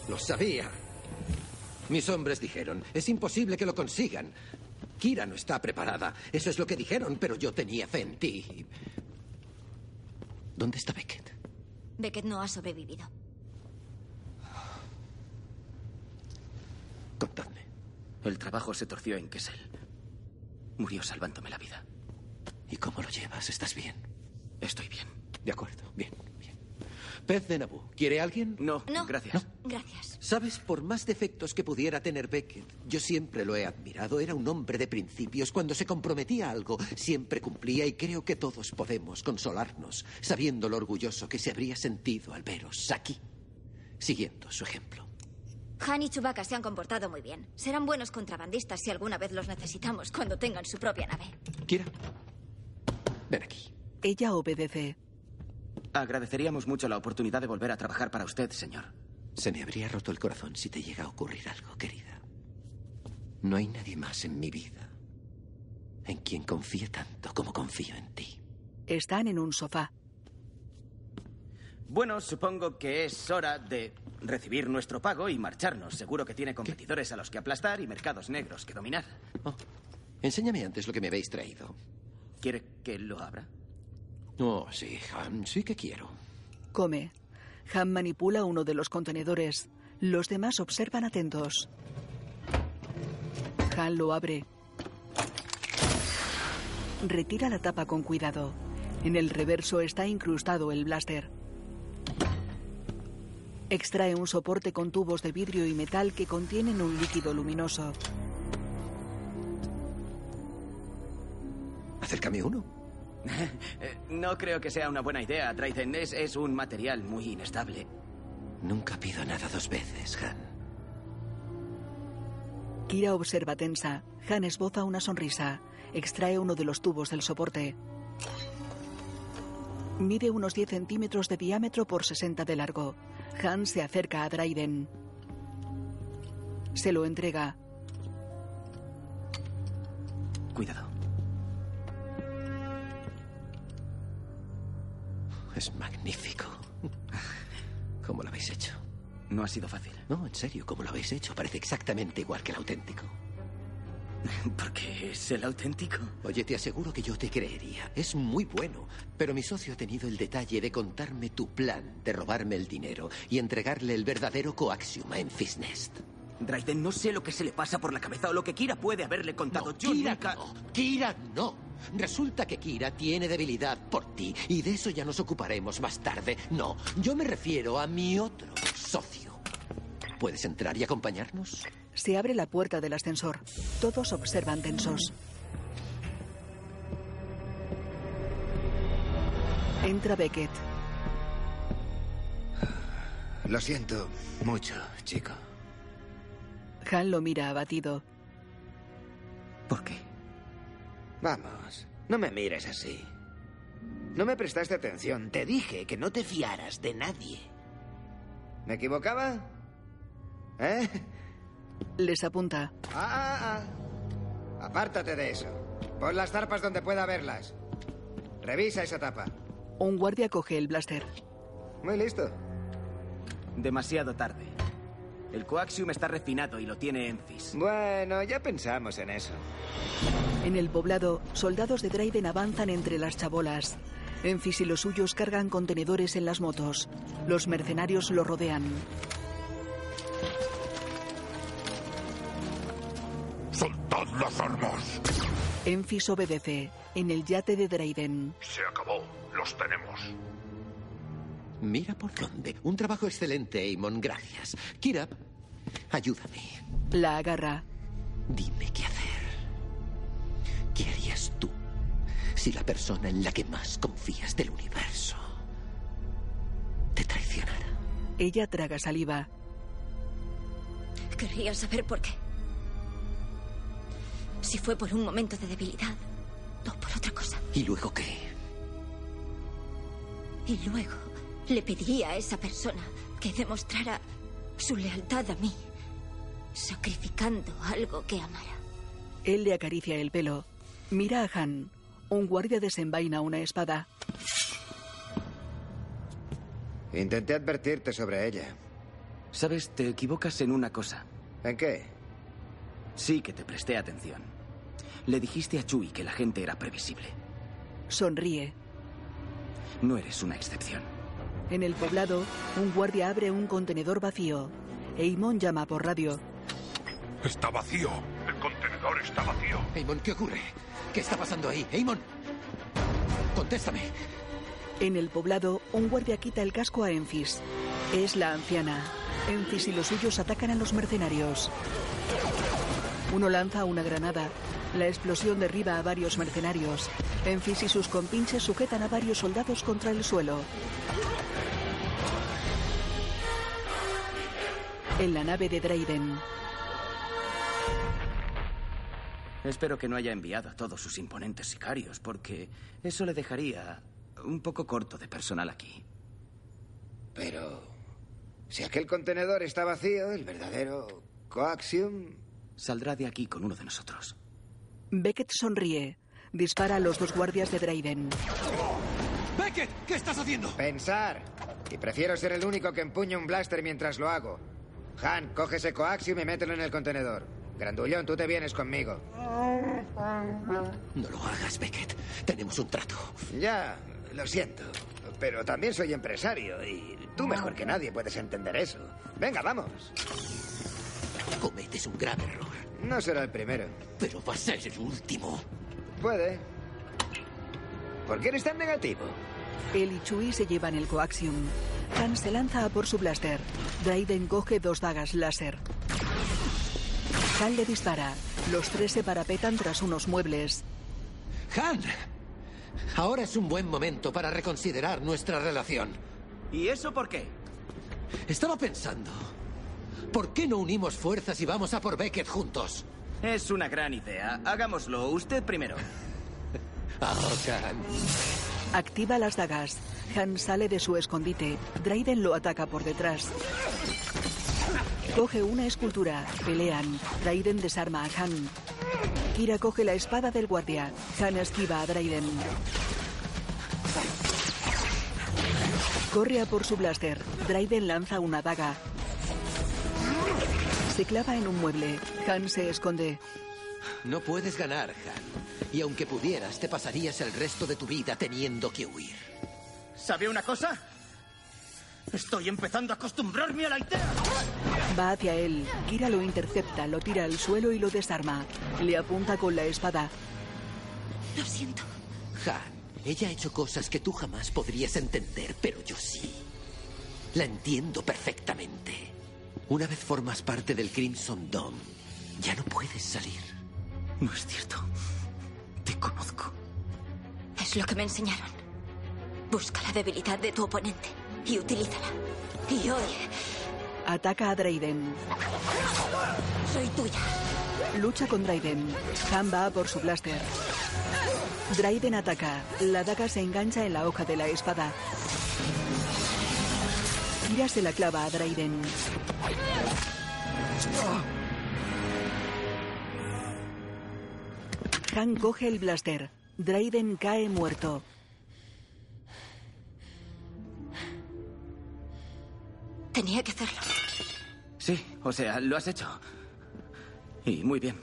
S23: Lo sabía. Mis hombres dijeron, es imposible que lo consigan. Kira no está preparada. Eso es lo que dijeron, pero yo tenía fe en ti. ¿Dónde está Beckett?
S12: Beckett no ha sobrevivido.
S7: Contadme.
S23: El trabajo se torció en Kessel. Murió salvándome la vida. ¿Y cómo lo llevas? ¿Estás bien?
S7: Estoy bien.
S23: De acuerdo, bien, bien. Pez de Nabú, ¿quiere alguien?
S7: No, no. gracias.
S12: ¿No? Gracias.
S23: Sabes, por más defectos que pudiera tener Beckett, yo siempre lo he admirado. Era un hombre de principios. Cuando se comprometía a algo, siempre cumplía y creo que todos podemos consolarnos, sabiendo lo orgulloso que se habría sentido al veros aquí, siguiendo su ejemplo.
S12: Han y Chewbacca se han comportado muy bien. Serán buenos contrabandistas si alguna vez los necesitamos cuando tengan su propia nave.
S23: ¿Quiera? Ven aquí.
S1: Ella obedece.
S7: Agradeceríamos mucho la oportunidad de volver a trabajar para usted, señor.
S23: Se me habría roto el corazón si te llega a ocurrir algo, querida. No hay nadie más en mi vida en quien confíe tanto como confío en ti.
S1: Están en un sofá.
S7: Bueno, supongo que es hora de recibir nuestro pago y marcharnos. Seguro que tiene competidores a los que aplastar y mercados negros que dominar.
S23: Oh, enséñame antes lo que me habéis traído.
S7: ¿Quiere que lo abra?
S23: Oh, sí, Ham, sí que quiero.
S1: Come. Ham manipula uno de los contenedores. Los demás observan atentos. Han lo abre. Retira la tapa con cuidado. En el reverso está incrustado el blaster. Extrae un soporte con tubos de vidrio y metal que contienen un líquido luminoso.
S23: Acércame uno.
S7: Eh, no creo que sea una buena idea, Dryden. Es, es, un material muy inestable.
S23: Nunca pido nada dos veces, Han.
S1: Kira observa tensa. Han esboza una sonrisa. Extrae uno de los tubos del soporte. Mide unos 10 centímetros de diámetro por 60 de largo. Han se acerca a Dryden. Se lo entrega.
S7: Cuidado.
S23: Es magnífico. ¿Cómo lo habéis hecho?
S7: No ha sido fácil.
S23: No, en serio, ¿cómo lo habéis hecho? Parece exactamente igual que el auténtico.
S7: Porque es el auténtico.
S23: Oye, te aseguro que yo te creería. Es muy bueno. Pero mi socio ha tenido el detalle de contarme tu plan de robarme el dinero y entregarle el verdadero coaxium en Fisnest.
S7: Dryden, no sé lo que se le pasa por la cabeza o lo que Kira puede haberle contado. yo
S23: Kira
S7: nunca-
S23: no, Kira no. Resulta que Kira tiene debilidad por ti y de eso ya nos ocuparemos más tarde. No, yo me refiero a mi otro socio. ¿Puedes entrar y acompañarnos?
S1: Se abre la puerta del ascensor. Todos observan tensos. Entra Beckett.
S18: Lo siento mucho, chico.
S1: Han lo mira abatido.
S7: ¿Por qué?
S18: Vamos, no me mires así. No me prestaste atención. Te dije que no te fiaras de nadie. ¿Me equivocaba? ¿Eh?
S1: Les apunta.
S18: Ah, ah, ah. Apártate de eso. Pon las tarpas donde pueda verlas. Revisa esa tapa.
S1: Un guardia coge el blaster.
S18: Muy listo.
S7: Demasiado tarde. El coaxium está refinado y lo tiene Enfis.
S18: Bueno, ya pensamos en eso.
S1: En el poblado, soldados de Dryden avanzan entre las chabolas. Enfis y los suyos cargan contenedores en las motos. Los mercenarios lo rodean.
S20: ¡Soltad las armas!
S1: Enfis obedece. En el yate de Dryden.
S20: Se acabó. Los tenemos.
S23: Mira por dónde. Un trabajo excelente, Amon. Gracias. Kira, ayúdame.
S1: La agarra.
S23: Dime qué hacer. ¿Qué harías tú si la persona en la que más confías del universo te traicionara?
S1: Ella traga saliva.
S12: Querría saber por qué. Si fue por un momento de debilidad o por otra cosa.
S23: ¿Y luego qué?
S12: Y luego le pediría a esa persona que demostrara su lealtad a mí, sacrificando algo que amara.
S1: Él le acaricia el pelo. Mira a Han. Un guardia desenvaina una espada.
S18: Intenté advertirte sobre ella.
S7: Sabes, te equivocas en una cosa.
S18: ¿En qué?
S7: Sí que te presté atención. Le dijiste a Chui que la gente era previsible.
S1: Sonríe.
S7: No eres una excepción.
S1: En el poblado, un guardia abre un contenedor vacío. Eamon llama por radio.
S20: Está vacío. El contenedor está vacío.
S23: Amon, ¿qué ocurre? ¿Qué está pasando ahí? Amon, contéstame.
S1: En el poblado, un guardia quita el casco a Enfis. Es la anciana. Enfis y los suyos atacan a los mercenarios. Uno lanza una granada. La explosión derriba a varios mercenarios. Enfis y sus compinches sujetan a varios soldados contra el suelo. En la nave de Dryden,
S7: Espero que no haya enviado a todos sus imponentes sicarios, porque eso le dejaría un poco corto de personal aquí.
S18: Pero... Si aquel contenedor está vacío, el verdadero coaxium...
S7: Saldrá de aquí con uno de nosotros.
S1: Beckett sonríe. Dispara a los dos guardias de Dryden.
S18: Beckett, ¿qué estás haciendo? Pensar. Y prefiero ser el único que empuña un blaster mientras lo hago. Han, coge ese coaxium y mételo en el contenedor. Grandullón, tú te vienes conmigo.
S23: No lo hagas, Beckett. Tenemos un trato.
S18: Ya, lo siento. Pero también soy empresario y tú mejor que nadie puedes entender eso. Venga, vamos.
S23: Cometes un grave error.
S18: No será el primero.
S23: Pero va a ser el último.
S18: Puede. ¿Por qué eres tan negativo?
S1: Él y Chui se llevan el coaxium. Han se lanza a por su blaster. Dryden coge dos dagas láser. Han le dispara. Los tres se parapetan tras unos muebles.
S23: Han, ahora es un buen momento para reconsiderar nuestra relación.
S7: ¿Y eso por qué?
S23: Estaba pensando, ¿por qué no unimos fuerzas y vamos a por Beckett juntos?
S7: Es una gran idea. Hagámoslo. Usted primero.
S1: Activa las dagas. Han sale de su escondite. Dryden lo ataca por detrás. Coge una escultura. Pelean. Dryden desarma a Han. Kira coge la espada del guardia. Han esquiva a Dryden. Corre a por su blaster. Dryden lanza una daga. Se clava en un mueble. Han se esconde.
S23: No puedes ganar, Han. Y aunque pudieras, te pasarías el resto de tu vida teniendo que huir.
S7: ¿Sabe una cosa? Estoy empezando a acostumbrarme a la idea.
S1: Va hacia él. Kira lo intercepta, lo tira al suelo y lo desarma. Le apunta con la espada.
S6: Lo siento.
S23: Han, ella ha hecho cosas que tú jamás podrías entender, pero yo sí. La entiendo perfectamente. Una vez formas parte del Crimson Dome, ya no puedes salir.
S30: No es cierto. Te conozco.
S6: Es lo que me enseñaron. Busca la debilidad de tu oponente y utilízala. Y hoy
S1: Ataca a Draiden.
S6: soy tuya.
S1: Lucha con Draiden. Han va a por su blaster. Draiden ataca. La daga se engancha en la hoja de la espada. Kira se la clava a Draiden. Han coge el blaster. Draiden cae muerto.
S6: Tenía que hacerlo.
S30: Sí, o sea, lo has hecho. Y muy bien.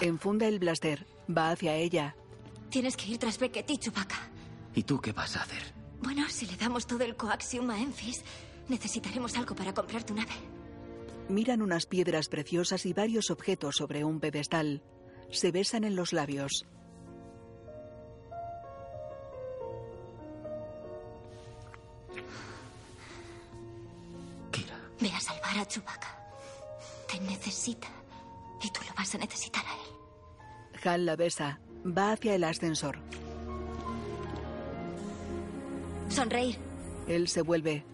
S1: Enfunda el blaster. Va hacia ella.
S6: Tienes que ir tras Beckett y Chewbacca.
S30: ¿Y tú qué vas a hacer?
S6: Bueno, si le damos todo el coaxium a Enfis, necesitaremos algo para comprar tu nave.
S1: Miran unas piedras preciosas y varios objetos sobre un pedestal. Se besan en los labios.
S6: Ve a salvar a Chewbacca. Te necesita. Y tú lo vas a necesitar a él.
S1: Han la besa. Va hacia el ascensor.
S6: Sonreír.
S1: Él se vuelve.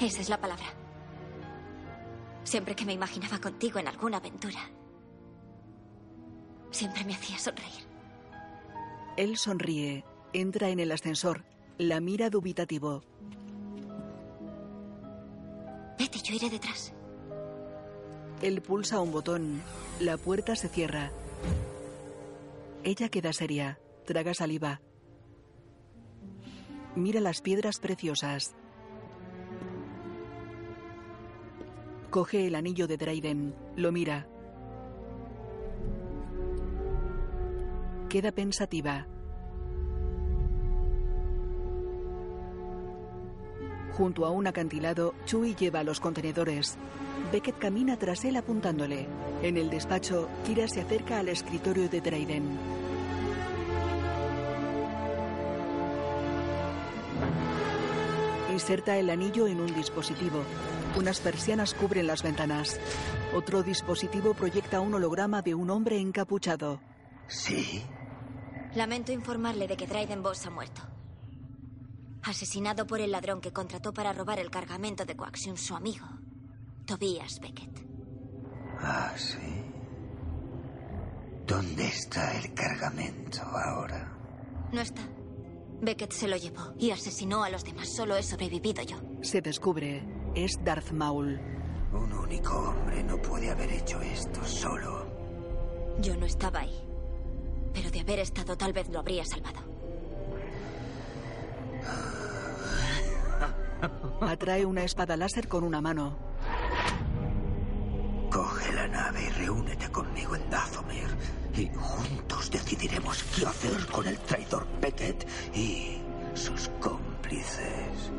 S6: Esa es la palabra. Siempre que me imaginaba contigo en alguna aventura, siempre me hacía sonreír.
S1: Él sonríe. Entra en el ascensor. La mira dubitativo.
S6: Vete, yo iré detrás.
S1: Él pulsa un botón. La puerta se cierra. Ella queda seria. Traga saliva. Mira las piedras preciosas. Coge el anillo de Dryden. Lo mira. Queda pensativa. Junto a un acantilado, Chui lleva los contenedores. Beckett camina tras él apuntándole. En el despacho, Kira se acerca al escritorio de Dryden. Inserta el anillo en un dispositivo. Unas persianas cubren las ventanas. Otro dispositivo proyecta un holograma de un hombre encapuchado.
S23: Sí.
S6: Lamento informarle de que Dryden Boss ha muerto. Asesinado por el ladrón que contrató para robar el cargamento de Coaxium, su amigo, Tobias Beckett.
S23: Ah, sí. ¿Dónde está el cargamento ahora?
S6: No está. Beckett se lo llevó y asesinó a los demás. Solo he sobrevivido yo.
S1: Se descubre. Es Darth Maul.
S23: Un único hombre no puede haber hecho esto solo.
S6: Yo no estaba ahí. Pero de haber estado, tal vez lo habría salvado.
S1: Atrae una espada láser con una mano.
S23: Coge la nave y reúnete conmigo en Dathomir. Y juntos decidiremos qué hacer con el traidor Beckett y sus cómplices.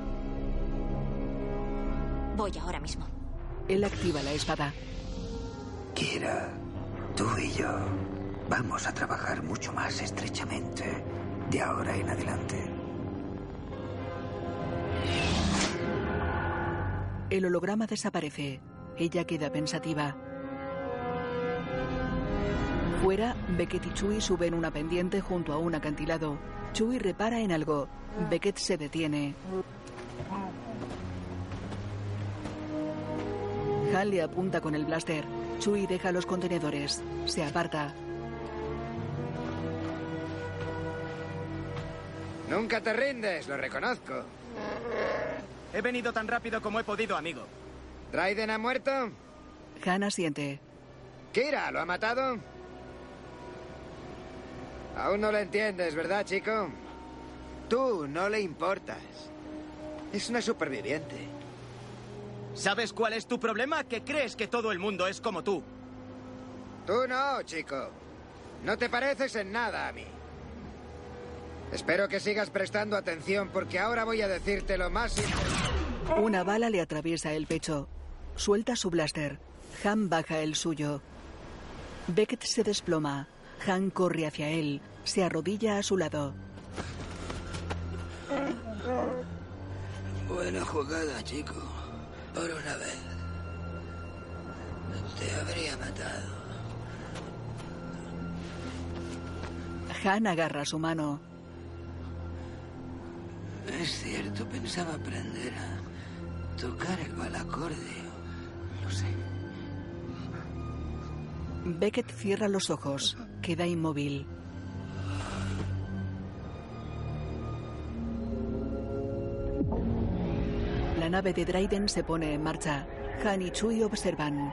S6: Voy ahora mismo.
S1: Él activa la espada.
S23: Kira, tú y yo vamos a trabajar mucho más estrechamente de ahora en adelante.
S1: El holograma desaparece. Ella queda pensativa. Fuera, Beckett y Chui suben una pendiente junto a un acantilado. Chui repara en algo. Beckett se detiene. Han le apunta con el blaster. Chui deja los contenedores. Se aparta.
S18: Nunca te rindes, lo reconozco.
S7: He venido tan rápido como he podido, amigo.
S18: ¿Raiden ha muerto?
S1: Hannah siente.
S18: ¿Kira lo ha matado? Aún no lo entiendes, ¿verdad, chico? Tú no le importas. Es una superviviente.
S24: ¿Sabes cuál es tu problema? Que crees que todo el mundo es como tú.
S18: Tú no, chico. No te pareces en nada a mí. Espero que sigas prestando atención porque ahora voy a decirte lo más...
S1: Una bala le atraviesa el pecho. Suelta su blaster. Han baja el suyo. Beckett se desploma. Han corre hacia él. Se arrodilla a su lado.
S13: Buena jugada, chico. Por una vez. Te habría matado.
S1: Han agarra su mano.
S13: Es cierto, pensaba aprender a tocar el balacordio. Lo sé.
S1: Beckett cierra los ojos. Queda inmóvil. La nave de Dryden se pone en marcha. Han y Chui observan.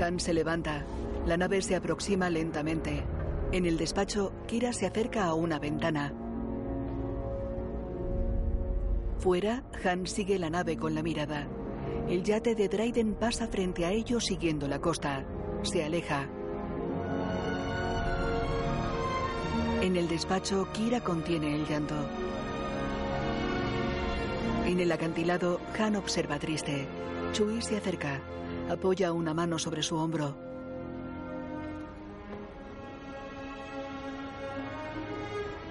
S1: Han se levanta. La nave se aproxima lentamente. En el despacho, Kira se acerca a una ventana. Fuera, Han sigue la nave con la mirada. El yate de Dryden pasa frente a ellos siguiendo la costa. Se aleja. En el despacho, Kira contiene el llanto. En el acantilado, Han observa triste. Chui se acerca. Apoya una mano sobre su hombro.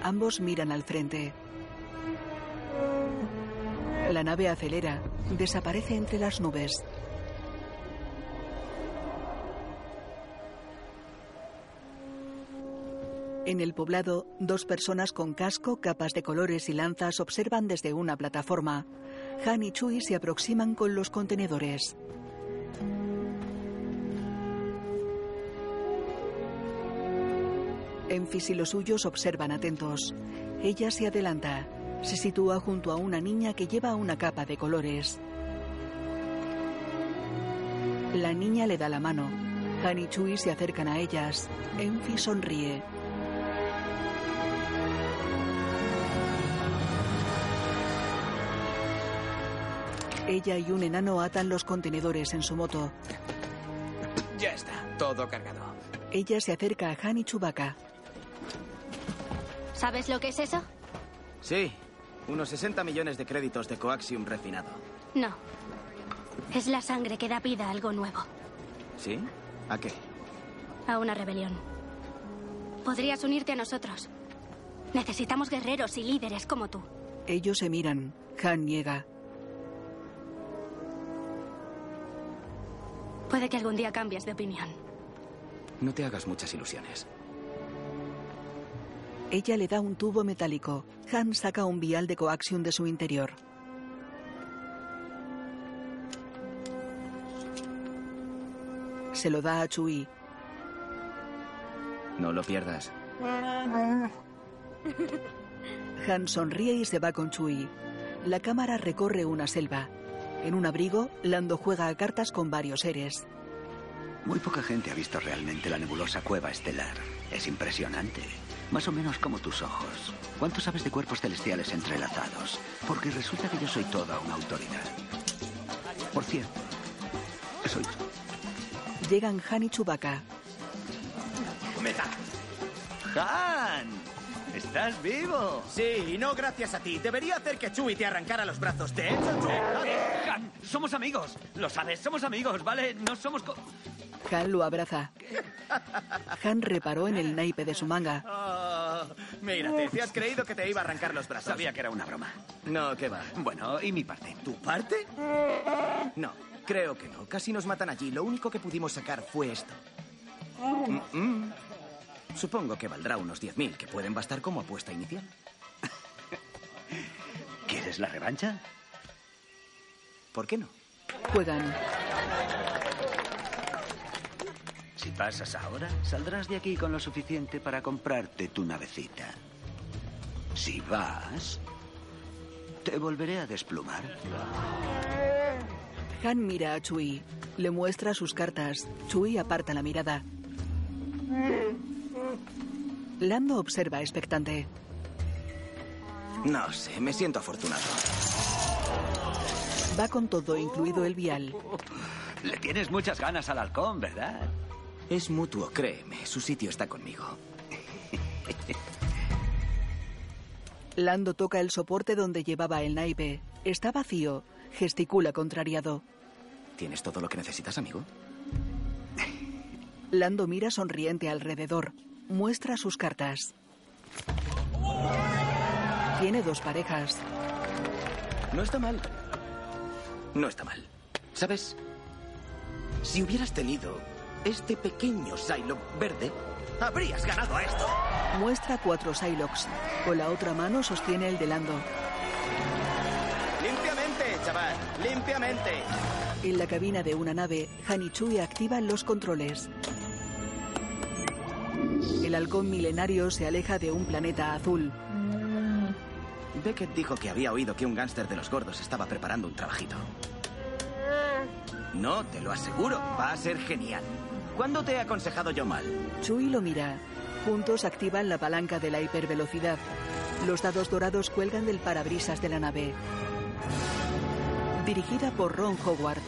S1: Ambos miran al frente. La nave acelera. Desaparece entre las nubes. En el poblado, dos personas con casco, capas de colores y lanzas observan desde una plataforma. Han y Chui se aproximan con los contenedores. Enfis y los suyos observan atentos. Ella se adelanta. Se sitúa junto a una niña que lleva una capa de colores. La niña le da la mano. Han y Chui se acercan a ellas. Enfi sonríe. Ella y un enano atan los contenedores en su moto.
S7: Ya está, todo cargado.
S1: Ella se acerca a Han y Chewbacca.
S5: ¿Sabes lo que es eso?
S7: Sí, unos 60 millones de créditos de coaxium refinado.
S5: No. Es la sangre que da vida a algo nuevo,
S7: ¿Sí? ¿A qué?
S5: a una rebelión. Podrías unirte a nosotros. Necesitamos guerreros y líderes como tú.
S1: Ellos se miran. Han niega.
S5: Puede que algún día cambies de opinión.
S7: No te hagas muchas ilusiones.
S1: Ella le da un tubo metálico. Han saca un vial de coaxium de su interior. Se lo da a Chui.
S7: No lo pierdas.
S1: Han sonríe y se va con Chui. La cámara recorre una selva. En un abrigo, Lando juega a cartas con varios seres.
S21: Muy poca gente ha visto realmente la nebulosa cueva estelar. Es impresionante. Más o menos como tus ojos. ¿Cuánto sabes de cuerpos celestiales entrelazados? Porque resulta que yo soy toda una autoridad. Por cierto, soy
S1: Llegan Han y Chewbacca.
S24: ¡Meta!
S16: ¡Han! ¡Estás vivo!
S24: Sí, y no gracias a ti. Debería hacer que Chewie te arrancara los brazos. De hecho, Chewie...
S16: Han, somos amigos. Lo sabes, somos amigos, ¿vale? No somos... co-
S1: Han lo abraza. Han reparó en el naipe de su manga.
S24: Oh, mírate, ¿te has creído que te iba a arrancar los brazos?
S16: Sabía que era una broma.
S24: No, qué va.
S16: Bueno, y mi parte.
S24: ¿Tu parte? No, creo que no. Casi nos matan allí. Lo único que pudimos sacar fue esto. Mm-mm. Supongo que valdrá unos 10.000, que pueden bastar como apuesta inicial.
S21: ¿Quieres la revancha?
S24: ¿Por qué no?
S1: Juegan.
S21: Si pasas ahora, saldrás de aquí con lo suficiente para comprarte tu navecita. Si vas, te volveré a desplumar.
S1: Han mira a Chui. Le muestra sus cartas. Chui aparta la mirada. Lando observa expectante.
S7: No sé, me siento afortunado.
S1: Va con todo, incluido el vial.
S15: Le tienes muchas ganas al halcón, ¿verdad?
S7: Es mutuo, créeme. Su sitio está conmigo.
S1: Lando toca el soporte donde llevaba el naipe. Está vacío. Gesticula contrariado.
S7: ¿Tienes todo lo que necesitas, amigo?
S1: Lando mira sonriente alrededor. Muestra sus cartas. Tiene dos parejas.
S7: No está mal. No está mal. ¿Sabes? Si hubieras tenido este pequeño Psylocke verde, habrías ganado a esto.
S1: Muestra cuatro Psylocks. Con la otra mano sostiene el de Lando.
S24: Limpiamente, chaval. Limpiamente.
S1: En la cabina de una nave, Han y Chewie activan los controles. El halcón milenario se aleja de un planeta azul.
S7: Beckett dijo que había oído que un gángster de los gordos estaba preparando un trabajito. No, te lo aseguro, va a ser genial. ¿Cuándo te he aconsejado yo mal?
S1: Chewie lo mira. Juntos activan la palanca de la hipervelocidad. Los dados dorados cuelgan del parabrisas de la nave. Dirigida por Ron Howard.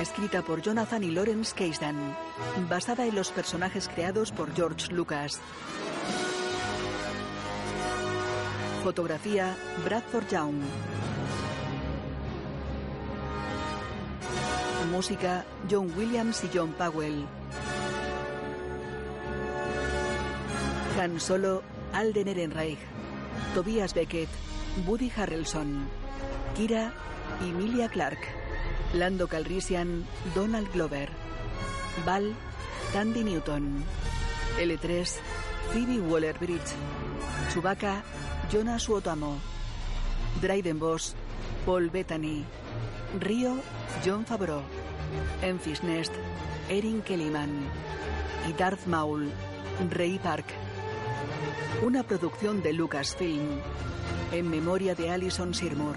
S1: Escrita por Jonathan y Lawrence Kasdan. Basada en los personajes creados por George Lucas. Fotografía Bradford Young. Música John Williams y John Powell. Han Solo, Alden Ehrenreich, Tobias Beckett, Woody Harrelson, Kira, Emilia Clark, Lando Calrissian, Donald Glover, Val, Tandy Newton, L3, Phoebe Waller-Bridge, Chewbacca, Jonas Suotamo, Dryden Boss, Paul Bettany, Río, John Favreau, Enfis Nest, Erin Kellyman y Darth Maul, Ray Park. Una producción de Lucasfilm, en memoria de Alison Sirmour.